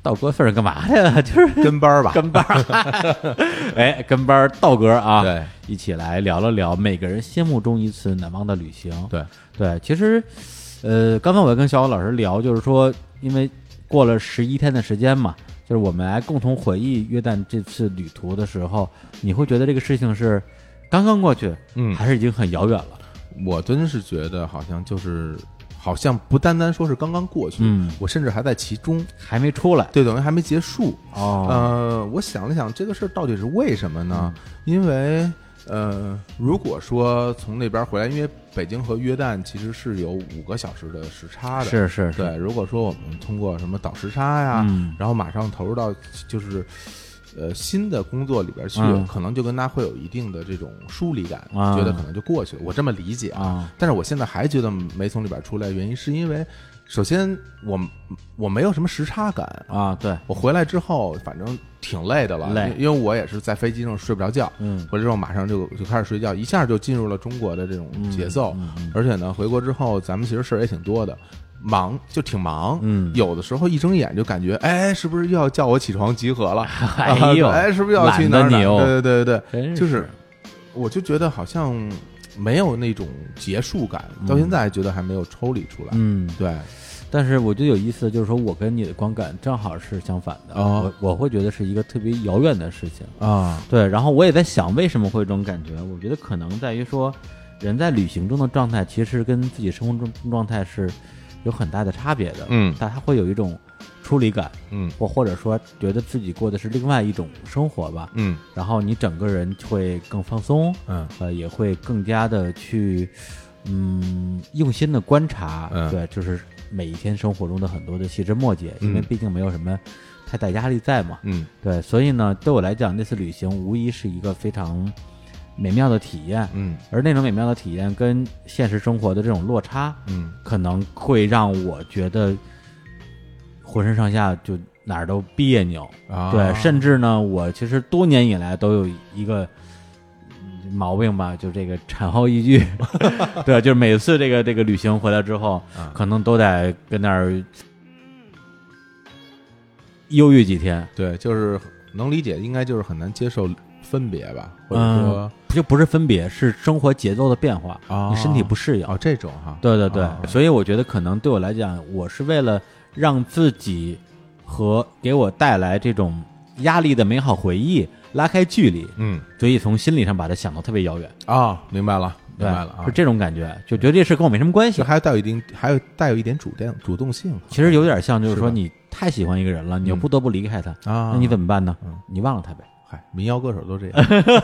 M: 道哥算是干嘛去
N: (laughs)
M: 了？就是
N: 跟班儿吧，
M: 跟班
N: (laughs)
M: 儿，哎，跟班儿道哥啊，
N: 对，
M: 一起来聊了聊每个人心目中一次难忘的旅行。
N: 对
M: 对，其实，呃，刚才我也跟小虎老师聊，就是说，因为过了十一天的时间嘛，就是我们来共同回忆约旦这次旅途的时候，你会觉得这个事情是刚刚过去，
N: 嗯
M: 还是已经很遥远了？
N: 我真是觉得好像就是。好像不单单说是刚刚过去，
M: 嗯
N: 我甚至还在其中，
M: 还没出来，
N: 对，等于还没结束。
M: 哦嗯
N: 呃，我想了想，这个事儿到底是为什么呢？因为呃，如果说从那边回来，因为北京和约旦其实是有五个小时的时差的，
M: 是是是
N: 对。如果说我们通过什么倒时差呀，
M: 嗯
N: 然后马上投入到就是。呃，新的工作里边去，
M: 嗯
N: 可能就跟他会有一定的这种疏离感，
M: 啊
N: 觉得可能就过去了。我这么理解
M: 啊
N: 但是我现在还觉得没从里边出来，原因是因为，首先我我没有什么时差感
M: 啊，对
N: 我回来之后，反正挺累的了，
M: 累
N: 因因为我也是在飞机上睡不着觉，
M: 嗯
N: 回来之后马上就就开始睡觉，一下就进入了中国的这种节奏，
M: 嗯
N: 而且呢，回国之后咱们其实事儿也挺多的。忙就挺忙，
M: 嗯
N: 有的时候一睁眼就感觉，哎，是不是又要叫我起床集合了？
M: (laughs) 哎呦
N: 哎，是不是要去哪儿
M: 懒得
N: 哪
M: 你
N: 儿？
M: 哦
N: 对对对对，
M: 真
N: 就是是，我就觉得好像没有那种结束感，到
M: 嗯
N: 现在觉得还没有抽离出来。
M: 嗯，
N: 对。
M: 但是我觉得有意思的就是说，我跟你的观感正好是相反的。
N: 哦
M: 我我会觉得是一个特别遥远的事情
N: 啊
M: 对，然后我也在想为什么会有这种感觉。我觉得可能在于说，人在旅行中的状态其实跟自己生活中状态是有很大的差别的。
N: 嗯
M: 但他会有一种出离感，
N: 嗯
M: 或或者说觉得自己过的是另外一种生活吧。
N: 嗯，
M: 然后你整个人会更放松，
N: 嗯，
M: 呃，也会更加的去，嗯，用心的观察，
N: 嗯
M: 对，就是每一天生活中的很多的细枝末节，因为
N: 嗯
M: 毕竟没有什么太大压力在嘛，
N: 嗯，
M: 对，所以呢，对我来讲，那次旅行无疑是一个非常美妙的体验，
N: 嗯，
M: 而那种美妙的体验跟现实生活的这种落差，
N: 嗯，
M: 可能会让我觉得浑身上下 (laughs) 就哪儿都别扭
N: 啊
M: 对，甚至呢，我其实多年以来都有一个嗯毛病吧，就这个产后抑
N: (laughs)
M: 郁， (laughs) 对，就是每次这个这个旅行回来之后，
N: 嗯
M: 可能都得跟那儿忧郁几天，
N: 对，就是能理解，应该就是很难接受分别吧，或者
M: 嗯，
N: 说，
M: 就不是分别，是生活节奏的变化，
N: 哦
M: 你身体不适应
N: 哦，这种哈，
M: 对对对，
N: 哦
M: 所以我觉得可能对我来讲，我是为了让自己和给我带来这种压力的美好回忆拉开距离，
N: 嗯，
M: 所以从心理上把它想得特别遥远
N: 啊、明白了，明
M: 对
N: 白了啊，
M: 是这种感觉，就觉得这事跟我没什么关系，
N: 还带有一定，还有带有一点主动主动性，
M: 其实有点像就是说
N: 是吧
M: 你太喜欢一个人了，你又
N: 嗯
M: 不得不离开他
N: 啊
M: 那你怎么办呢？你忘了他呗。，
N: 嗨，民谣歌手都这样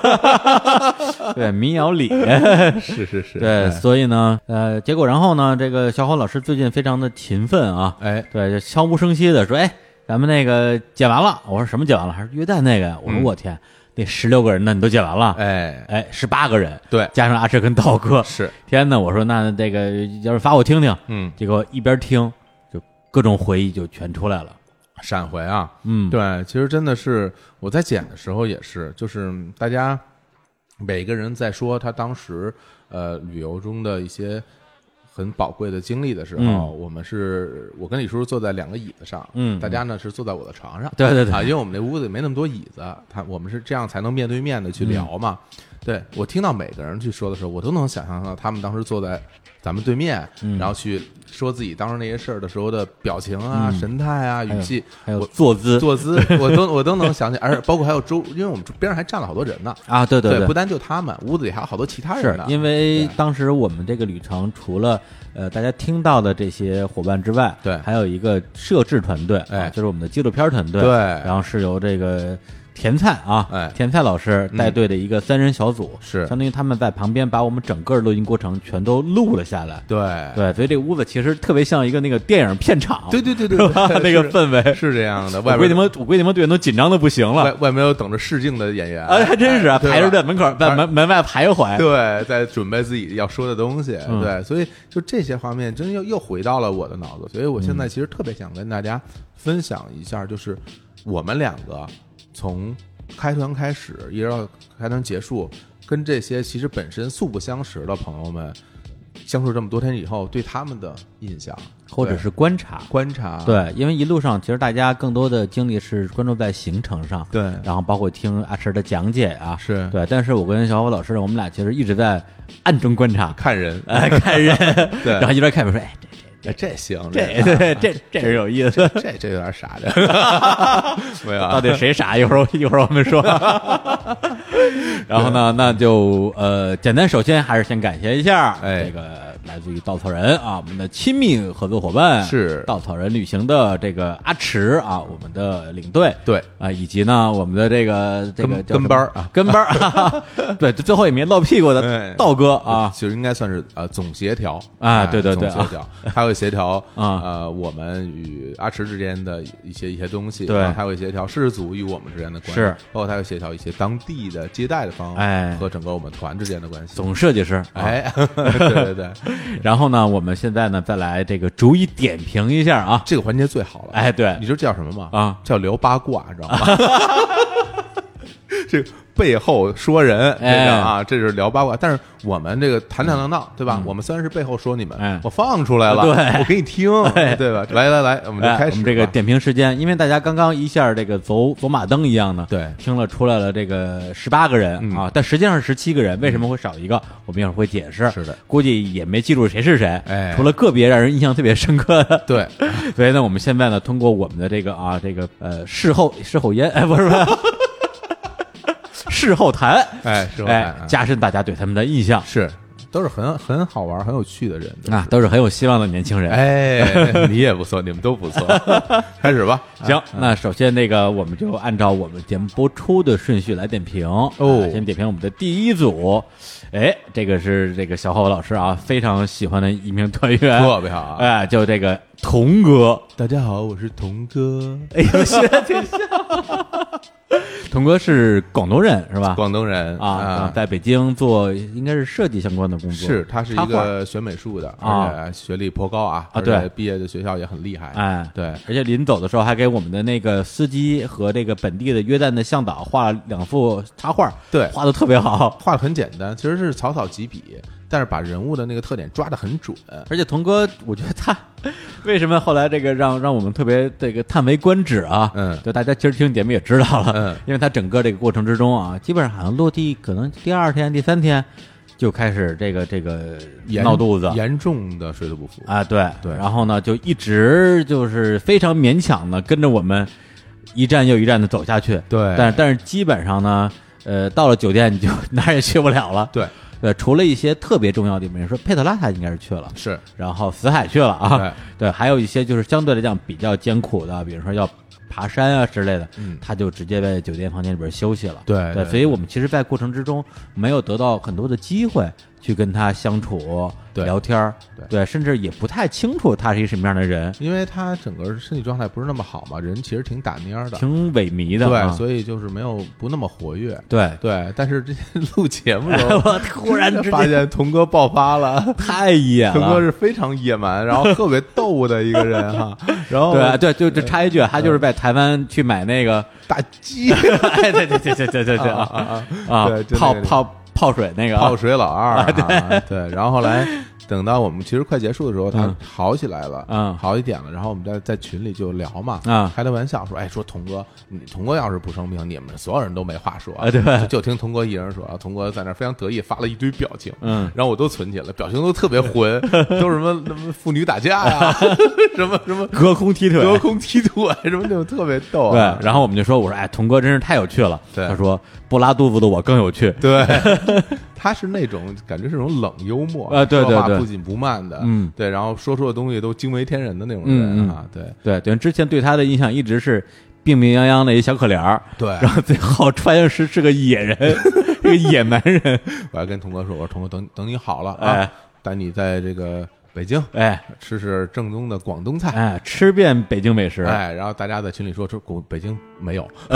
M: (laughs) 对，民谣里
N: (laughs) 是是是，
M: 对，
N: 哎
M: 所以呢，呃，结果然后呢，这个小伙老师最近非常的勤奋啊，
N: 哎，
M: 对，就悄无声息的说，哎，咱们那个剪完了，我说什么剪完了？还是约旦那个呀？我说
N: 嗯
M: 我天，那十六个人呢，你都剪完了？
N: 哎
M: 哎，十八个人，
N: 对，
M: 加上阿哲跟道哥，
N: 是，
M: 天呐，我说那这个要是发我听听，
N: 嗯
M: 结果一边听就各种回忆就全出来了，
N: 闪回啊，
M: 嗯
N: 对，其实真的是我在剪的时候也是，就是大家每个人在说他当时呃旅游中的一些很宝贵的经历的时候，
M: 嗯
N: 我们是我跟李叔坐在两个椅子上，
M: 嗯
N: 大家呢是坐在我的床上，
M: 对对对嗯
N: 啊，因为我们那屋子也没那么多椅子，他我们是这样才能面对面的去聊嘛。对我听到每个人去说的时候，我都能想象到他们当时坐在咱们对面，
M: 嗯
N: 然后去说自己当时那些事儿的时候的表情啊、
M: 嗯
N: 神态啊、
M: 还有
N: 语气，
M: 还有
N: 我
M: 坐姿
N: 坐姿， (laughs) 我都我都能想起，而且包括还有周，因为我们边上还站了好多人呢。
M: 啊对对
N: 对
M: 对
N: 不单就他们，屋子里还有好多其他人
M: 是
N: 呢。
M: 因为当时我们这个旅程除了呃大家听到的这些伙伴之外，对，还有一个摄制团队，哎，就是我们的纪录片团队，
N: 对
M: 然后是由这个。甜菜啊，哎，甜菜老师
N: 嗯
M: 带队的一个三人小组，是相当于他们在旁边把我们整个录音过程全都录了下来，
N: 对
M: 对，所以这屋子其实特别像一个那个电影片场，
N: 对对对对
M: 是 (laughs) 吧？
N: 对
M: 那
N: 是
M: 个氛围
N: 是这样的，外
M: 我估计
N: 边
M: 他们我估计他们队员都紧张的不行了，
N: 外外面有等着试镜的演员，
M: 哎，还真是啊，
N: 对吧
M: 排着在门口，在门门外排一会儿，
N: 对，在准备自己要说的东西，
M: 嗯
N: 对，所以就这些画面真又又回到了我的脑子，所以我现在其实特别想跟大家分享一下，就是我们两个从开团开始一直到开团结束，跟这些其实本身素不相识的朋友们相处这么多天以后，对他们的印象，
M: 或者
N: 对
M: 是观察，
N: 观察，
M: 对，因为一路上其实大家更多的精力是关注在行程上，
N: 对，
M: 然后包括听阿池的讲解啊，
N: 是
M: 对。但是我跟小虎老师，我们俩其实一直在暗中观察，
N: 看人，，
M: (laughs) 哎，看人
N: (laughs)
M: (laughs)
N: 对
M: 然后一边看一边说，哎，这
N: 哎，这行，
M: 这对这这人有意思，
N: 这这这有点傻的
M: (laughs)
N: 没有啊，
M: 到底谁傻？一会儿我一会儿我们
N: (laughs)
M: 说。然后呢，那就呃，简单，首先还是先感谢一下，哎，这个来自于稻草人啊，我们的亲密合作伙伴
N: 是
M: 稻草人旅行的这个阿池啊，我们的领队，
N: 对
M: 啊，以及呢我们的这个这个
N: 跟
M: 叫什么
N: 跟班儿啊，
M: 跟班儿，
N: (laughs)
M: 对，最后也没落屁股的
N: 哎
M: 道哥啊，
N: 其实应该算是呃总协调
M: 啊
N: 哎
M: 对对对
N: 总协调
M: 啊，
N: 他会协调
M: (laughs) 啊
N: 呃我们与阿池之间的一些一些东西，
M: 对
N: 然后他会协调氏族与我们之间的关系，
M: 是
N: 包括他会协调一些当地的接待的方
M: 哎
N: 和整个我们团之间的关系，
M: 总设计师，啊
N: 哎， (laughs) 对对对，
M: (laughs) 然后呢，我们现在呢再来这个逐一点评一下啊，
N: 这个环节最好了，
M: 哎，对，
N: 你知道叫什么吗？
M: 啊，
N: 叫聊八卦，知道吗？这个背后说人，这
M: 哎嗯
N: 个啊，这是聊八卦。但是我们这个谈谈当当，对吧？我们虽然是背后说你们，我放出来了，
M: 哎对
N: 我给你
M: (laughs)
N: 听，
M: 哎
N: 对吧？来来来，我们就
M: 哎
N: 开
M: 我
N: 始
M: 们这个
N: 吧
M: 点评时间，因为大家刚刚一下这个走走马灯一样呢，对，听了出来了这个十八个人、
N: 嗯
M: 啊，但实际上是十七个人，为什么会少一个？我们一会儿会解释。是的，估计也没记住谁是谁，哎除了个别让人印象特别深刻的。
N: (laughs) 对，
M: (laughs) 所以呢，我们现在呢，通过我们的这个啊，这个呃事后事后烟，哎，不是不
N: (laughs)
M: 是。事后谈，
N: 哎事后谈
M: 哎，加深大家对他们的印象
N: 是，都是很很好玩、很有趣的人
M: 啊，都是很有希望的年轻人。
N: 哎， (laughs) 你也不错，你们都
M: (laughs)
N: 不错，开始吧。
M: 行
N: 啊，
M: 那首先那个我们就按照我们节目播出的顺序来点评哦、先点评我们的第一组，哎，这个是这个小浩老师啊非常喜欢的一名团员，
N: 特别好啊
M: 哎，就这个童哥，
N: 大家好，我是童哥。
M: 哎呦，
N: (laughs)
M: 学的挺像。童哥是广东人是吧？
N: 广东人
M: 啊，
N: 啊
M: 然后在北京做应该是设计相关的工作，
N: 是，他是
M: 插
N: 一
M: 画
N: 个学美术的，
M: 啊
N: 而且学历颇高啊，
M: 啊
N: 而且
M: 对
N: 毕业的学校也很厉害，
M: 哎，
N: 对，
M: 而且临走的时候还给我们的那个司机和这个本地的约旦的向导画了两幅插画，
N: 对，
M: 画的特别好。
N: 画的很简单，其实是草草几笔，但是把人物的那个特点抓得很准。
M: 而且童哥，我觉得他为什么后来这个让让我们特别这个叹为观止啊？嗯，就大家其实听节目也知道了，嗯，因为他整个这个过程之中啊，基本上好像落地可能第二天、第三天就开始这个这个
N: 严
M: 闹肚子，
N: 严重的水土不服
M: 啊，对
N: 对
M: 然后呢，就一直就是非常勉强的跟着我们一站又一站的走下去。
N: 对
M: 但但是基本上呢，呃，到了酒店你就 (laughs) 哪儿也去不了了。
N: 对。
M: 对，除了一些特别重要的地方，说佩特拉他应该是去了，
N: 是，
M: 然后死海去了啊，对还有一些就是相对来讲比较艰苦的，比如说要爬山啊之类的，
N: 嗯
M: 他就直接在酒店房间里边休息了，
N: 对
M: 对
N: 对
M: 所以我们其实，在过程之中没有得到很多的机会去跟他相处、聊天儿对，甚至也不太清楚他是一什么样的人，
N: 因为他整个身体状态不是那么好嘛，人其实挺打蔫儿的，
M: 挺萎靡的啊
N: 对，所以就是没有不那么活跃，
M: 对哎
N: 对。但是这 (laughs) 录节目的时候，
M: 我突然之间
N: 发现童哥爆发了，
M: 太野了
N: (laughs) 童哥是非常野蛮，然后特别逗的一个人哈。然后
M: 对对，就就插一句，啊他就是在台湾去买那个
N: 大鸡，
M: 哎， (laughs) 对对对对对对对
N: 啊
M: 啊
N: 啊啊对就那
M: 泡
N: 个
M: 泡泡水那个啊
N: 泡水老二、
M: 啊
N: 啊，
M: (laughs) 对
N: 对然后后来等到我们其实快结束的时候，他
M: 嗯
N: 好起来了，嗯，好一点了。然后我们在在群里就聊嘛，
M: 啊
N: 开的玩笑说，哎，说童哥，你童哥要是不生病，你们所有人都没话说
M: 啊对
N: 就就听童哥一人说，啊童哥在那儿非常得意，发了一堆表情，
M: 嗯
N: 然后我都存起来，表情都特别混，都是什么什么父女打架呀、什么什么
M: 隔空踢腿
N: 隔空踢腿，什么就特别逗、
M: 对
N: 啊，，
M: 然后我们就说，我说，哎，童哥真是太有趣了。对，他说不拉肚子的我更有趣。
N: 对， (laughs) 他是那种感觉是种冷幽默
M: 啊对对
N: 说话
M: 对
N: 不紧不慢的，
M: 嗯，
N: 对，然后说出的东西都惊为天人的那种
M: 嗯
N: 人
M: 嗯
N: 啊，对，
M: (laughs)
N: (laughs)
M: 对对，之前对他的印象一直是病病殃殃的一小可怜儿，
N: 对
M: 然后最后穿越时是个野
N: (laughs)
M: 人，是个野蛮人。
N: 我还跟童哥说，我说童哥，等等你好了啊
M: 哎，
N: 带你在这个北京，
M: 哎，
N: 吃吃正宗的广东菜，
M: 哎，吃遍北京美食，
N: 哎，然后大家在群里说，说广北京没有， (laughs)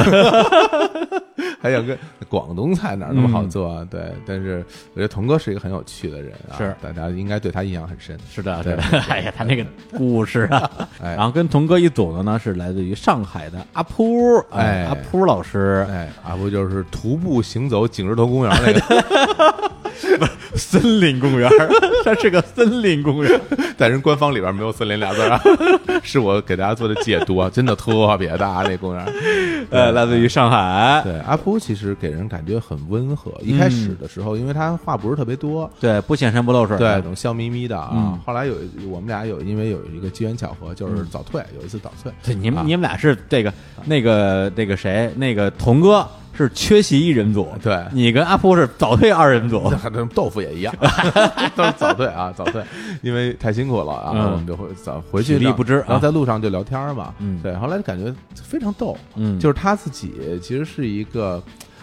N: 还想跟广东菜哪儿那么好做啊？对，但是我觉得童哥是一个很有趣的人啊，
M: 嗯是
N: 大家应该对他印象很深。
M: 是的，
N: 对
M: 是的， (laughs) 哎呀，他那个故事啊，
N: 哎
M: 然后跟童哥一组的呢是来自于上海的阿扑，
N: 哎，
M: 阿扑老师，
N: 哎，阿扑就是徒步行走景石头公园那个
M: (laughs) 森林公园，
N: (laughs)
M: 它是个森林公园，
N: 但人官方里边没有“森林”俩字儿啊， (laughs) 是我给大家做的解读啊，真的特别大那公园。
M: (laughs) 呃，来自于上海，
N: 对，阿扑其实给人感觉很温和，一开始的时候，因为他话不是特别多，
M: 嗯对，不显山不露水，
N: 对，那种笑眯眯的啊
M: 嗯。
N: 后来有一我们俩有因为有一个机缘巧合，就是早退，有一次早退，
M: 对，你们、你们俩是这个那个那个谁，那个童哥是缺席一人组，
N: 对
M: 你跟阿扑是早退二人组，
N: 豆腐也
M: (laughs)
N: 一样，都是早退啊，早退，因为太辛苦了啊，
M: 嗯
N: 我们就会早回去
M: 体力不支啊
N: 然后在路上就聊天儿嘛，
M: 嗯
N: 对，后来感觉非常逗，
M: 嗯
N: 就是他自己其实是一个。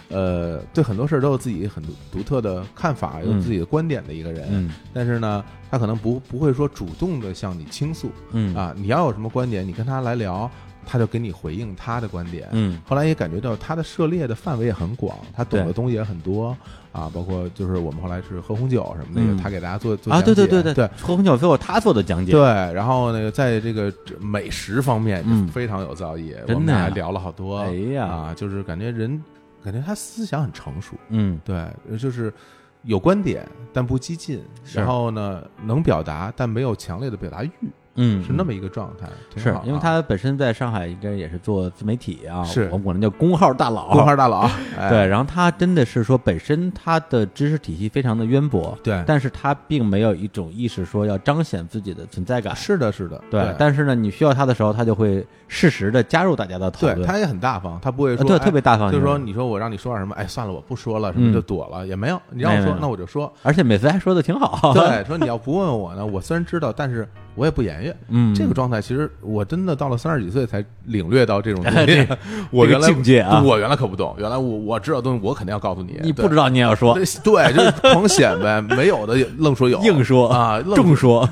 N: 呃，对很多事儿都有自己很独独特的看法，有
M: 嗯
N: 自己的观点的一个人，
M: 嗯
N: 但是呢，他可能不不会说主动的向你倾诉，
M: 嗯
N: 啊，你要有什么观点，你跟他来聊，他就给你回应他的观点，
M: 嗯
N: 后来也感觉到他的涉猎的范围也很广，他懂的东西也很多啊，包括就是我们后来是喝红酒什么的，
M: 嗯
N: 他给大家做做
M: 啊，
N: 讲解
M: 对对对
N: 对
M: 对，何鸿燊最后他做的讲解，
N: 对，然后那个在这个美食方面
M: 嗯
N: 非常有造诣，
M: 真的呀
N: 我们俩还聊了好多，
M: 哎呀
N: 啊，就是感觉人感觉他思想很成熟，
M: 嗯，
N: 对，就是。有观点，但不激进；
M: 是
N: 然后呢，能表达，但没有强烈的表达欲。
M: 嗯
N: 是那么一个状态。挺
M: 是
N: 好
M: 因为
N: 啊
M: 他本身在上海应该也是做自媒体啊，
N: 是
M: 我们管他叫工号大佬，
N: 工
M: (laughs)
N: 号大佬哎
M: 对，然后他真的是说本身他的知识体系非常的渊博，
N: 对
M: 但是他并没有一种意识说要彰显自己的存在感，
N: 是的，是的，
M: 对，
N: 对
M: 但是呢，你需要他的时候，他就会适时的加入大家的讨论，
N: 对，他也很大方，他不会说、
M: 啊对
N: 哎
M: 特别大方
N: 就
M: 就是
N: 说
M: 是
N: 你说我让你说点什么，哎，算了，我不说了，什么
M: 嗯
N: 就躲了，也没有，你让我
M: 没有哦
N: 说
M: 没，有
N: 那我就说。
M: 而且每次还说的挺好，
N: (laughs) 对，说你要不问我呢，我虽然知道，但是我也不言语。
M: 嗯
N: 这个状态其实我真的到了三十几岁才领略到这种东
M: 这
N: 西
M: 个。
N: (laughs) 我
M: 哎这个
N: 原来
M: 境界啊
N: 我原来可不懂，原来我我知道东西，我肯定要告诉你。
M: 你
N: 对
M: 不知道你也要说
N: 对 (laughs) 对，就是狂显摆，没有的愣说有，
M: 硬说
N: 啊，愣
M: 重
N: (laughs)
M: 说。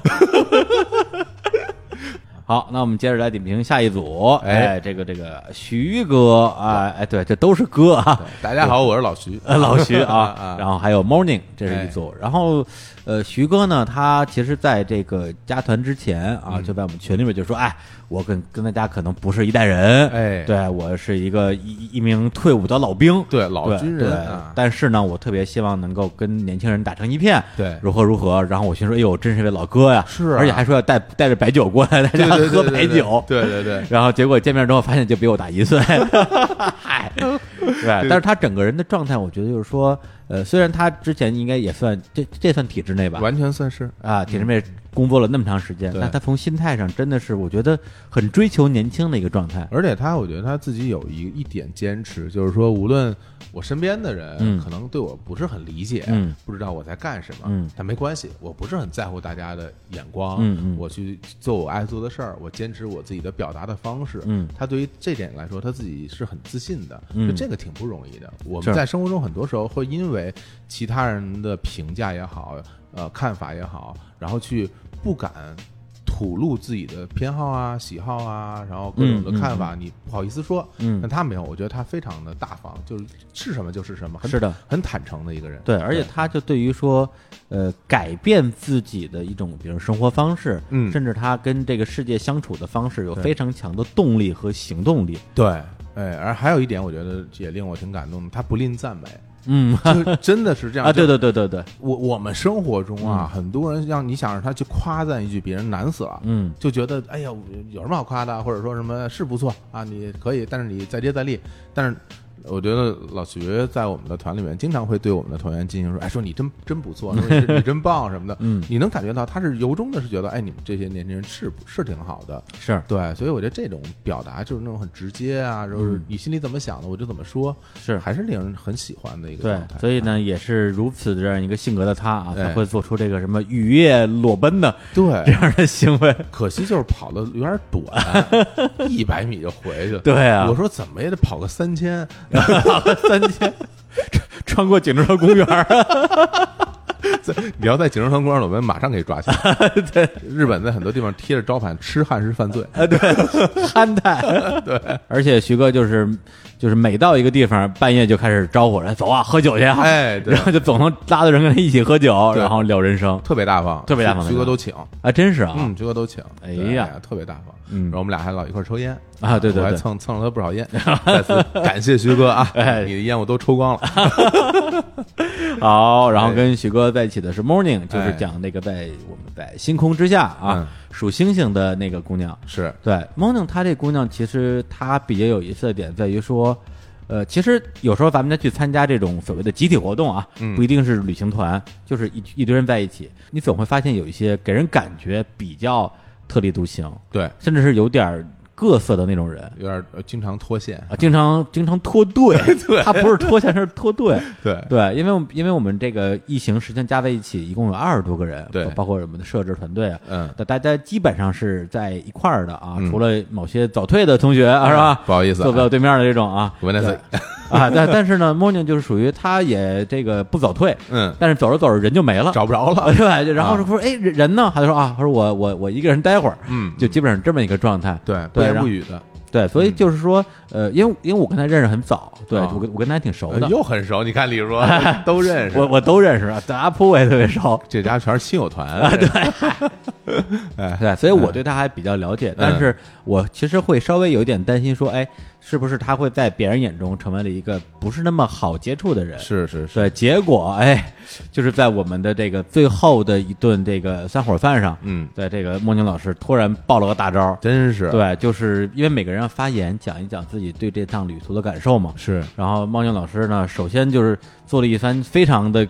M: 好，那我们接着来点评下一组。
N: 哎
M: 哎，这个这个徐哥，哎哎，对，这都是哥啊。
N: 大家好我是老徐
M: 呃老
N: (laughs)
M: 徐
N: 啊
M: 啊。然后还有 Morning，这是
N: 哎
M: 一组。然后，呃，徐哥呢，他其实在这个加团之前
N: 嗯
M: 啊，就在我们群里面就说，哎，我跟跟大家可能不是一代人，
N: 哎
M: 对我是一个一一名退伍的老兵，
N: 对老军人
M: 对
N: 啊
M: 但是呢，我特别希望能够跟年轻人打成一片，
N: 对
M: 如何如何。然后我心说，哎呦，真是位老哥呀，
N: 是啊
M: 而且还说要带带着白酒过来，大 (laughs) 家
N: 对对对
M: 喝
N: 对
M: 白
N: 对
M: 酒，
N: 对对对
M: (laughs) 然后结果见面之后，发现就比我大一
N: (laughs)
M: 岁，嗨，对。但是他整个人的状态，我觉得就是说，呃，虽然他之前应该也算这这算体制内吧，
N: 完全算是
M: 啊，体制内工作了那么长时间，
N: 对
M: 那他从心态上真的是我觉得很追求年轻的一个状态，
N: 而且他，我觉得他自己有一一点坚持，就是说，无论我身边的人、
M: 嗯
N: 可能对我不是很理解，
M: 嗯
N: 不知道我在干什么，
M: 嗯
N: 但没关系，我不是很在乎大家的眼光，
M: 嗯嗯
N: 我去做我爱做的事儿，我坚持我自己的表达的方式，
M: 嗯
N: 他对于这点来说，他自己是很自信的，
M: 嗯
N: 就这个挺不容易的。我
M: 是
N: 们在生活中很多时候会因为其他人的评价也好，呃，看法也好，然后去不敢。吐露自己的偏好啊、喜好啊，然后各种的
M: 嗯嗯
N: 看法，
M: 嗯
N: 你不好意思说，
M: 嗯
N: 但他没有，我觉得他非常的大方，就是是什么就是什么，很
M: 是的，
N: 很坦诚的一个人。
M: 对，而且他就对于说，呃，改变自己的一种，比如生活方式，
N: 嗯
M: 甚至他跟这个世界相处的方式，有
N: 对
M: 非常强的动力和行动力。
N: 对，哎，而还有一点，我觉得也令我挺感动的，他不吝
M: (laughs)
N: 赞美，
M: 嗯
N: 就真的是这样
M: 啊对
N: 就
M: 对对对对
N: 我我们生活中
M: 嗯
N: 啊，很多人让你想让他去夸赞一句，别人难死了，
M: 嗯，
N: 就觉得哎呀，有什么好夸的，或者说什么是不错啊，你可以，但是你再接再厉，但是。我觉得老徐在我们的团里面经常会对我们的团员进行说，哎，说你真真
M: (laughs)
N: 不错，说你你真棒什么的，
M: 嗯
N: 你能感觉到他是由衷的是觉得，哎，你们这些年轻人是是挺好的，
M: 是
N: 对，所以我觉得这种表达就是那种很直接啊，就是你心里怎么想的，我就怎么说，
M: 嗯是
N: 还是令人很喜欢的一个
M: 对
N: 状态，。
M: 所以呢，也是如此的这样一个性格的他啊，才
N: 哎
M: 会做出这个什么雨夜裸奔的
N: 对
M: 这样的行为。
N: (laughs) 可惜就是跑的有点
M: (laughs)
N: 短，一百米就回去了。
M: 对啊
N: 我说怎么也得跑个
M: (laughs)
N: 三千，
M: 跑个三千，穿过景州河公园儿。
N: 你 (laughs) 要在景州城公园裸奔，马上给抓起来。
M: (laughs) 对，
N: 日本在很多地方贴着招牌“吃汉是犯罪”。
M: 啊，对，憨态，
N: 对。
M: 而且徐哥就是就是每到一个地方，半夜就开始招呼人走啊，喝酒去啊，
N: 哎对
M: 然后就总能拉着人跟他一起喝酒，
N: 对
M: 然后聊人生，
N: 特别大方，
M: 特别大方，
N: 徐徐哥都请
M: 啊，真是啊，
N: 嗯，徐哥都请，哎
M: 呀
N: 特别大方。
M: 嗯
N: 然后我们俩还老一块儿抽烟
M: 啊对对
N: 我还
M: 对
N: 蹭蹭了他不
M: (laughs)
N: 少烟。再次感谢徐哥啊，
M: 哎
N: 你的烟我都抽光了。
M: (laughs) 好，然后跟许哥在一起的是 Morning，就是
N: 哎
M: 讲那个在我们在星空之下啊数星星的那个姑娘。
N: 嗯是
M: 对 Morning，她这姑娘其实她比较有意思的点在于说，呃，其实有时候咱们在去参加这种所谓的集体活动啊，
N: 嗯
M: 不一定是旅行团，就是一一堆人在一起，你总会发现有一些给人感觉比较特立独行，
N: 对，
M: 甚至是有点儿各色的那种人。
N: 有点呃经常脱线，
M: 啊，经常经常脱队
N: (laughs) (laughs) 对
M: 他不是脱线，是脱
N: (laughs)
M: 队，
N: 对
M: (laughs) 对，因为我们因为我们这个疫情时间加在一起，一共有二十多个人，
N: 对
M: 包括我们的设置团队啊，
N: 嗯，
M: 大家基本上是在一块儿的啊，
N: 嗯
M: 除了某些早退的同学啊，是吧？
N: 不好意思啊
M: 坐不到对面的这种
N: (laughs)
M: 啊，
N: 我那
M: 对
N: 次
M: 啊，但但是呢，Morning 就是属于他也这个不早退，
N: 嗯，
M: 但是走着走着人就没了，
N: 找不着
M: (laughs)
N: 了
M: 对，然后
N: 啊
M: 说哎人人呢？他就说啊，他说我我我一个人待会儿，
N: 嗯
M: (laughs) 就基本上这么一个状态，
N: 对不
M: 对，
N: 言
M: 然后
N: 不语的，嗯
M: 对，所以就是说，呃，因为因为我跟他认识很早，对
N: 啊
M: 我跟我跟他还挺熟的，
N: 又很熟。你看李
M: (laughs)
N: 叔都认识，
M: 我我都认识啊，大家铺我也特别熟，
N: 这家全是亲友团
M: 啊， (laughs) 对，
N: 哎
M: 对，所以我对他还比较了解，但是我其实会稍微有一点担心，说，哎，是不是他会在别人眼中成为了一个不是那么好接触的人？
N: 是是
M: 是，对，结果哎，就是在我们的这个最后的一顿这个散伙饭上，
N: 嗯，
M: 在这个莫宁老师突然爆了个大招，
N: 真是
M: 对，就是因为每个人要发言讲一讲自己对这趟旅途的感受嘛，
N: 是，
M: 然后茂宁老师呢，首先就是做了一番非常的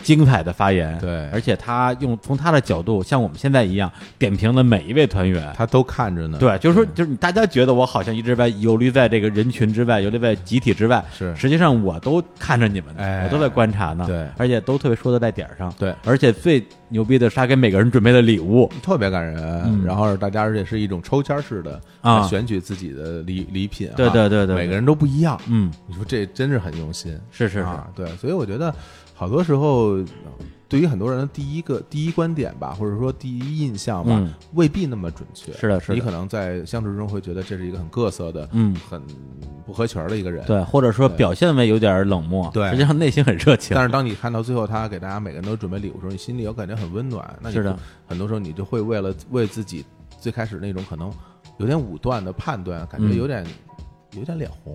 M: 精彩的发言，
N: 对，
M: 而且他用从他的角度，像我们现在一样点评了每一位团员，
N: 他都看着呢。
M: 对，就是说，就是你大家觉得我好像一直在游离在这个人群之外，游离在集体之外，
N: 是
M: 实际上我都看着你们呢，
N: 哎
M: 我都在观察呢，
N: 对
M: 而且都特别说的在点儿上，
N: 对，
M: 而且最牛逼的是他给每个人准备的礼物，
N: 特别感人。
M: 嗯
N: 然后大家而且是一种抽签式的
M: 啊
N: 来选取自己的礼礼品啊，
M: 对对对对
N: 每个人都不一样。
M: 嗯，
N: 你说这真是很用心，
M: 是是是
N: 啊，对，所以我觉得好多时候。呃对于很多人的第一个第一观点吧，或者说第一印象吧，
M: 嗯
N: 未必那么准确。
M: 是的是的
N: 你可能在相处中会觉得这是一个很各色的，
M: 嗯
N: 很不合群儿的一个人。
M: 对，或者说
N: 对
M: 表现为有点冷漠，
N: 对，
M: 实际上内心很热情，
N: 但是当你看到最后，他给大家每个人都准备礼物的时候，你心里有感觉很温暖。那你
M: 是的
N: 就，很多时候你就会为了为自己最开始那种可能有点武断的判断，感觉
M: 嗯
N: 有点、有点
M: (laughs)
N: 脸红，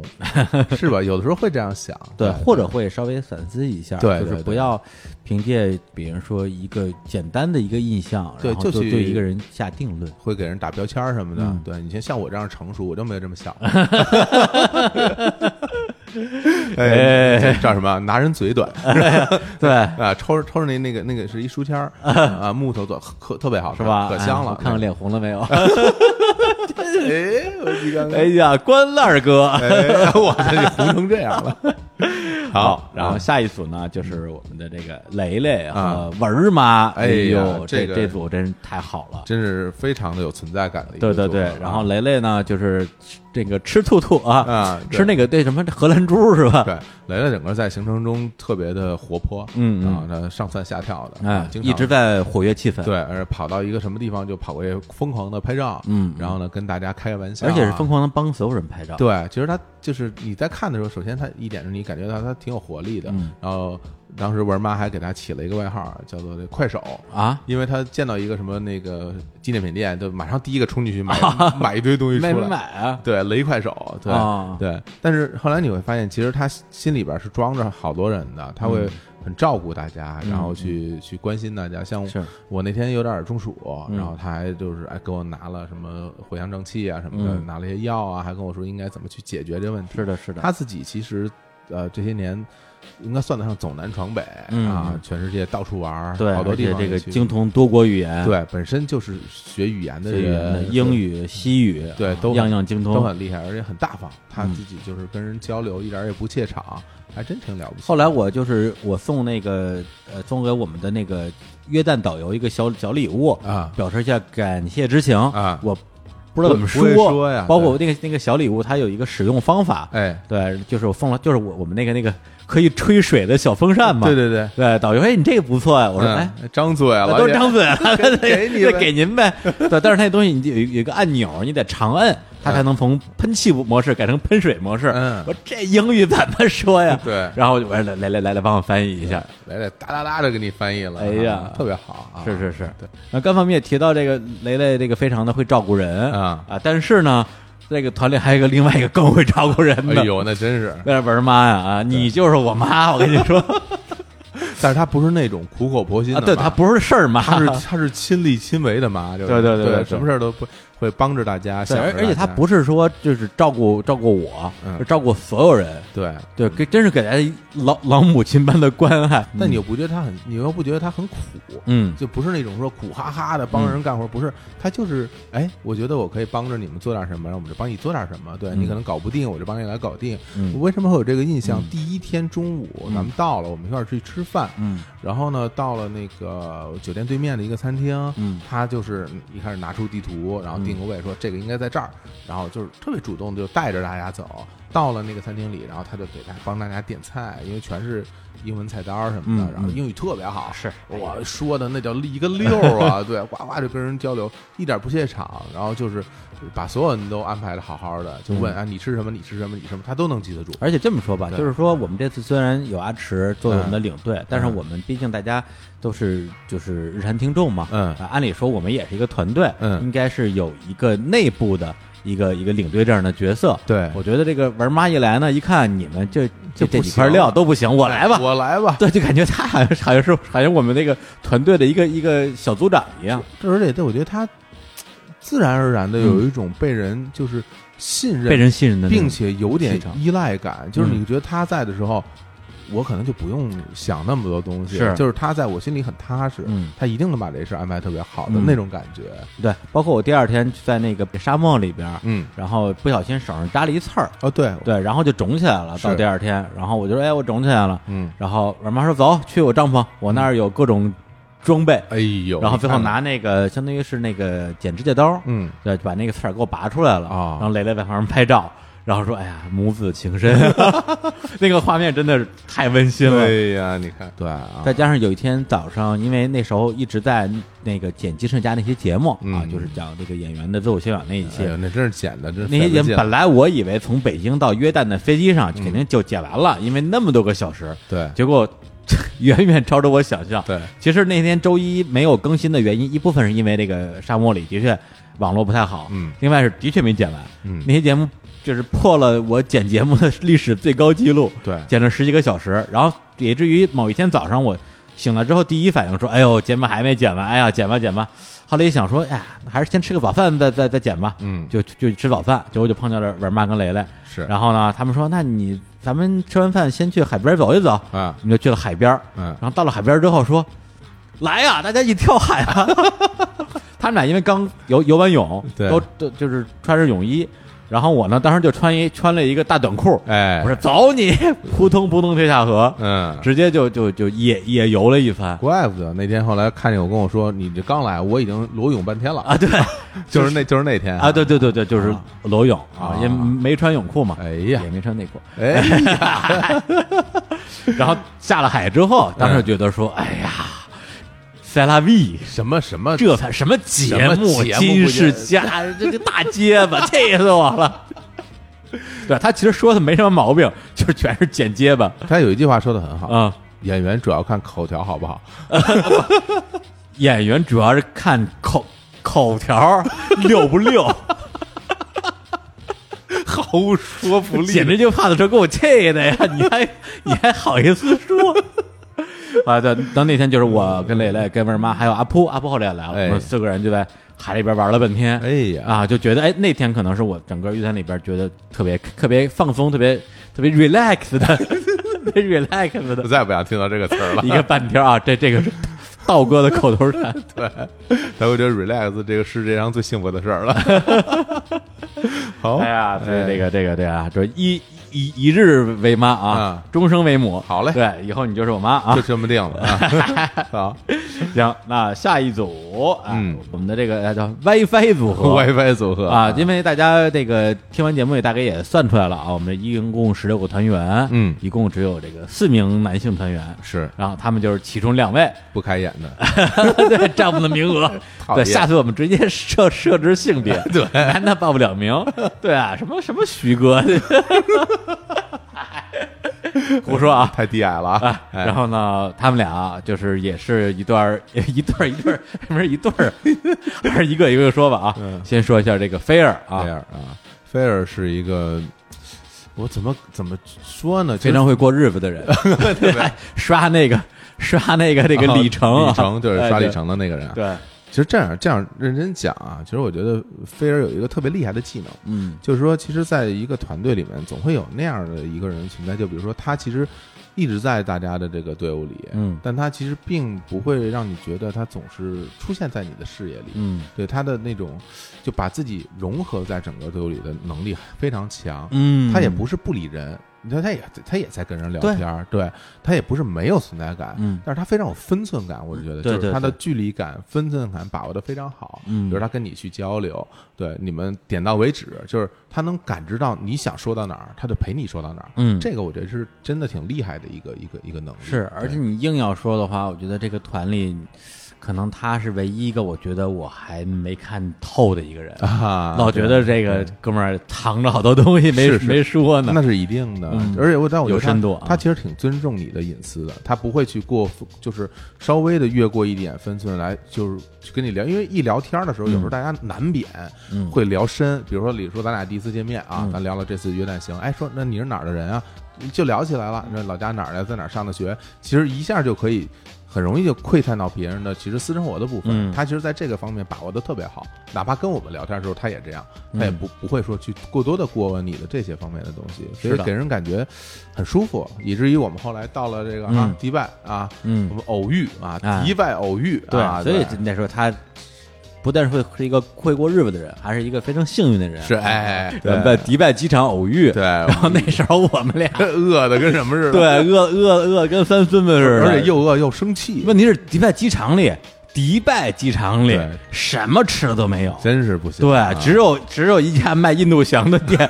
N: 是吧？有的时候会这样想，
M: 对，或者会稍微反思一下，
N: 对
M: 就是不
N: 对对
M: 要凭借比如说一个简单的一个印象，
N: 对，
M: 然后就
N: 去
M: 对一个人下定论，
N: 会给人打标签儿什么的。
M: 嗯
N: 对你像像我这样成熟，我就没有这
M: (laughs)
N: 么想。 (laughs) (laughs)
M: 哎
N: 叫什么？拿人嘴短， (laughs)
M: 对
N: 啊，抽抽着那那个那个是一书签
M: (laughs)
N: 儿啊，木头做可特别好看，
M: 是吧？
N: 可香
M: 哎
N: 了，
M: 我看看脸红了没
N: (laughs)
M: 有？
N: (laughs) 哎，我你刚刚
M: 哎呀，关二哥， (laughs)
N: 哎我这就红成这样了。啊嗯
M: 好，然后下一组呢，就是我们的这个雷雷和文儿妈，
N: 哎呀
M: 呦，这
N: 这个
M: 这组真是太好了，
N: 真是非常的有存在感的一
M: 对对
N: 个作
M: 对
N: 品啊。，
M: 然后雷雷呢，就是这个吃兔兔啊
N: 啊，对
M: 吃那个对什么荷兰猪是吧？
N: 对，雷雷整个在行程中特别的活泼，
M: 嗯嗯
N: 啊，他上蹿下跳的，
M: 哎
N: 啊经常
M: 一直在活跃气氛
N: 对，而且跑到一个什么地方就跑过去疯狂的拍照，
M: 嗯
N: 然后呢跟大家开玩笑啊，
M: 而且是疯狂的帮所有人拍照，
N: 对，其实他就是你在看的时候，首先他一点是你感觉到他挺有活力的，
M: 嗯
N: 然后当时文妈还给他起了一个外号，叫做这快手
M: 啊，
N: 因为他见到一个什么那个纪念品店，就马上第一个冲进去买、 (laughs) 买一堆东西出来，
M: 买买买啊，
N: 对，雷快手，对、
M: 啊
N: 对。但是后来你会发现，其实他心里边是装着好多人的，他会
M: 嗯
N: 很照顾大家，
M: 嗯
N: 然后去去关心大家。像
M: 是
N: 我那天有点中暑，
M: 嗯
N: 然后他还就是哎给我拿了什么藿香正气啊什么的，
M: 嗯
N: 拿了一些药啊，还跟我说应该怎么去解决这问题。
M: 是的是的
N: 他自己其实呃这些年。应该算得上走南闯北、
M: 嗯
N: 啊，全世界到处玩儿，
M: 对
N: 好多
M: 而且
N: 地方
M: 这个
N: 去
M: 精通多国语言
N: 对，本身就是学语言的
M: 学语言的
N: 人，
M: 英语西语
N: 对，
M: 啊
N: 都
M: 样样精通
N: 都很厉害，而且很大方。他
M: 嗯
N: 自己就是跟人交流，一点儿也不怯场，还真挺了不起。
M: 后来我就是我送那个呃送给我们的那个约旦导游一个小小礼物
N: 啊，
M: 表示一下感谢之情
N: 啊。
M: 我不知道怎么
N: 不会说呀
M: 包括我那个那个小礼物，它有一个使用方法。
N: 哎，
M: 对，就是我送了，就是我我们那个那个可以吹水的小风扇嘛。
N: 对对对
M: 对，导游哎，你这个不错呀。我说
N: 嗯
M: 哎，
N: 张嘴了，
M: 都是张嘴了，
N: 给给你
M: (laughs) 那
N: 呗
M: 给您呗。对，但是那东西你得有有一个按钮，你得长摁，它才能从喷气模式改成喷水模式。
N: 嗯，
M: 我这英语怎么说呀？
N: 对
M: 然后我就来来来来来来，帮我翻译一下。
N: 来来哒哒哒的给你翻译了，
M: 哎呀
N: 啊， (laughs) 特别好啊！
M: 是是是，
N: 对。
M: 然后甘方面也提到这个雷雷，这个非常的会照顾人
N: 啊
M: 啊，但是呢，这个团里还有一个另外一个更会照顾人的，
N: 哎呦，那真是，
M: 那文妈呀啊，你就是我妈，我跟你说，
N: 但是她 (laughs) 不是那种苦口婆心
M: 啊
N: 的妈，
M: 对她不是事儿
N: (laughs)
M: 妈
N: 她是她是亲力亲为的妈，就是
M: 对对对对对
N: 什么事儿都不会帮着大家，
M: 对，
N: 想
M: 而
N: 着
M: 而且
N: 大
M: 她
N: 家
M: 不是说就是照顾照顾我，
N: 嗯
M: 是照顾所有人，
N: 对嗯
M: 对，给真是给大家老老母亲般的关爱，嗯
N: 但你
M: 有
N: 又不觉得他很，你又不觉得他很苦，
M: 嗯
N: 就不是那种说苦哈哈的帮人干活，不是，他就是，哎，我觉得我可以帮着你们做点什么，然后我们就帮你做点什么，对
M: 嗯
N: 你可能搞不定，我就帮你来搞定。
M: 嗯
N: 我为什么会有这个印象
M: 嗯？
N: 第一天中午
M: 嗯
N: 咱们到了，我们一块儿去吃饭，
M: 嗯，
N: 然后呢，到了那个酒店对面的一个餐厅，
M: 嗯，
N: 他就是一开始拿出地图，然后定个位，说这个应该在这儿，然后就是特别主动，就带着大家走。到了那个餐厅里，然后他就给大家帮大家点菜，因为全是英文菜单儿什么的，
M: 嗯
N: 然后
M: 嗯
N: 英语特别好，
M: 是
N: 我说的那叫一个溜儿啊， (laughs) 对，呱呱就跟人交流，一点不怯场，然后就是把所有人都安排的好好的，就问
M: 嗯
N: 啊你吃什么，你吃什么，你吃什么，他都能记得住，
M: 而且这么说吧，
N: 对
M: 就是说我们这次虽然有阿池作为我们的领队，但是
N: 嗯
M: 我们毕竟大家都是就是日常听众嘛，
N: 嗯
M: 啊按理说我们也是一个团队，
N: 嗯
M: 应该是有一个内部的。一个一个领队这样的角色，
N: 对
M: 我觉得这个文妈一来呢，一看你们这这
N: 就
M: 这
N: 不
M: 几块
N: 行哎
M: 料都不行，我来吧，
N: 我来吧，
M: 对，就感觉他好像是好像是好像我们那个团队的一个一个小组长一样，
N: 这而且对，我觉得他自然而然的有一种被人就是信任，
M: 嗯被人信任的那种
N: 并且有点
M: 气场
N: 依赖感。就是
M: 嗯
N: 你觉得他在的时候，我可能就不用想那么多东西，
M: 是
N: 就是他在我心里很踏实，
M: 嗯
N: 他一定能把这事安排特别好的、
M: 嗯
N: 那种感觉。 (laughs)
M: 对，包括我第二天在那个沙漠里边，
N: 嗯，
M: 然后不小心手上扎了一刺儿，
N: 哦，对
M: 对，然后就肿起来了。
N: 是
M: 到第二天，然后我就说，哎，我肿起来了，
N: 嗯，
M: 然后我妈说走，去我帐篷，我那儿有各种装备，
N: 哎呦
M: 然后最后
N: 你看
M: 拿那个相当于是那个剪指甲刀，
N: 嗯，啊
M: 对，把那个刺儿给我拔出来了，然后雷雷在旁边拍照。然后说：“哎呀，母子情
N: (laughs)
M: 深， (laughs) 那个画面真的是太温馨了。
N: 对呀，你看，对啊，
M: 再加上有一天早上，因为那时候一直在那个剪辑剩下那些节目、啊，就是讲这个演员的自我修养那一期，
N: 嗯哎呦那真是剪的，真是
M: 那些节
N: 费了劲
M: 目
N: 了
M: 本来我以为从北京到约旦的飞机上肯定就剪完了，因为那么多个小时，
N: 对，
M: 结果 (laughs) 远远超出我想象。
N: 对，
M: 其实那天周一没有更新的原因，一部分是因为这个沙漠里的确网络不太好，
N: 嗯，
M: 另外是的确没剪完，
N: 嗯
M: 那些节目就是破了我剪节目的历史最高纪录，
N: 对
M: 剪了十几个小时，然后以至于某一天早上我醒了之后，第一反应说：“哎呦，节目还没剪完，哎呀，剪吧剪吧。”后来一想说：“哎呀，还是先吃个早饭再再再剪吧。”
N: 嗯，
M: 就就吃早饭，结果就碰见了文妈跟雷雷。
N: 是
M: 然后呢，他们说：“那你咱们吃完饭先去海边走一走。”
N: 啊，
M: 我们就去了海边。
N: 嗯，
M: 然后到了海边之后说：“来呀，大家一起跳海啊！”他们俩因为刚游游完泳，
N: 对
M: 都都就是穿着泳衣。然后我呢，当时就穿一穿了一个大短裤，
N: 哎，
M: 我说走你，扑通扑通推下河，
N: 嗯，
M: 直接就就就野野游了一番。
N: 怪不得那天后来看见我跟我说，你这刚来，我已经裸泳半天了
M: 啊！对，
N: (laughs) 就是那就是那天
M: 啊，对对对对，就是裸泳
N: 啊
M: 也没穿泳裤嘛，
N: 哎呀，
M: 也没穿内裤，
N: 哎呀
M: (laughs)
N: 嗯
M: 然后下了海之后，当时觉得说，哎呀。塞拉维
N: 什么什么
M: 这才什么节
N: 什么
M: 目？啊
N: 节目
M: 金
N: 不
M: 世
N: 见 (laughs)
M: 佳这个大结巴，气死我了！对他其实说的没什么毛病，就是全是剪结巴。
N: 他有一句话说的很好
M: 啊，
N: 演员主要看口条好不好？
M: (laughs) 演员主要是看口口条溜不溜，
N: (laughs) 毫无说服力，
M: (laughs) 简直就怕子说给我气的呀！你还你还好意思说？ (laughs) 啊，对，到那天就是我跟磊磊、跟文儿妈还有阿扑，阿扑后来也来了，我们四个人就在海里边玩了半天。哎
N: 哎呀，
M: 啊，就觉得哎，那天可能是我整个乐团里边觉得特别特别放松、特别特别 relax 的特别，relax 的。
N: 我再也不想听到这个词儿了。
M: 一个半天啊，这这个是道哥的口头禅。
N: (laughs) 对，他会觉得 relax 这个世界上最幸福的事儿
M: (laughs)
N: 了。好，
M: 哎呀，所以这个这个这个啊，就是一一一日为妈啊，终生为母。
N: 嗯好嘞，
M: 对，以后你就是我妈啊，
N: 就这么定了
M: (laughs)
N: 啊。好，
M: 行，那下一组，嗯，我们的这个呃叫 WiFi 组合
N: WiFi 组合
M: 啊，因为大家这个听完节目也大概也算出来了啊，我们一共十六个团员，
N: 嗯，
M: 一共只有这个四名男性团员
N: 是，
M: 然后他们就是其中两位
N: 不开眼的，
M: (laughs) 对，占我们的名额。
N: 讨
M: 对，
N: 厌
M: 下次我们直接设设置性别，
N: (laughs) 对，
M: 那报不了名。对啊，什么什么徐哥， (laughs) 胡说啊，
N: 太低矮了
M: 啊。
N: 哎
M: 然后呢，他们俩就是也是一段儿 (laughs) 一对儿一对儿， (laughs) 不是一对儿，还是一个一个说吧啊。先说一下这个菲尔啊，
N: 嗯菲尔啊，菲尔是一个，我怎么怎么说呢？
M: 非常会过日子的人，
N: (laughs) 对
M: (laughs) 刷那个刷那个这个
N: 然后
M: 里程啊，
N: 里程就是
M: 哎
N: 刷里
M: 对
N: 程的那个人啊。
M: 对，
N: 其实这样这样认真讲啊，其实我觉得菲尔有一个特别厉害的技能，
M: 嗯，
N: 就是说，其实在一个团队里面，总会有那样的一个人存在。就比如说，他其实一直在大家的这个队伍里，
M: 嗯
N: 但他其实并不会让你觉得他总是出现在你的视野里，
I: (laughs)
M: 嗯，
N: 对他的那种就把自己融合在整个队伍里的能力非常强，
M: 嗯
N: 他也不是不理人。你看，他也他也在跟人聊
M: 对
N: 天儿，对他也不是没有存在感，
M: 嗯
N: 但是他非常有分寸感，我是觉得，
M: 对
N: 就是
M: 对
N: 他的
M: 对
N: 距离感、分寸感把握的非常好，
M: 嗯
N: 比如他跟你去交流，对你们点到为止，就是他能感知到你想说到哪儿，他就陪你说到哪儿，
M: 嗯
N: 这个我觉得是真的挺厉害的一个一个一个能力，
M: 是，而且你硬要说的话，我觉得这个团里，可能他是唯一一个我觉得我还没看透的一个人
N: 啊
M: 老觉得这个哥们儿藏着好多东西没
N: 是是
M: 没说呢，
N: 那是一定的
M: 嗯。
N: 而且我但我觉
M: 有
N: 得他
M: 深度啊，
N: 他其实挺尊重你的隐私的，他不会去过，就是稍微的越过一点分寸来，就是去跟你聊。因为一聊天的时候，
M: 嗯
N: 有时候大家难免
M: 嗯
N: 会聊深。比如说，李叔，咱俩第一次见面啊
M: 嗯，
N: 咱聊了这次约旦行，哎，说那你是哪儿的人啊？就聊起来了，那老家哪儿的，在哪儿上的学，其实一下就可以。很容易就窥探到别人的其实私生活的部分，
M: 嗯
N: 他其实在这个方面把握的特别好，哪怕跟我们聊天的时候，他也这样，他也
M: 嗯
N: 不不会说去过多的过问你的这些方面的东西，所
M: 是
N: 以
M: 的
N: 给人感觉很舒服，以至于我们后来到了这个啊
M: 嗯
N: 迪拜啊，
M: 嗯
N: 我们偶遇啊
M: 哎，
N: 迪拜偶遇
M: 对，
N: 啊，
M: 所以你得说他。不但是会是一个会过日子的人，还是一个非常幸运的人。
N: 是哎
M: 我们
N: 对
M: 在迪拜机场偶遇，
N: 对。
M: 然后那
N: (laughs)
M: 时候我们俩
N: 饿的跟什么似的，
M: 对，饿饿饿得跟三孙子似的，
N: 而且又饿又生气。
M: 问题是迪拜机场里，迪拜机场里
N: 对
M: 什么吃的都没有，
N: 真是不行。啊
M: 对，只有只有一家卖印度翔的
N: (laughs)
M: 店，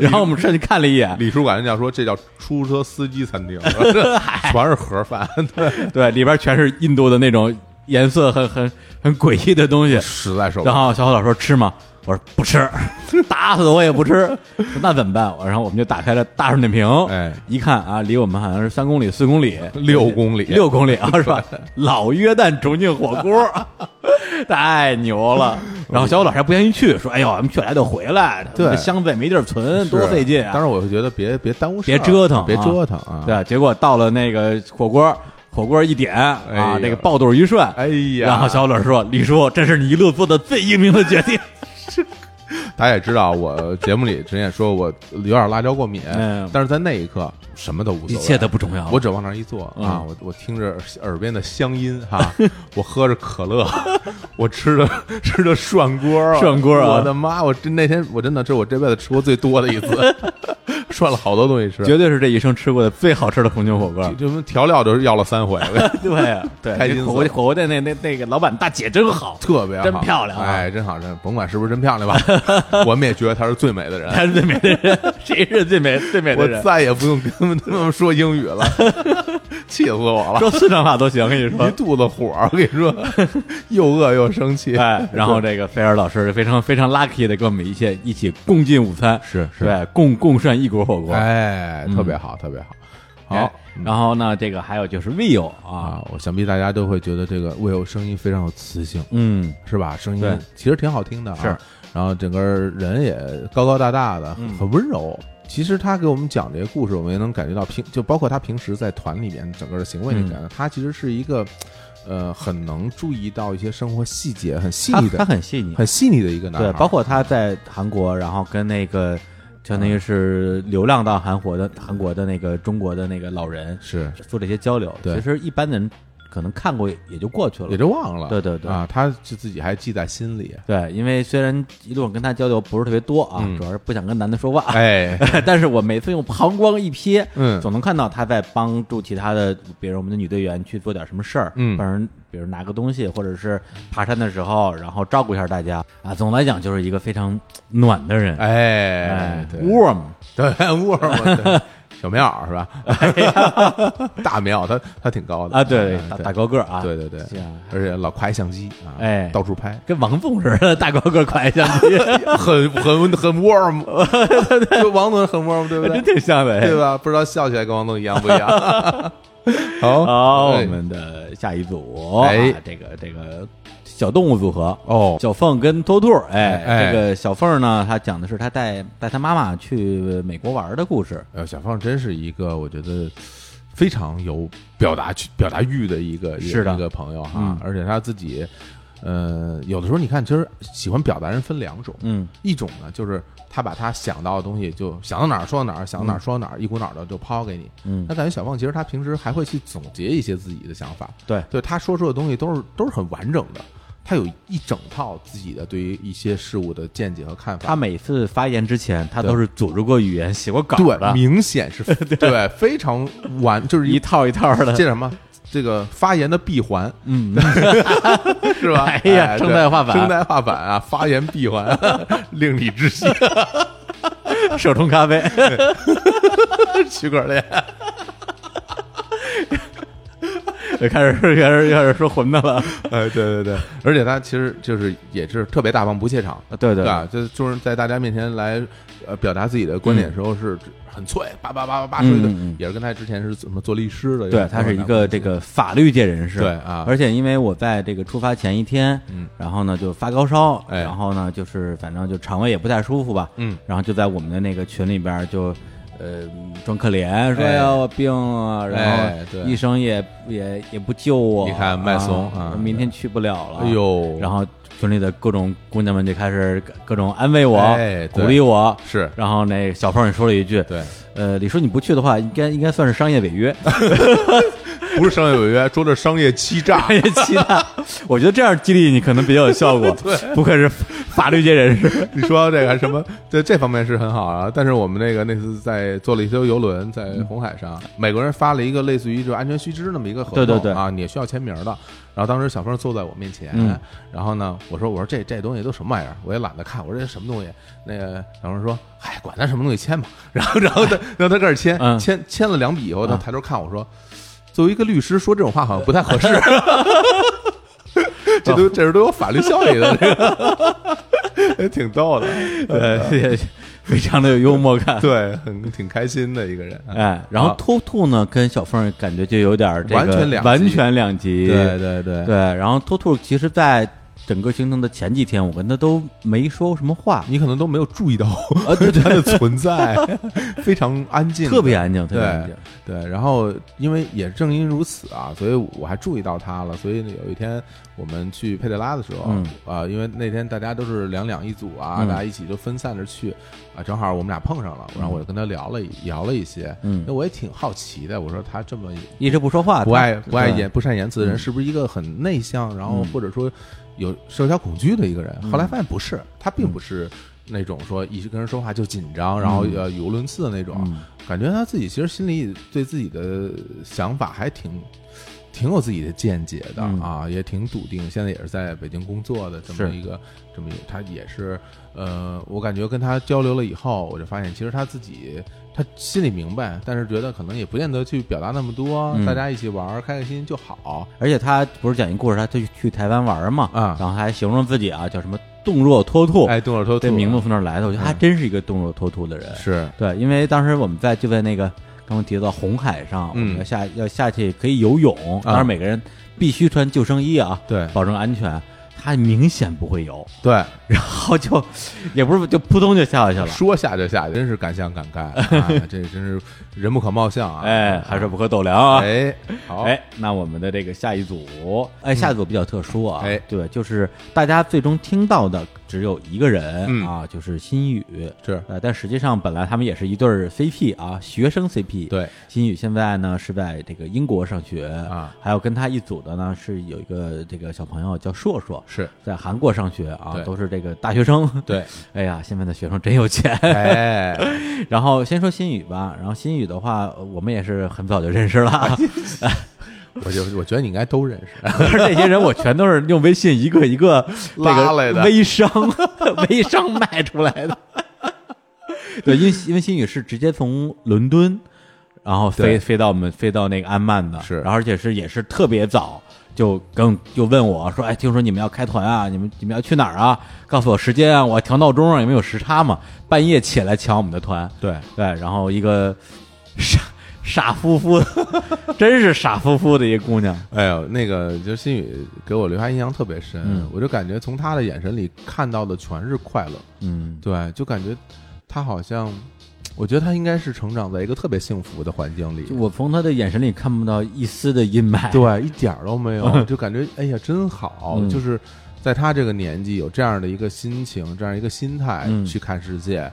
M: 然后我们上去看了一眼，
N: 李叔管人家说这叫出租车司机
M: (laughs)
N: 餐厅， (laughs) 全是盒饭，对，
M: 对，里边全是印度的那种颜色很很很诡异的东西，
N: 实在受不
M: 然
N: 了
M: 后小伙老说吃吗？我说不吃， (laughs) 打死我也不吃。 (laughs) 说那怎么办？我然后我们就打开了大众点评，
N: 哎，
M: 一看啊，离我们好像是三公里、四公里、
N: (laughs) 六公里
M: 六公里啊，是吧？ (laughs) 老约旦重庆火锅， (laughs) 太牛了。然后小伙老师还不愿意去，说：“哎呦，我们去来就回来，
N: 对
M: 我们箱子也没地儿存，多
N: 是
M: 费劲啊！”
N: 当时我就觉得别别耽误事
M: 别
N: 儿，
M: 折腾啊，
N: 别折腾啊！
M: 对，结果到了那个火锅，火锅一点啊
N: 哎呀，
M: 这个爆肚鱼涮，
N: 哎呀
M: 然后小磊说：“李叔，这是你一路做的最英明的决定。
N: 大家也知道，我节目里之前也说我有点辣椒过敏
M: 嗯，
N: 但是在那一刻什么都无所谓，
M: 一切都不重要
N: 我只往那儿一坐
M: 嗯
N: 啊，我我听着耳边的乡音
M: (laughs)
N: 哈，我喝着可乐， (laughs) 我吃着 (laughs) 吃着涮锅啊，
M: 涮锅啊
N: 我的妈！我真那天我真的这是我这辈子吃过最多的
M: (laughs)
N: 一次，涮了好多东西吃，
M: 绝对是这一生吃过的最好吃的红酒火锅。，
N: (laughs) 这什么调料都是要了三回
M: (laughs) 对啊对，
N: 开心死
M: 火
N: 了
M: 锅火锅店那那那个老板大姐真好，
N: 特别好
M: 真漂亮啊，
N: 哎，真好，真甭管是不是真漂
M: (laughs)
N: 亮吧，我们也觉得她是最美的人，
M: 她是最美的
N: (laughs)
M: 人，谁是最美最美的人
N: 我再也不用跟他们他们说英语了， (laughs) 气死我了，
M: 说四川话都行，我跟你说
N: 一肚子火，我跟你说， (laughs) 又饿又生气，
M: 哎，然后这个菲尔老师非常非常 lucky 的跟我们一起一起共进午餐，
N: 是是
M: 对，共共涮一锅火锅，
N: 哎，
M: 嗯
N: 特别好，特别好。嗯
M: 好，然后呢，这个还有就是 Will 啊，
N: 我想必大家都会觉得这个 Will 声音非常有磁性，
M: 嗯，
N: 是吧？声
M: 对
N: 音其实挺好听的啊，
M: 是
N: 然后整个人也高高大大的，
M: 嗯
N: 很温柔。其实他给我们讲这个故事，我们也能感觉到平，就包括他平时在团里面整个的行为，你
M: 嗯
N: 感觉他其实是一个，呃，很能注意到一些生活细节，很细
M: 他
N: 腻的，
M: 他很细腻，
N: 很细腻的一个男孩
M: 对，包括他在韩国，然后跟那个相当于是
N: 嗯
M: 流浪到韩国的韩国的那个中国的那个老人
N: 是
M: 做了一些交流。
N: 对
M: 其实一般的人可能看过也就过去了，
N: 也就忘了。
M: 对对对
N: 啊，他就自己还记在心里。
M: 对，因为虽然一路跟他交流不是特别多啊，主要是不想跟男的说话。
N: 嗯哎，
M: (laughs) 但是我每次用膀胱一瞥，
N: 嗯
M: 总能看到他在帮助其他的，比如我们的女队员去做点什么事儿，
N: 嗯
M: 帮人，比如拿个东西，或者是爬山的时候，然后照顾一下大家啊。总的来讲，就是一个非常暖的人，
N: 哎对
M: w a r m
N: 对
M: (laughs)
N: ，warm，对小棉袄是吧？ (laughs) 大棉袅，他他挺高的
M: 啊哎对大大高个儿啊
N: 对对对
M: 这样，
N: 而且老挎相机啊，
M: 哎
N: 到处拍，
M: 跟王总似 (laughs) 的，大高个快相机，
N: (laughs) 很很
M: (laughs)
N: 很 warm，就王总很 warm，对不对？
M: 真 (laughs) 挺像的哎
N: 对吧？不知道笑起来跟王总一样不
M: (laughs)
N: 一样？好
M: 好，我
N: 哎
M: 们的下一组，
N: 哎
M: 啊这个这个小动物组合
N: 哦，
M: 小凤跟托兔，哎，
N: 哎
M: 这个小凤呢，她讲的是她带带她妈妈去美国玩的故事。
N: 呃，小凤真是一个我觉得非常有表达表达欲的一个一个
M: 是的
N: 一个朋友哈，
M: 嗯
N: 而且他自己。呃，有的时候你看，其实喜欢表达人分两种，
M: 嗯，
N: 一种呢就是他把他想到的东西就想到哪儿说到哪儿，想到哪儿
M: 嗯
N: 说到哪儿，一股脑儿的就抛给你，
M: 嗯
N: 那感觉小凤其实他平时还会去总结一些自己的想法，
M: 对，
N: 对他说出的东西都是都是很完整的，他有一整套自己的对于一些事物的见解和看法，
M: 她每次发言之前，她都是组织过语言、写过稿
N: 对
M: 的，
N: 明
M: (laughs)
N: 显是对非常完，就是
M: 一套一套的
N: 这什么？这个发言的闭环，
M: 嗯，
N: (laughs) 是吧？
M: (laughs) 哎呀
N: 对
M: 生态化版
N: 生态化版啊，发言闭环，令你窒息。
M: (laughs) 手冲咖
N: (laughs)
M: 啡，
N: 曲棍脸，
M: (laughs) 开始开始开始说混的了。
N: 哎，对对对，而且他其实就是也是特别大方不怯场，
M: 对
N: 对
M: 对
N: 吧？啊就是就是在大家面前来呃表达自己的观点的时候是很脆，叭叭叭叭叭说一
M: 嗯嗯嗯
N: 顿
M: 嗯，
N: 也是跟他之前是怎么做律师的，
M: 对，他是一个这个法律界人士，
N: 对啊
M: 而且因为我在这个出发前一天，
N: 嗯，哎
M: 然后呢就发高烧，然后呢就是反正就肠胃也不太舒服吧，
N: 嗯，
M: 然后就在我们的那个群里边儿就。呃，装可怜说
N: 哎
M: 呀我病了，然
N: 哎
M: 后
N: 对
M: 医生也也也不救我，
N: 你看麦怂
M: 啊
N: 啊，
M: 明天去不了了，
N: 哎呦
M: 然后群里的各种姑娘们就开始各种安慰我，
N: 哎对
M: 鼓励我，
N: 是，
M: 然后那小凤也说了一句，
N: 对，
M: 呃，李叔你不去的话，应该应该算是商业违约，
N: (laughs) 不是商业违约，说的商业欺诈，
M: 商业欺
N: (laughs)
M: 诈。 (laughs) 我觉得这样激励你可能比较有效果。
N: 对
M: 不愧是法律界人士。
N: (laughs) 你说到这个什么，在这方面是很好啊。但是我们那个那次在坐了一艘游轮，在红海上，美国人发了一个类似于就安全须知那么一个合
M: 对
N: 同，
M: 对对
N: 啊，你也需要签名的。然后当时小峰坐在我面前，
M: 嗯
N: 然后呢，我说我说这这东西都什么玩意儿，我也懒得看，我说这什么东西？那个小峰说，嗨，管他什么东西签吧。然后然
M: (laughs)
N: 后他让他开始签，
M: 嗯
N: 签签了两笔以后，他
M: 嗯
N: 抬头看我说，作为一个律师说这种话好像不太合适。 (laughs) 这都这是都有法律效益的，这个
M: (laughs)
N: 也挺逗 (laughs) 的，
M: 对呃也非常的有幽默感
N: 对，很挺开心的一个人。啊
M: 哎，然后兔兔呢跟小凤感觉就有点儿这个
N: 完全两极
M: 完全两极，
N: 对对对
M: 对。然后兔兔其实，在整个行程的前几天，我跟他都没说什么话，啊
N: 你可能都没有注意到
M: 对对
N: 它的存
M: (laughs)
N: 在非常安静，
M: 特别安静特别安
N: 对
M: 静
N: 对。然后因为也正因如此啊，所以我还注意到他了。所以有一天我们去佩德拉的时候，
M: 嗯
N: 啊，因为那天大家都是两两一组啊，
M: 嗯
N: 大家一起就分散着去啊，正好我们俩碰上了，然后我就跟他聊了一聊了一些，
M: 嗯
N: 那我也挺好奇的，我说他这么
M: 一直不说话，
N: 不
M: 他
N: 爱不爱
M: 对
N: 言不善言辞的人，
M: 嗯
N: 是不是一个很内向，然后
M: 嗯
N: 或者说有社交恐惧的一个人？
M: 嗯
N: 后来发现不是，他并不是那种说一直跟人说话就紧张，然后
M: 嗯
N: 呃语无伦次的那种
M: 嗯。
N: 感觉他自己其实心里对自己的想法还挺。挺有自己的见解的
M: 嗯
N: 啊，也挺笃定。现在也是在北京工作的这么
M: 是
N: 一个，这么一个他也是，呃，我感觉跟他交流了以后，我就发现其实他自己他心里明白，但是觉得可能也不见得去表达那么多，
M: 嗯
N: 大家一起玩儿，开开心心就好。
M: 而且他不是讲一故事，他就去台湾玩嘛，
N: 啊，
M: 然后还形容自己啊叫什么动若脱兔，
N: 哎动若脱兔
M: 这名字从那儿来的，我觉得
N: 嗯
M: 还真是一个动若脱兔的人，
N: 是
M: 对，因为当时我们在就在那个刚刚提到红海上，我们
N: 嗯啊
M: 要下要下去可以游泳，当然每个人必须穿救生衣啊，
N: 对，
M: 保证安全。他明显不会游，
N: 对，
M: (laughs) 然后就也不是就扑通就下去了，
N: 说下就下去，真是敢想敢干，
M: (laughs)
N: 哎这真是人不可貌相啊！
M: 哎，还是不可斗量啊！
N: 哎，好嗯
M: 哎，那我们的这个下一组，哎，下一组比较特殊啊，
N: 哎，
M: 对，就是大家最终听到的只有一个人、
N: 嗯
M: 啊，就是新宇，
N: 是，
M: 呃，但实际上本来他们也是一对儿 CP 啊，学生 CP，
N: 对，
M: 新宇现在呢是在这个英国上学
N: 啊，
M: 还有跟他一组的呢是有一个这个小朋友叫硕硕，
N: 是
M: 在韩国上学啊
N: 对，
M: 都是这个大学生，
N: 对，
M: (laughs) 哎呀，现在的学生真有钱，
N: 哎，
M: (laughs) 然后先说新宇吧，然后新宇的话，呃我们也是很早就认识了 (laughs) 啊。
N: 我就我觉得你应该都
M: (laughs)
N: 认识，
M: 这些人我全都是用微信一个一个
N: (laughs) 拉来
M: 那
N: 的
M: 个微商 (laughs) 微商卖出来
N: (laughs)
M: 的。对，因为因为新宇是直接从伦敦，然后飞
N: 对
M: 飞到我们飞到那个安曼的，是，然后而且是也是特别早就跟就问我说，哎，听说你们要开团啊，你们你们要去哪儿啊？告诉我时间啊，我要调闹钟啊，有没有时差嘛？半夜起来抢我们的团，
N: 对
M: 对，然后一个 (laughs) 傻傻乎乎的，真是傻乎乎的一个姑娘。
N: 哎呦，那个就是新宇给我留下印象特别深，
M: 嗯
N: 我就感觉从他的眼神里看到的全是快乐，
M: 嗯，
N: 对，就感觉他好像，我觉得他应该是成长在一个特别幸福的环境里
M: 就，我从她的眼神里看不到一丝的阴霾，
N: 对，一点儿都没
M: (laughs)
N: 有，就感觉哎呀真好，
M: 嗯
N: 就是在他这个年纪有这样的一个心情，这样一个心态
M: 嗯
N: 去看世界。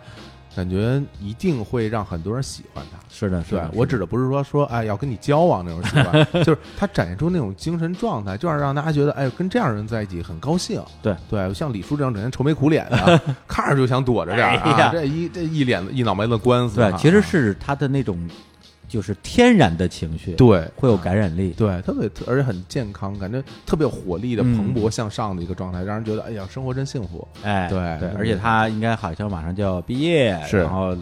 N: 感觉一定会让很多人喜欢他。
M: 是的，是
N: 对
M: 的是
N: 我指的不是说说哎要跟你交往那种喜
M: (laughs)
N: 欢，就是他展现出那种精神状态，就让让大家觉得哎跟这样的人在一起很高兴。
M: 对
N: 对，像李叔这样整天愁眉苦脸的，
M: (laughs)
N: 看着就想躲着点儿
M: 哎
N: 啊，
M: 呀
N: 这一这一脸一脑门子官司啊。
M: 对，其实是她的那种就是天然的情绪，
N: 对，
M: 会有感染力，
N: 对，特别而且很健康，感觉特别有活力的、
M: 嗯
N: 蓬勃向上的一个状态，让人觉得哎呀，生活真幸福。
M: 哎，
N: 对
M: 对，
N: 嗯
M: 而且她应该好像马上就要毕业，
N: 是
M: 然后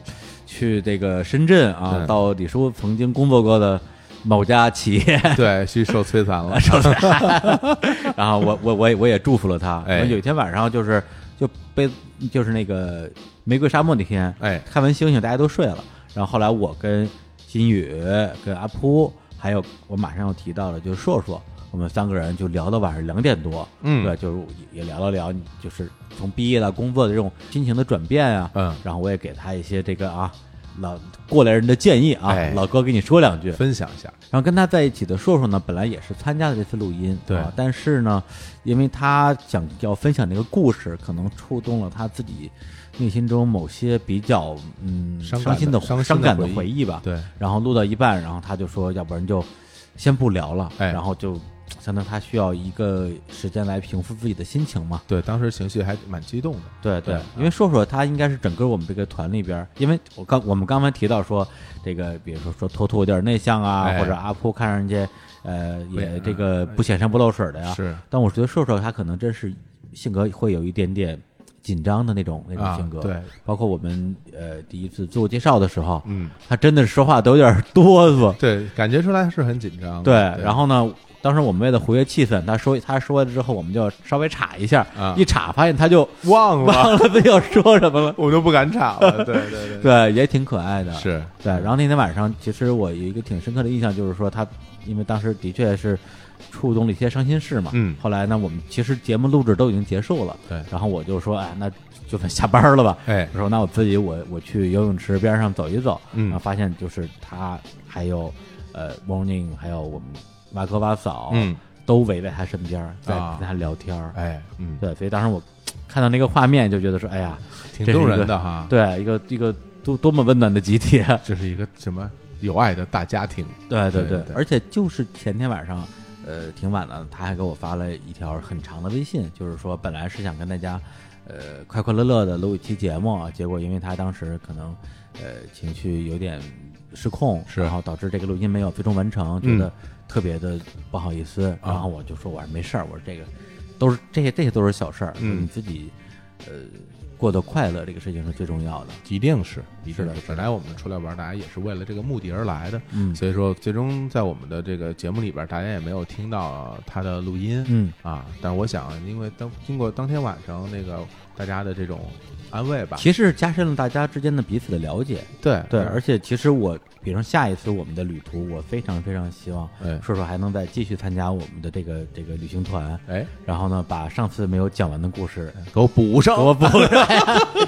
M: 去这个深圳啊，
N: 对
M: 到李叔曾经工作过的某家企业，
N: 对，去受摧残了，
M: (laughs) 受摧
N: (laughs)
M: 残。然后我我我也我也祝福了她。
N: 哎
M: 我有一天晚上就是就被就是那个玫瑰沙漠那天，
N: 哎，
M: 看完星星大家都睡了，然后后来我跟金宇、跟阿扑，还有我马上要提到的就是硕硕。我们三个人就聊到晚上两点多，
N: 嗯
M: 对，就是也聊了聊，你就是从毕业到工作的这种心情的转变啊，嗯，然后我也给他一些这个啊，老过来人的建议啊，老哥给你说两句，
N: 哎分享一下。
M: 然后跟他在一起的硕硕呢，本来也是参加了这次录音，
N: 对
M: 啊但是呢，因为他想要分享那个故事，可能触动了他自己内心中某些比较嗯
N: 伤感的
M: 伤心的
N: 伤心的
M: 伤感的
N: 回忆
M: 回忆吧，
N: 对。
M: 然后录到一半，然后他就说，要不然就先不聊了，
N: 哎
M: 然后就相当于他需要一个时间来平复自己的心情嘛，
N: 对，当时情绪还蛮激动的。
M: 对对
N: 对，
M: 因为硕硕他应该是整个我们这个团里边儿，因为我刚我们刚才提到说，这个比如说说托托有点内向啊，
N: 哎
M: 或者阿扑看上去呃也
N: 也
M: 这个不显山不露水的呀。
N: 是，
M: 但我觉得硕硕他可能真是性格会有一点点紧张的那种那种
N: 啊
M: 性格。
N: 对，
M: 包括我们呃第一次自我介绍的时候，
N: 嗯，
M: 他真的说话都有点哆嗦。
N: 对，感觉出来是很紧张的。
M: 对，
N: 对
M: 然后呢，当时我们为了活跃气氛，他说他说了之后，我们就稍微岔一下，
N: 啊
M: 一岔发现他就
N: 忘
M: 了忘了自己要说什么了，
N: 我们都不敢岔了。对对对
M: 对，也挺可爱的，
N: 是
M: 对。然后那天晚上，其实我有一个挺深刻的印象，就是说他，因为当时的确是触动了一些伤心事嘛，
N: 嗯。
M: 后来呢，我们其实节目录制都已经结束了，
N: 对。
M: 然后我就说，哎，那就算下班了吧，
N: 哎，
M: 我说那我自己我我去游泳池边上走一走，
N: 嗯
M: 然后发现就是他还有呃 Morning，还有我们马哥马嫂，
N: 嗯。
M: 都围在他身边儿，在
N: 啊
M: 跟他聊天儿
N: 哎，嗯，
M: 对，所以当时我看到那个画面，就觉得说，哎呀，
N: 挺
M: 这是一
N: 动
M: 个
N: 人的哈
M: 对，一个一个多多么温暖的集体，
N: (laughs)
M: (laughs)
N: 这是一个什么有爱的大家庭。
M: 对
N: 对
M: 对对，而且就是前天晚上，呃，挺晚了，他还给我发了一条很长的微信，就是说本来是想跟大家，呃，快快乐乐的录一期节目啊，结果因为他当时可能，呃，情绪有点失控，
N: 是
M: 然后导致这个录音没有最终完成，觉
N: 嗯
M: 得特别的不好意思，
N: 啊
M: 然后我就说我说没事儿，我说这个都是这些这些都是小事儿，
N: 嗯
M: 你自己，呃。过得快乐这个事情是最重要的，
N: 一定是，一
M: 是
N: 定
M: 的
N: 是。本来我们出来玩，大家也是为了这个目的而来的，
M: 嗯
N: 所以说最终在我们的这个节目里边，大家也没有听到他的录音，
M: 嗯
N: 啊，但我想，因为当经过当天晚上那个大家的这种安慰吧，
M: 其实是加深了大家之间的彼此的了解。
N: 对
M: 对，
N: 嗯
M: 而且其实我比如说下一次我们的旅途，我非常非常希望
N: 哎
M: 硕硕还能再继续参加我们的这个这个旅行团，
N: 哎，
M: 然后呢，把上次没有讲完的故事
N: 给我补上，
M: 给我补上，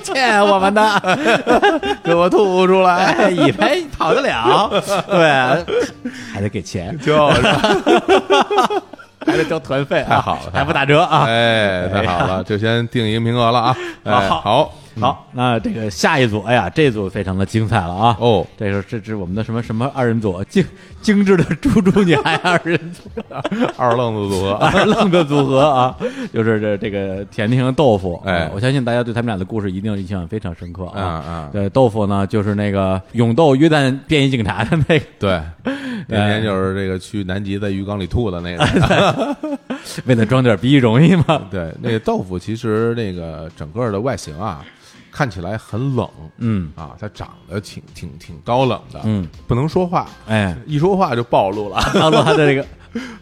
M: 欠我们的，
N: (laughs) 给我吐出来，
M: 以为哎跑得了，对，还得给钱，
N: (laughs) 就是
M: (laughs) 还得交团费、啊，
N: 太 (laughs) 好了，
M: 还不打折啊，
N: 哎，太好了，就先定一个名额了
M: (laughs)
N: 啊，哎，
M: 好
N: 好。
M: 好，那这个下一组，哎呀，这组非常的精彩了啊！
N: 哦，
M: 这是这是我们的什么什么二人组，精精致的猪猪女孩二人组，啊
N: (laughs) 二愣子组
M: (laughs)
N: 合，
M: 二愣子组合啊，就是这这个甜甜和豆腐，哎、我相信大家对他们俩的故事一定印象非常深刻啊
N: 啊！
M: 对，豆腐呢，就是那个勇斗约旦便衣警察的那个，
N: (laughs) 对，那
M: 呃
N: 天就是这个去南极在鱼缸里吐的那
M: 个， (laughs) 为了装点逼容易吗？
N: (laughs) 对，那个豆腐其实那个整个的外形啊。看起来很冷，
M: 嗯
N: 啊，他长得挺挺挺高冷的，
M: 嗯，
N: 不能说话，
M: 哎，
N: 一说话就暴
M: (laughs)
N: 露了，
M: 暴露他的
N: (laughs)
M: 这个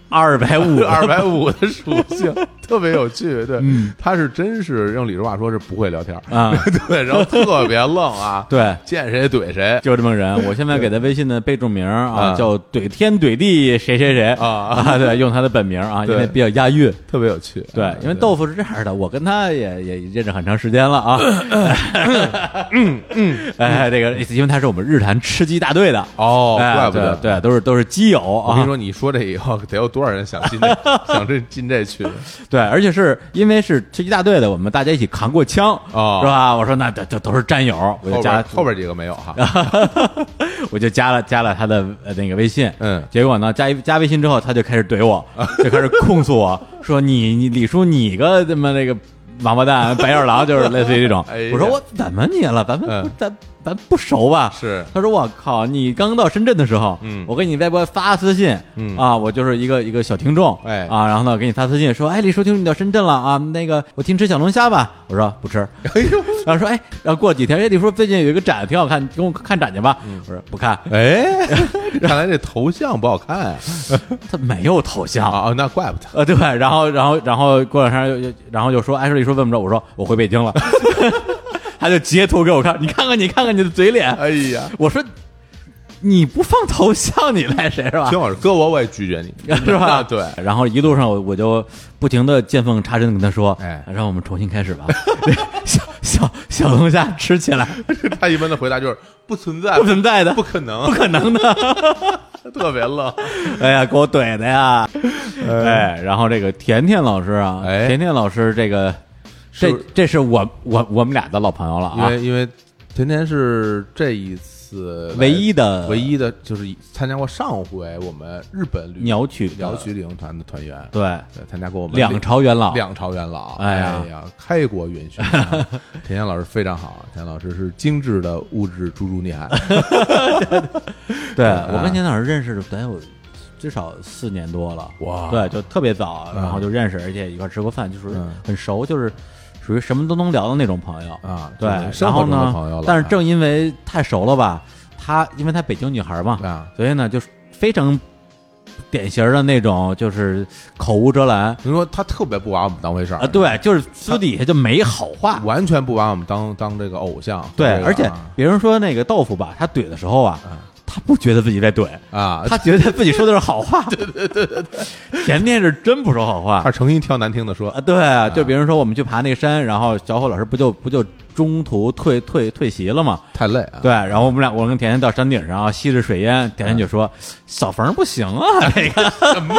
M: 二百五
N: 二百五的属性，特别有趣。对，
M: 嗯
N: 他是真是用李叔话说是不会聊天
M: 啊
N: (laughs) 对，然后特别愣啊，
M: (laughs) 对，
N: (laughs) 见谁怼谁，
M: 就这么人。我现在给他微信的备注名啊，
N: 啊
M: 叫怼天怼地谁谁谁
N: 啊
M: 啊，对，用他的本名啊，因
N: 对
M: 为比较押韵，
N: 特别有趣。啊
M: 对，因为豆腐是这样的，我跟他也也认识很长时间了啊，
N: 嗯嗯，
M: 哎，这个因为他是我们日坛吃鸡大队的
N: 哦
M: 哎
N: 怪不得
M: 对，对都是都是基友啊。
N: 我跟你说，你说这以后得有多少人想进这 (laughs) 想这进这去？
M: 对，而且是因为是吃鸡大队的，我们大家一起扛过枪，
N: 哦
M: 是吧？我说那这这都是战友，我就
N: 后
M: 加
N: 边后边几个没有哈，
M: 我就加了加了他的呃那个微信，
N: 嗯，啊
M: 结果呢，加一加微信之后，他就开始怼我，就开始控诉
N: (laughs)
M: 我说你你李叔你个他妈那个王八蛋白眼狼，就是类似于这种
N: (laughs) 哎呀。嗯
M: 我说我怎么你了？咱们不咱咱不熟吧？
N: 是。
M: 他说我靠，你刚到深圳的时候，
N: 嗯
M: 我给你微博发私信，
N: 嗯
M: 啊，我就是一个一个小听众，
N: 哎
M: 啊，然后呢给你发私信说，哎，李叔听说你到深圳了啊，那个我请吃小龙虾吧，我说不吃，然后说哎，然后过几天，哎，李叔最近有一个展挺好看，你跟我看展去吧，我说不看，
N: 嗯哎，看来这头像不好看啊，
M: 他没有头像
N: 啊，那怪不得。
M: 呃，对，然后，然后，然后过两天又，又然后就说，哎，说你说怎么着？我说我回北京
N: (laughs)
M: 了， (laughs) 他就截图给我看，你看看，你看看你的嘴脸，
N: 哎呀，
M: 我说你不放头像，你赖谁是吧？
N: 听我搁我我也拒绝你，
M: (laughs)
N: 啊
M: 是吧？
N: 对。
M: 然后一路上我我就不停的见缝插针地跟他说，
N: 哎，
M: 让我们重新开始吧， (laughs) 小小小龙虾吃起来，
N: (laughs) 他一般的回答就是不存在，
M: 不存在的
N: 不可能，
M: 不可能的，
N: (laughs) 特别愣。
M: (laughs) 哎呀，给我怼的呀！哎，然后这个甜甜老师啊，甜甜老师这个。这这是我我我们俩的老朋友了
N: 因
M: 啊！
N: 为因为甜甜是这一次来
M: 唯一的
N: 唯一的，就是参加过上回我们日本旅
M: 鸟取的
N: 鸟取旅行团的团员，
M: 对
N: 参加过我们
M: 两朝元老
N: 两朝元老，
M: 哎
N: 哎
M: 呀
N: 呀，开国元勋
M: (laughs)
N: 啊，甜甜老师非常好，啊甜甜老师是精致的物质猪猪女孩，
M: (laughs)
N: (laughs)
M: 对
N: 啊
M: 我跟田老师认识得有至少四年多了，
N: 哇
M: 对，就特别早，
N: 嗯
M: 然后就认识，而且一块儿吃过饭，就是
N: 嗯
M: 很熟，就是属于什么都能聊的那种朋友
N: 啊
M: 对
N: 就是，生
M: 然
N: 活
M: 后
N: 中的
M: 呢
N: 朋友了，啊
M: 但是正因为太熟了吧，她因为她北京女孩嘛，
N: 啊
M: 所以呢就是非常典型的那种就是口无遮拦。
N: 你说她特别不把我们当回事儿
M: 啊，对，就是私底下就没好话，
N: 完全不把我们当当这个偶像，
M: 对，
N: 这个
M: 而且
N: 啊
M: 别人说那个豆腐吧，他怼的时候啊，他不觉得自己在怼
N: 嗯啊，
M: 他觉得自己说的是好话。对
N: 对对对对，
M: (laughs) 甜甜是真不说好话，
N: 他诚心挑难听的说
M: 啊。对，就比如说我们去爬那山，然后小伙老师不就不就中途退退退席了吗？
N: 太累啊。
M: 对，然后我们俩我跟甜甜到山顶上啊，吸着水烟，甜甜就说：“小冯不行啊， (laughs) 这个
N: 什么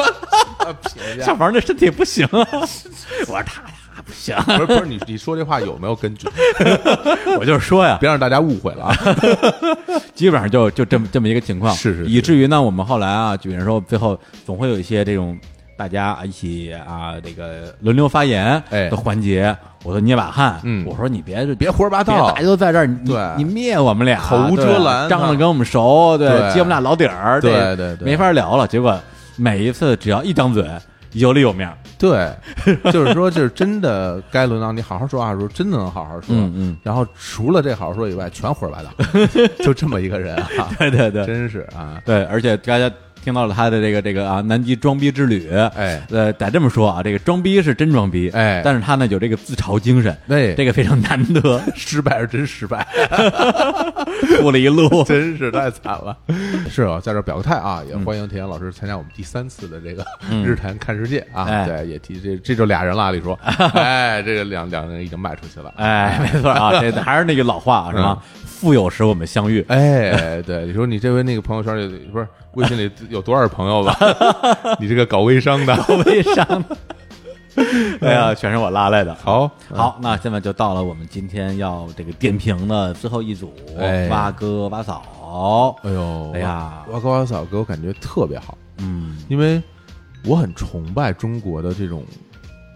N: 评价
M: 小冯这身体不行啊。”我说他他不行，啊
N: 不是不是你你说这话有没有根据？
M: 我就是说呀，
N: (laughs) 别让大家误会了啊。
M: (laughs) 基本上就就这么这么一个情况，
N: 是是是
M: 以至于呢，我们后来啊，就比如说最后总会有一些这种大家一起啊，这个轮流发言
N: 哎
M: 的环节。我说捏把汗，嗯，我说你别别胡说八
N: 道
M: 大家都在这儿，你你灭我们俩，
N: 口无遮拦
M: 对仗着跟我们熟，对，
N: 对
M: 揭我们俩老底儿，
N: 对
M: 这
N: 对对
M: 没法聊了。结果每一次只要一张嘴，有里有面儿，
N: (laughs) 对，就是说，就是真的该轮到你好好说话的时候，真的能好好说。
M: 嗯嗯。
N: 然后除了这好好
M: (laughs)
N: 说以外，全胡说八道，就这么一个人啊。
M: 对对对，
N: 真是啊。
M: 对，而且大家听到了他的这个这个啊南极装逼之旅，
N: 哎，
M: 呃，得这么说啊，这个装逼是真装逼，哎，但是他呢有这个自嘲精神，
N: 对，
M: 这个非常难得，
N: 哎 (laughs) 失败是真
M: (laughs)
N: 失败，
M: (laughs) 吐了一路，
N: (laughs) 真是太惨了。是啊，在这儿表个态啊，也欢迎田阳老师参加我们第三次的这个
M: 嗯
N: 日坛看世界啊，
M: 哎
N: 对，也提这这就俩人了，按理说，哎，这个两两人已经卖出去了，
M: (laughs) 哎， (laughs) 没错
N: (laughs)
M: 啊，这还是那个老话啊是吧？富有时我们相遇，
N: 嗯哎，对，你说你这回那个朋友圈里不是微信里有多少朋友吧？你这个搞微商
M: (laughs)
N: 的，嗯
M: 搞微商
N: (laughs)
M: 的，哎呀，全是我拉来的。嗯
N: 好，
M: 好，那现在就到了我们今天要这个点评的最后一组，
N: 哎
M: 蛙哥、蛙嫂，
N: 哎呦，
M: 哎呀，
N: 哇高哇嫂给我感觉特别好，
M: 嗯，
N: 因为我很崇拜中国的这种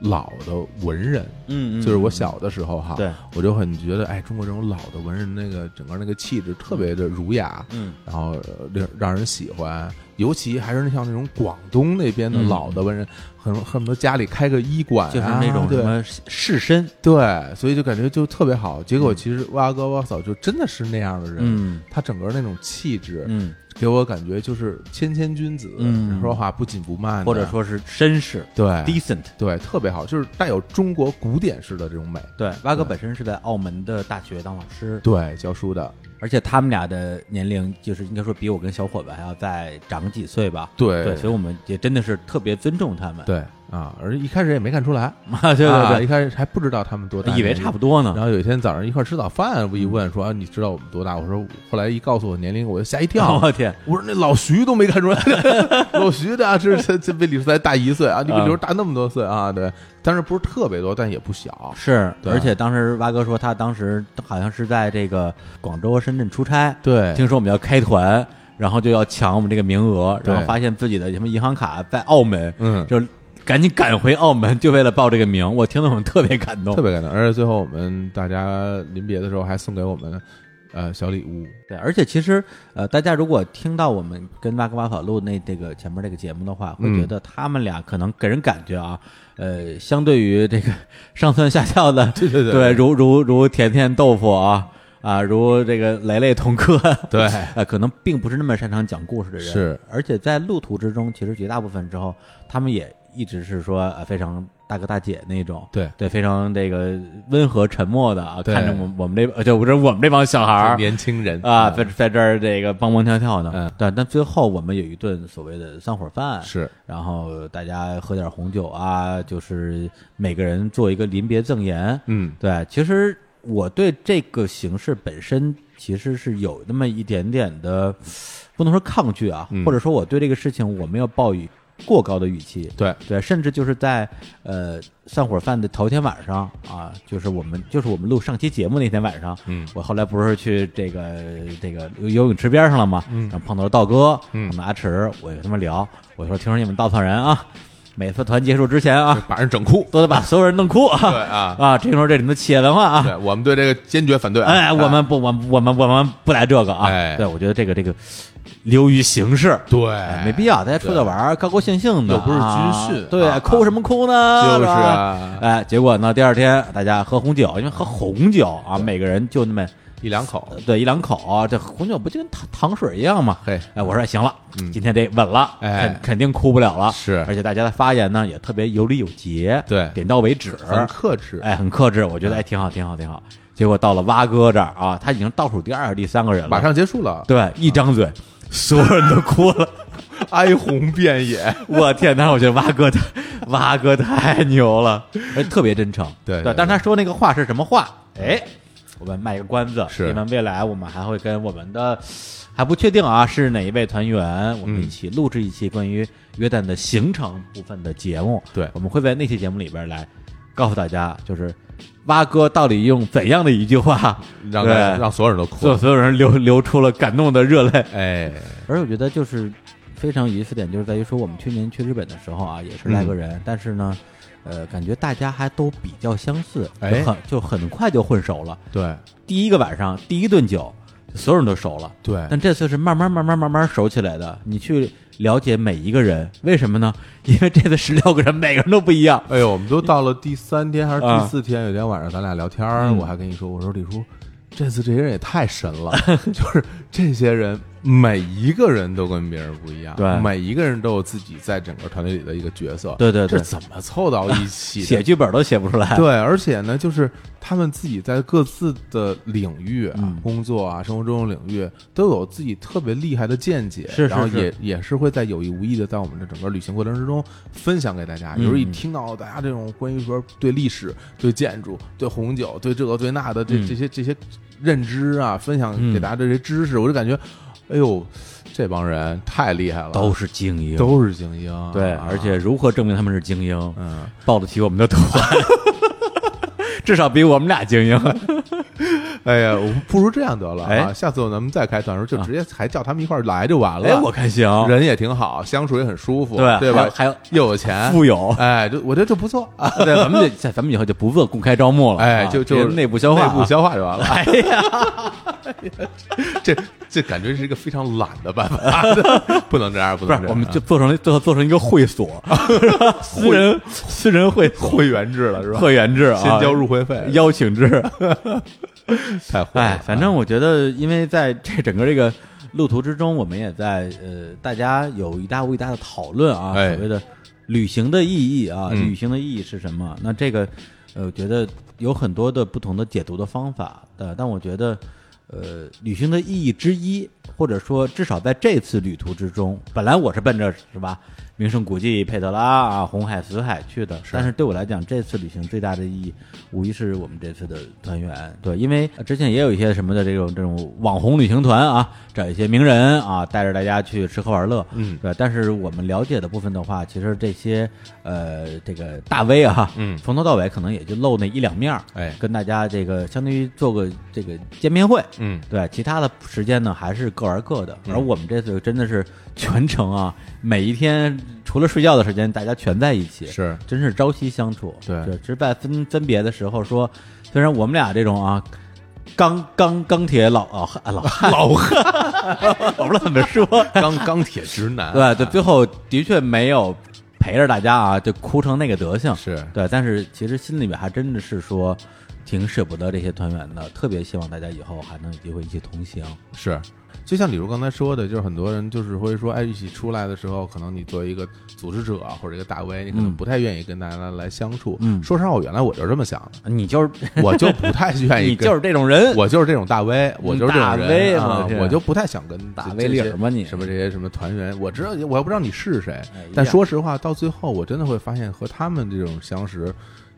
N: 老的文人，
M: 嗯嗯嗯
N: 就是我小的时候哈，
M: 对，
N: 我就很觉得，哎，中国这种老的文人那个整个那个气质特别的儒雅，
M: 嗯，
N: 然后呃让让人喜欢，尤其还是像那种广东那边的
M: 嗯
N: 老的文人，很恨不得家里开个医馆、啊，
M: 就是那种
N: 对
M: 什么士绅，
N: 对，所以就感觉就特别好。结果其实哇哥哇嫂就真的是那样的人，
M: 嗯
N: 他整个那种气质，
M: 嗯，
N: 给我感觉就是谦谦君子，
M: 嗯
N: 说话不紧不慢的，
M: 或者说是绅士，
N: 对
M: decent，
N: 对，特别好，就是带有中国古典式的这种美。
M: 对，蛙哥本身是在澳门的大学当老师，
N: 对，教书的，
M: 而且他们俩的年龄就是应该说比我跟小伙伴还要再长几岁吧，
N: 对
M: 对，所以我们也真的是特别尊重他们，，
N: 对啊，而一开始也没看出来
M: (laughs) 对对
N: 啊
M: 对
N: 一开始还不知道他们多大，
M: 以为差不多呢。
N: 然后有一天早上一块儿吃早饭，我一问说、啊你知道我们多大？我说后来一告诉我年龄，我就吓一跳，
M: (laughs) 我天！
N: (laughs) 我说那老徐都没看出来，老徐的啊，这这这比李叔才大一岁啊，你比
M: 啊
N: 刘叔大那么多岁啊，对，但是不是特别多，但也不小，
M: 是，
N: 对
M: 而且当时蛙哥说他当时好像是在这个广州、深圳出差，
N: 对
M: 听说我们要开团，然后就要抢我们这个名额，
N: 对
M: 然后发现自己的什么银行卡在澳门，
N: 嗯
M: 就赶紧赶回澳门，就为了报这个名。我听得我们特别感动，
N: 特别感动。而且最后我们大家临别的时候还送给我们呃小礼物，
M: 对，而且其实呃，大家如果听到我们跟挖哥挖草录那这个前面这个节目的话，会
N: 嗯
M: 觉得他们俩可能给人感觉啊，呃，相对于这个上蹿下跳的，对
N: 对对
M: 如如如甜甜豆腐啊。啊，如这个雷雷同科，
N: 对
M: 呃，可能并不是那么擅长讲故事的人，
N: 是，
M: 而且在路途之中，其实绝大部分时候，他们也一直是说呃非常大哥大姐那种，
N: 对
M: 对，非常这个温和沉默的啊，
N: 对
M: 看着我们我们这呃就不是我们这帮小孩儿，
N: 年轻人嗯
M: 啊，在在这儿这个蹦蹦跳跳的，嗯，对，但最后我们有一顿所谓的散伙饭，
N: 是，
M: 然后大家喝点红酒啊，就是每个人做一个临别赠言，
N: 嗯，
M: 对，其实我对这个形式本身其实是有那么一点点的，不能说抗拒啊，
N: 嗯
M: 或者说我对这个事情我没有抱以过高的预期，
N: 对
M: 对，甚至就是在呃散伙饭的头天晚上啊，就是我们就是我们录上期节目那天晚上，
N: 嗯
M: 我后来不是去这个这个游泳池边上了嘛，
N: 嗯
M: 然后碰到了道哥，
N: 嗯
M: 碰到阿池，我就跟他们聊，我说听说你们稻草人啊。每次团结束之前啊，
N: 把人整哭，
M: 都得把所有人弄哭啊！
N: 对啊
M: 啊，这时候这是你们企业文化啊，
N: 对我们对这个坚决反对啊，哎
M: 哎，我们不，我们我们我们不来这个啊！对，我觉得这个这个流于形式，哎
N: 对，
M: 没必要，大家出去玩儿，高高兴兴的，
N: 又不是
M: 啊
N: 军训
M: 对，哭什么哭呢？
N: 就是
M: 吧
N: 啊
M: 哎，结果呢，第二天大家喝红酒，因为喝红酒啊，每个人就那么。
N: 一两口，
M: 对，一两口，啊这红酒不就跟糖糖水一样嘛？
N: 嘿，嗯
M: 哎，我说行了，今天这稳了，
N: 哎
M: 肯肯定哭不了了。
N: 是，
M: 而且大家的发言呢也特别有理有节，
N: 对，
M: 点到为止，
N: 很克制，嗯
M: 哎，很克制，我觉得哎挺好，挺好，挺好。结果到了蛙哥这儿啊，他已经倒数第二、第三个人了，
N: 马上结束了，嗯
M: 对，一张嘴， (laughs) 所有人都哭了，
N: (laughs) 哀鸿遍野。
M: (laughs) 我天哪！我觉得蛙哥他，蛙哥太牛
N: (laughs)
M: 了，而且特别真诚。
N: 对
M: 对，
N: 对
M: 但是他说那个话是什么话？哎，我们卖个关子，
N: 是
M: 因为未来我们还会跟我们的还不确定啊，是哪一位团员，我们一起录制一期关于约旦的行程部分的节目。
N: 对，
M: 我们会在那期节目里边来告诉大家，就是蛙哥到底用怎样的一句话，
N: 让
M: 对
N: 让所有人都哭
M: 所
N: 了
M: 所有人流流出了感动的热泪。
N: 哎，
M: 而我觉得就是非常有意思点，就是在于说我们去年去日本的时候啊，也是来个人，但是呢。呃，感觉大家还都比较相似，
N: 哎
M: 就很就很快就混熟了。
N: 对，
M: 第一个晚上，第一顿酒，所有人都熟了。
N: 对
M: 但这次是慢慢慢慢慢慢熟起来的。你去了解每一个人，为什么呢？ (laughs) 因为这次十六个人，每个人都不一样。
N: 哎呦，我们都到了第三天还是
M: 啊
N: 第四天，有天晚上咱俩聊天儿，
M: 嗯 (laughs)
N: 我还跟你说，我说李叔，这次这些人也太神了，就是这些人每一个人都跟别人不一样，
M: 对
N: 每一个人都有自己在整个团队里的一个角色，
M: 对对对
N: 这怎么凑到一起
M: (laughs)
N: 的？
M: 写剧本都写不出来
N: 对，而且呢，就是他们自己在各自的领域啊、
M: 嗯
N: 工作啊、生活中的领域都有自己特别厉害的见解，
M: 是是
N: 然后
M: 是
N: 也也是会在有意无意的在我们的整个旅行过程之中分享给大家。有时候一
M: 嗯嗯
N: 听到大家这种关于说对历史、对建筑、对红酒、对这个对那的这
M: 嗯
N: 这些这些认知啊，分享
M: 嗯
N: 给大家这些知识，我就感觉，哎呦，这帮人太厉害了，
M: 都是精英，
N: 都是精英，
M: 对，
N: 啊
M: 而且如何证明他们是精英？
N: 嗯，
M: 报的题我们
N: (laughs)
M: 都懂完，至少比我们俩精英。
N: 哎呀，我们不如这样得了啊！
M: 哎啊
N: 下次咱们再开团的时候，就直接还叫他们一块儿来就完了。
M: 哎我看行
N: 人也挺好，相处也很舒服，
M: 对
N: 对吧？
M: 还有
N: 又有钱，
M: 富有
N: 哎，就我觉得这不错啊。
M: (laughs) 对，咱们得咱们以后就不做公开招募了，
N: 哎，
M: 啊
N: 就
M: 别
N: 就
M: 内部消化啊，
N: 内部消化就完了。
M: 哎
N: (laughs) 这这感觉是一个非常懒的办法，不能这样， (laughs) 啊不
M: 不
N: 能
M: 是
N: 这，样。
M: 我们就做成了做做成一个会
N: (laughs)
M: 所，私人私人会
N: 会员制了是吧？
M: 会员制啊，
N: 先交入会费，
M: 邀请制，
N: (laughs) 太坏了啊
M: 哎，反正我觉得，因为在这整个这个路途之中，我们也在呃，大家有一搭无一搭的讨论啊，
N: 哎
M: 所谓的旅行的意义啊，
N: 嗯
M: 旅行的意义是什么？那这个呃，我觉得有很多的不同的解读的方法，呃，但我觉得。呃，旅行的意义之一，或者说至少在这次旅途之中，本来我是奔着是吧名胜古迹佩德拉啊、红海、死海去的，但是对我来讲，这次旅行最大的意义，无疑是我们这次的团圆。对，因为呃之前也有一些什么的这种这种网红旅行团啊，找一些名人啊，带着大家去吃喝玩乐，
N: 嗯，
M: 对。但是我们了解的部分的话，其实这些呃这个大 V 啊，
N: 嗯，
M: 从头到尾可能也就露那一两面儿，
N: 哎，
M: 跟大家这个相当于做个这个见面会，
N: 嗯，
M: 对，其他的时间呢还是各玩各的。
N: 嗯
M: 而我们这次真的是全程啊，每一天除了睡觉的时间，大家全在一起，
N: 是，
M: 真是朝夕相处。
N: 对
M: 只是在分分别的时候说，虽然我们俩这种啊。钢钢钢铁老老汉老汉老汉， (laughs) 我不知道怎么说，
N: 钢钢铁直男
M: 对对，最后的确没有陪着大家啊，就哭成那个德行。
N: 是
M: 对，但是其实心里面还真的是说挺舍不得这些团员的，特别希望大家以后还能有机会一起同行。
N: 是，就像李如刚才说的，就是很多人就是会说，哎，一起出来的时候，可能你作为一个组织者啊或者一个大 V，你可能
M: 嗯
N: 不太愿意跟大家来相处。
M: 嗯
N: 说实话，我原来我就是这么想
M: 的，你就是
N: (laughs) 我就不太愿意，
M: (laughs) 你就是这种人，
N: 我就是这种大 V，我哎就是这种
M: 大 V
N: 人
M: 嘛
N: 啊
M: 这，
N: 我就不太想跟
M: 大
N: 这
M: V 粒儿
N: 这些
M: 嘛你哎
N: 什么这些什么团员，我知道我又不知道你是谁，但说实话，到最后我真的会发现和他们这种相识。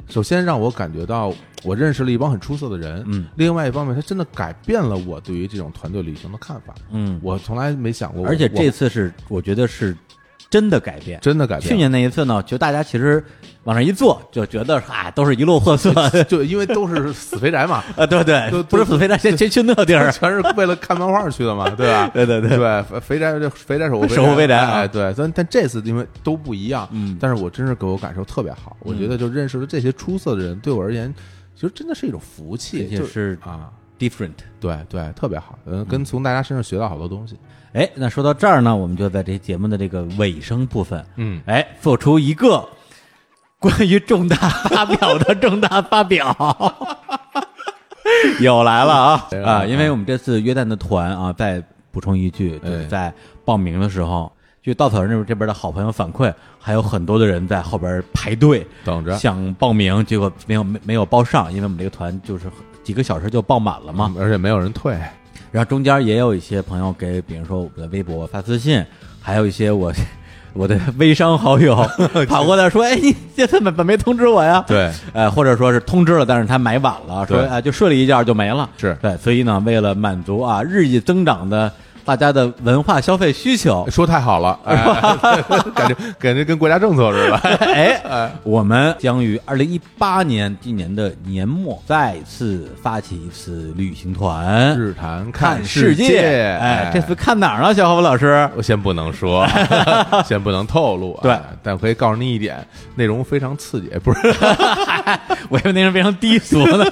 N: 首先让我感觉到，我认识了一帮很出色的人。
M: 嗯，
N: 另外一方面，他真的改变了我对于这种团队旅行的看法。
M: 嗯，
N: 我从来没想过我，
M: 而且
N: 我
M: 这次是我觉得是真的改变，
N: 真的改变。
M: 去年那一次呢，就大家其实往上一坐，就觉得啊，
N: (laughs)
M: 都是一路货色，
N: 就因为都是死肥宅嘛，
M: 啊，对对
N: 都，
M: 不是死肥宅，先先去那地儿，
N: 全是为了看漫画去的嘛，对吧？
M: (laughs) 对对对
N: 对，肥肥宅这肥宅守护
M: 守护肥宅啊
N: 哎，对，但但这次因为都不一样，嗯，但是我真是给我感受特别好，我
M: 嗯
N: 觉得就认识了这些出色的人，对我而言，其实真的是一种福气，
M: 而且
N: 就是啊
M: ，different，
N: 对对，特别好，嗯，跟从大家身上学到好多东西，
M: 哎，那说到这儿呢，我们就在这节目的这个尾声部分，
N: 嗯，
M: 哎，做出一个关于重大发表的重大发表， (laughs) 又来了啊
N: 来了
M: 啊！因为我们这次约旦的团啊，再补充一句，就是在报名的时候，就稻草人这边这边的好朋友反馈，还有很多的人在后边排队
N: 等着
M: 想报名，结果没有没没有报上，因为我们这个团就是几个小时就报满了嘛，
N: 嗯而且没有人退。
M: 然后中间也有一些朋友给，比如说我的微博发私信，还有一些我 (laughs) 我的微商好
N: (laughs)
M: 友跑过来说：“哎，你 (laughs) 这次怎么没通知我 (laughs) 呀？”
N: 对，
M: 呃，或者说是通知了，但是他买晚了，说
N: 对
M: 啊、就睡了一觉就没了。
N: 是
M: 对，所以呢，为了满足啊日益增长的大家的文化消费需求，
N: (laughs) 说太
M: (laughs)
N: 好了，哎感觉感觉跟国家政策似的。
M: 哎，我们将于二零一八年今年的年末再次发起一次旅行团，
N: 日坛
M: 看
N: 世界
M: 哎
N: 哎，
M: 这次看哪儿了，小伙伴老师？
N: 我先不
M: (laughs)
N: 能说，先不能透露、啊
M: 对，
N: 但我可以告诉你一点，内容非常刺激，哎不是？
M: (laughs)
N: (laughs)
M: 我以为内容非常低俗呢。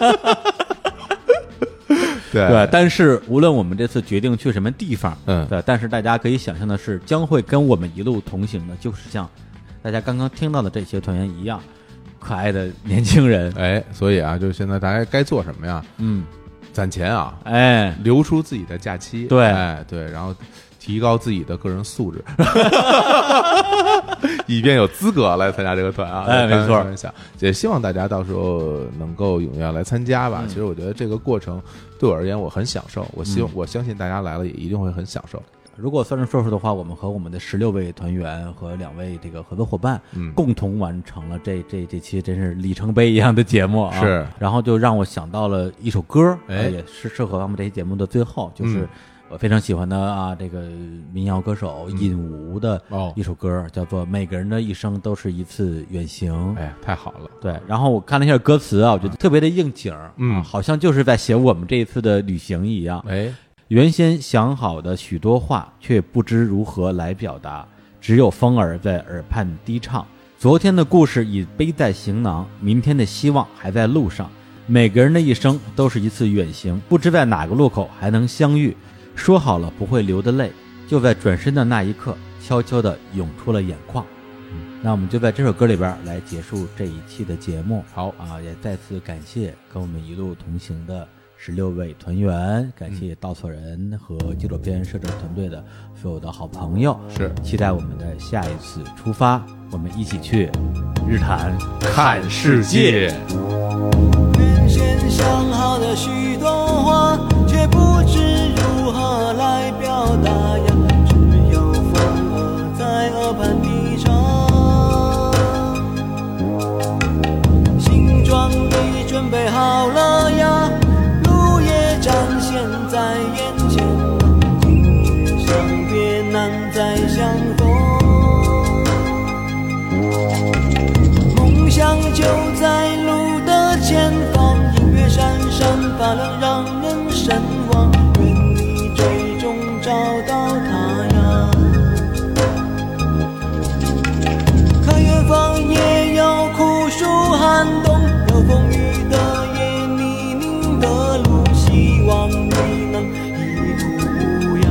N: 对
M: 对，但是无论我们这次决定去什么地方，
N: 嗯，
M: 对，但是大家可以想象的是，将会跟我们一路同行的，就是像大家刚刚听到的这些团员一样，可爱的年轻人。
N: (laughs) 哎，所以啊，就是现在大家该做什么呀？
M: 嗯，
N: 攒钱啊，
M: 哎，
N: 留出自己的假期，
M: 对
N: 哎对，然后提高自己的个人
M: (laughs)
N: 素质，以便有资格来参加这个团啊。
M: 哎没错
N: 开玩笑，也希望大家到时候能够踊跃来参加吧。
M: 嗯
N: 其实我觉得这个过程对我而言我很享受，我希望、
M: 嗯
N: 我相信大家来了也一定会很享受。
M: 如果算上硕硕的话，我们和我们的十六位团员和两位这个合作伙伴，
N: 嗯
M: 共同完成了这这这期真是里程碑一样的节目啊！
N: 是，
M: 然后就让我想到了一首歌，
N: 哎
M: 呃也是适合咱们这期节目的最后，就是
N: 嗯
M: 我非常喜欢的啊，这个民谣歌手
N: 嗯
M: 尹吾的
N: 哦
M: 一首歌，叫做《每个人的一生都是一次远行》。
N: 哎，太好了！
M: 对，然后我看了一下歌词啊，我觉得特别的应景儿，
N: 嗯
M: 啊好像就是在写我们这一次的旅行一样。
N: 哎，
M: 原先想好的许多话，却不知如何来表达，只有风儿在耳畔低唱。昨天的故事已背在行囊，明天的希望还在路上。每个人的一生都是一次远行，不知在哪个路口还能相遇。说好了不会流的泪，就在转身的那一刻，悄悄地涌出了眼眶。那我们就在这首歌里边儿来结束这一期的节目。好啊，也再次感谢跟我们一路同行的十六位团员，
N: 嗯
M: 感谢稻草人和纪录片摄制团队的所有的好朋友。
N: 是，
M: 期待我们的下一次出发，我们一起去日坛
N: 看世界。
R: 原先想好的许多话，却不知如何来表达呀。只有风儿在耳畔低唱。行装已准备好了呀，路也展现在眼前。今日相别难再相逢。梦想就在路的前方，音乐闪闪发亮，让人神往。愿你最终找到它呀。看远方也有酷暑寒冬，有风雨的夜，泥泞的路，希望你能一路无恙。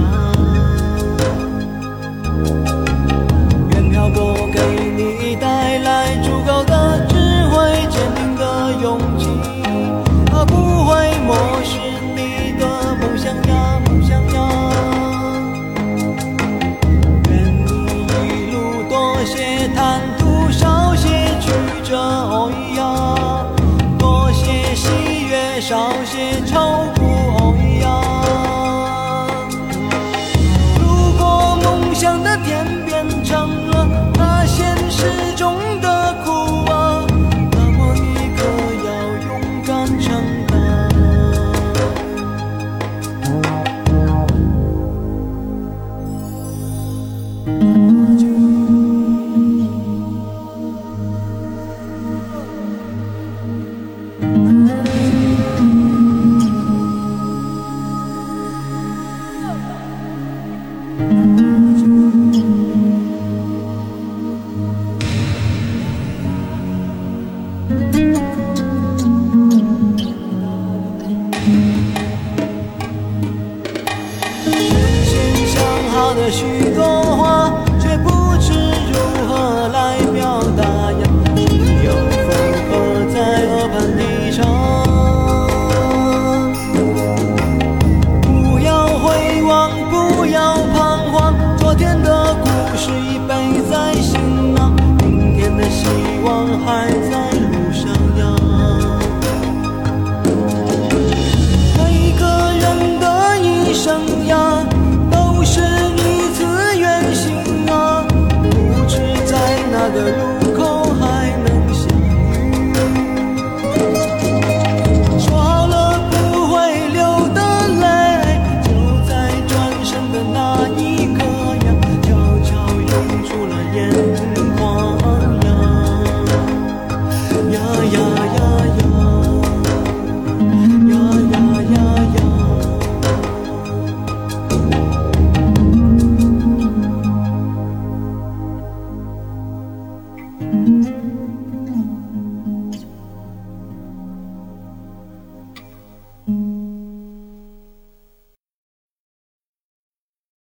R: 愿漂泊给你带来足够的智慧、坚定的勇气，它不会漠视你的梦想呀，梦想呀。愿你一路多些贪图，少些曲折哦呀，多些喜悦，少些愁苦哦呀。如果梦想的甜变成了那现实中的苦啊，那么你可要勇敢承担。先想好的许多话，却不知如何来表达呀。只有风儿在耳畔低唱。不要回望，不要彷徨，昨天的故事已背在行囊，明天的希望还在路上呀。每个人的一生呀，都是一次远行啊，不知在哪个路口还能相遇。说好了不会流的泪，就在转身的那一刻呀，悄悄涌出了眼眶呀，呀呀呀呀。呀呀呀呀！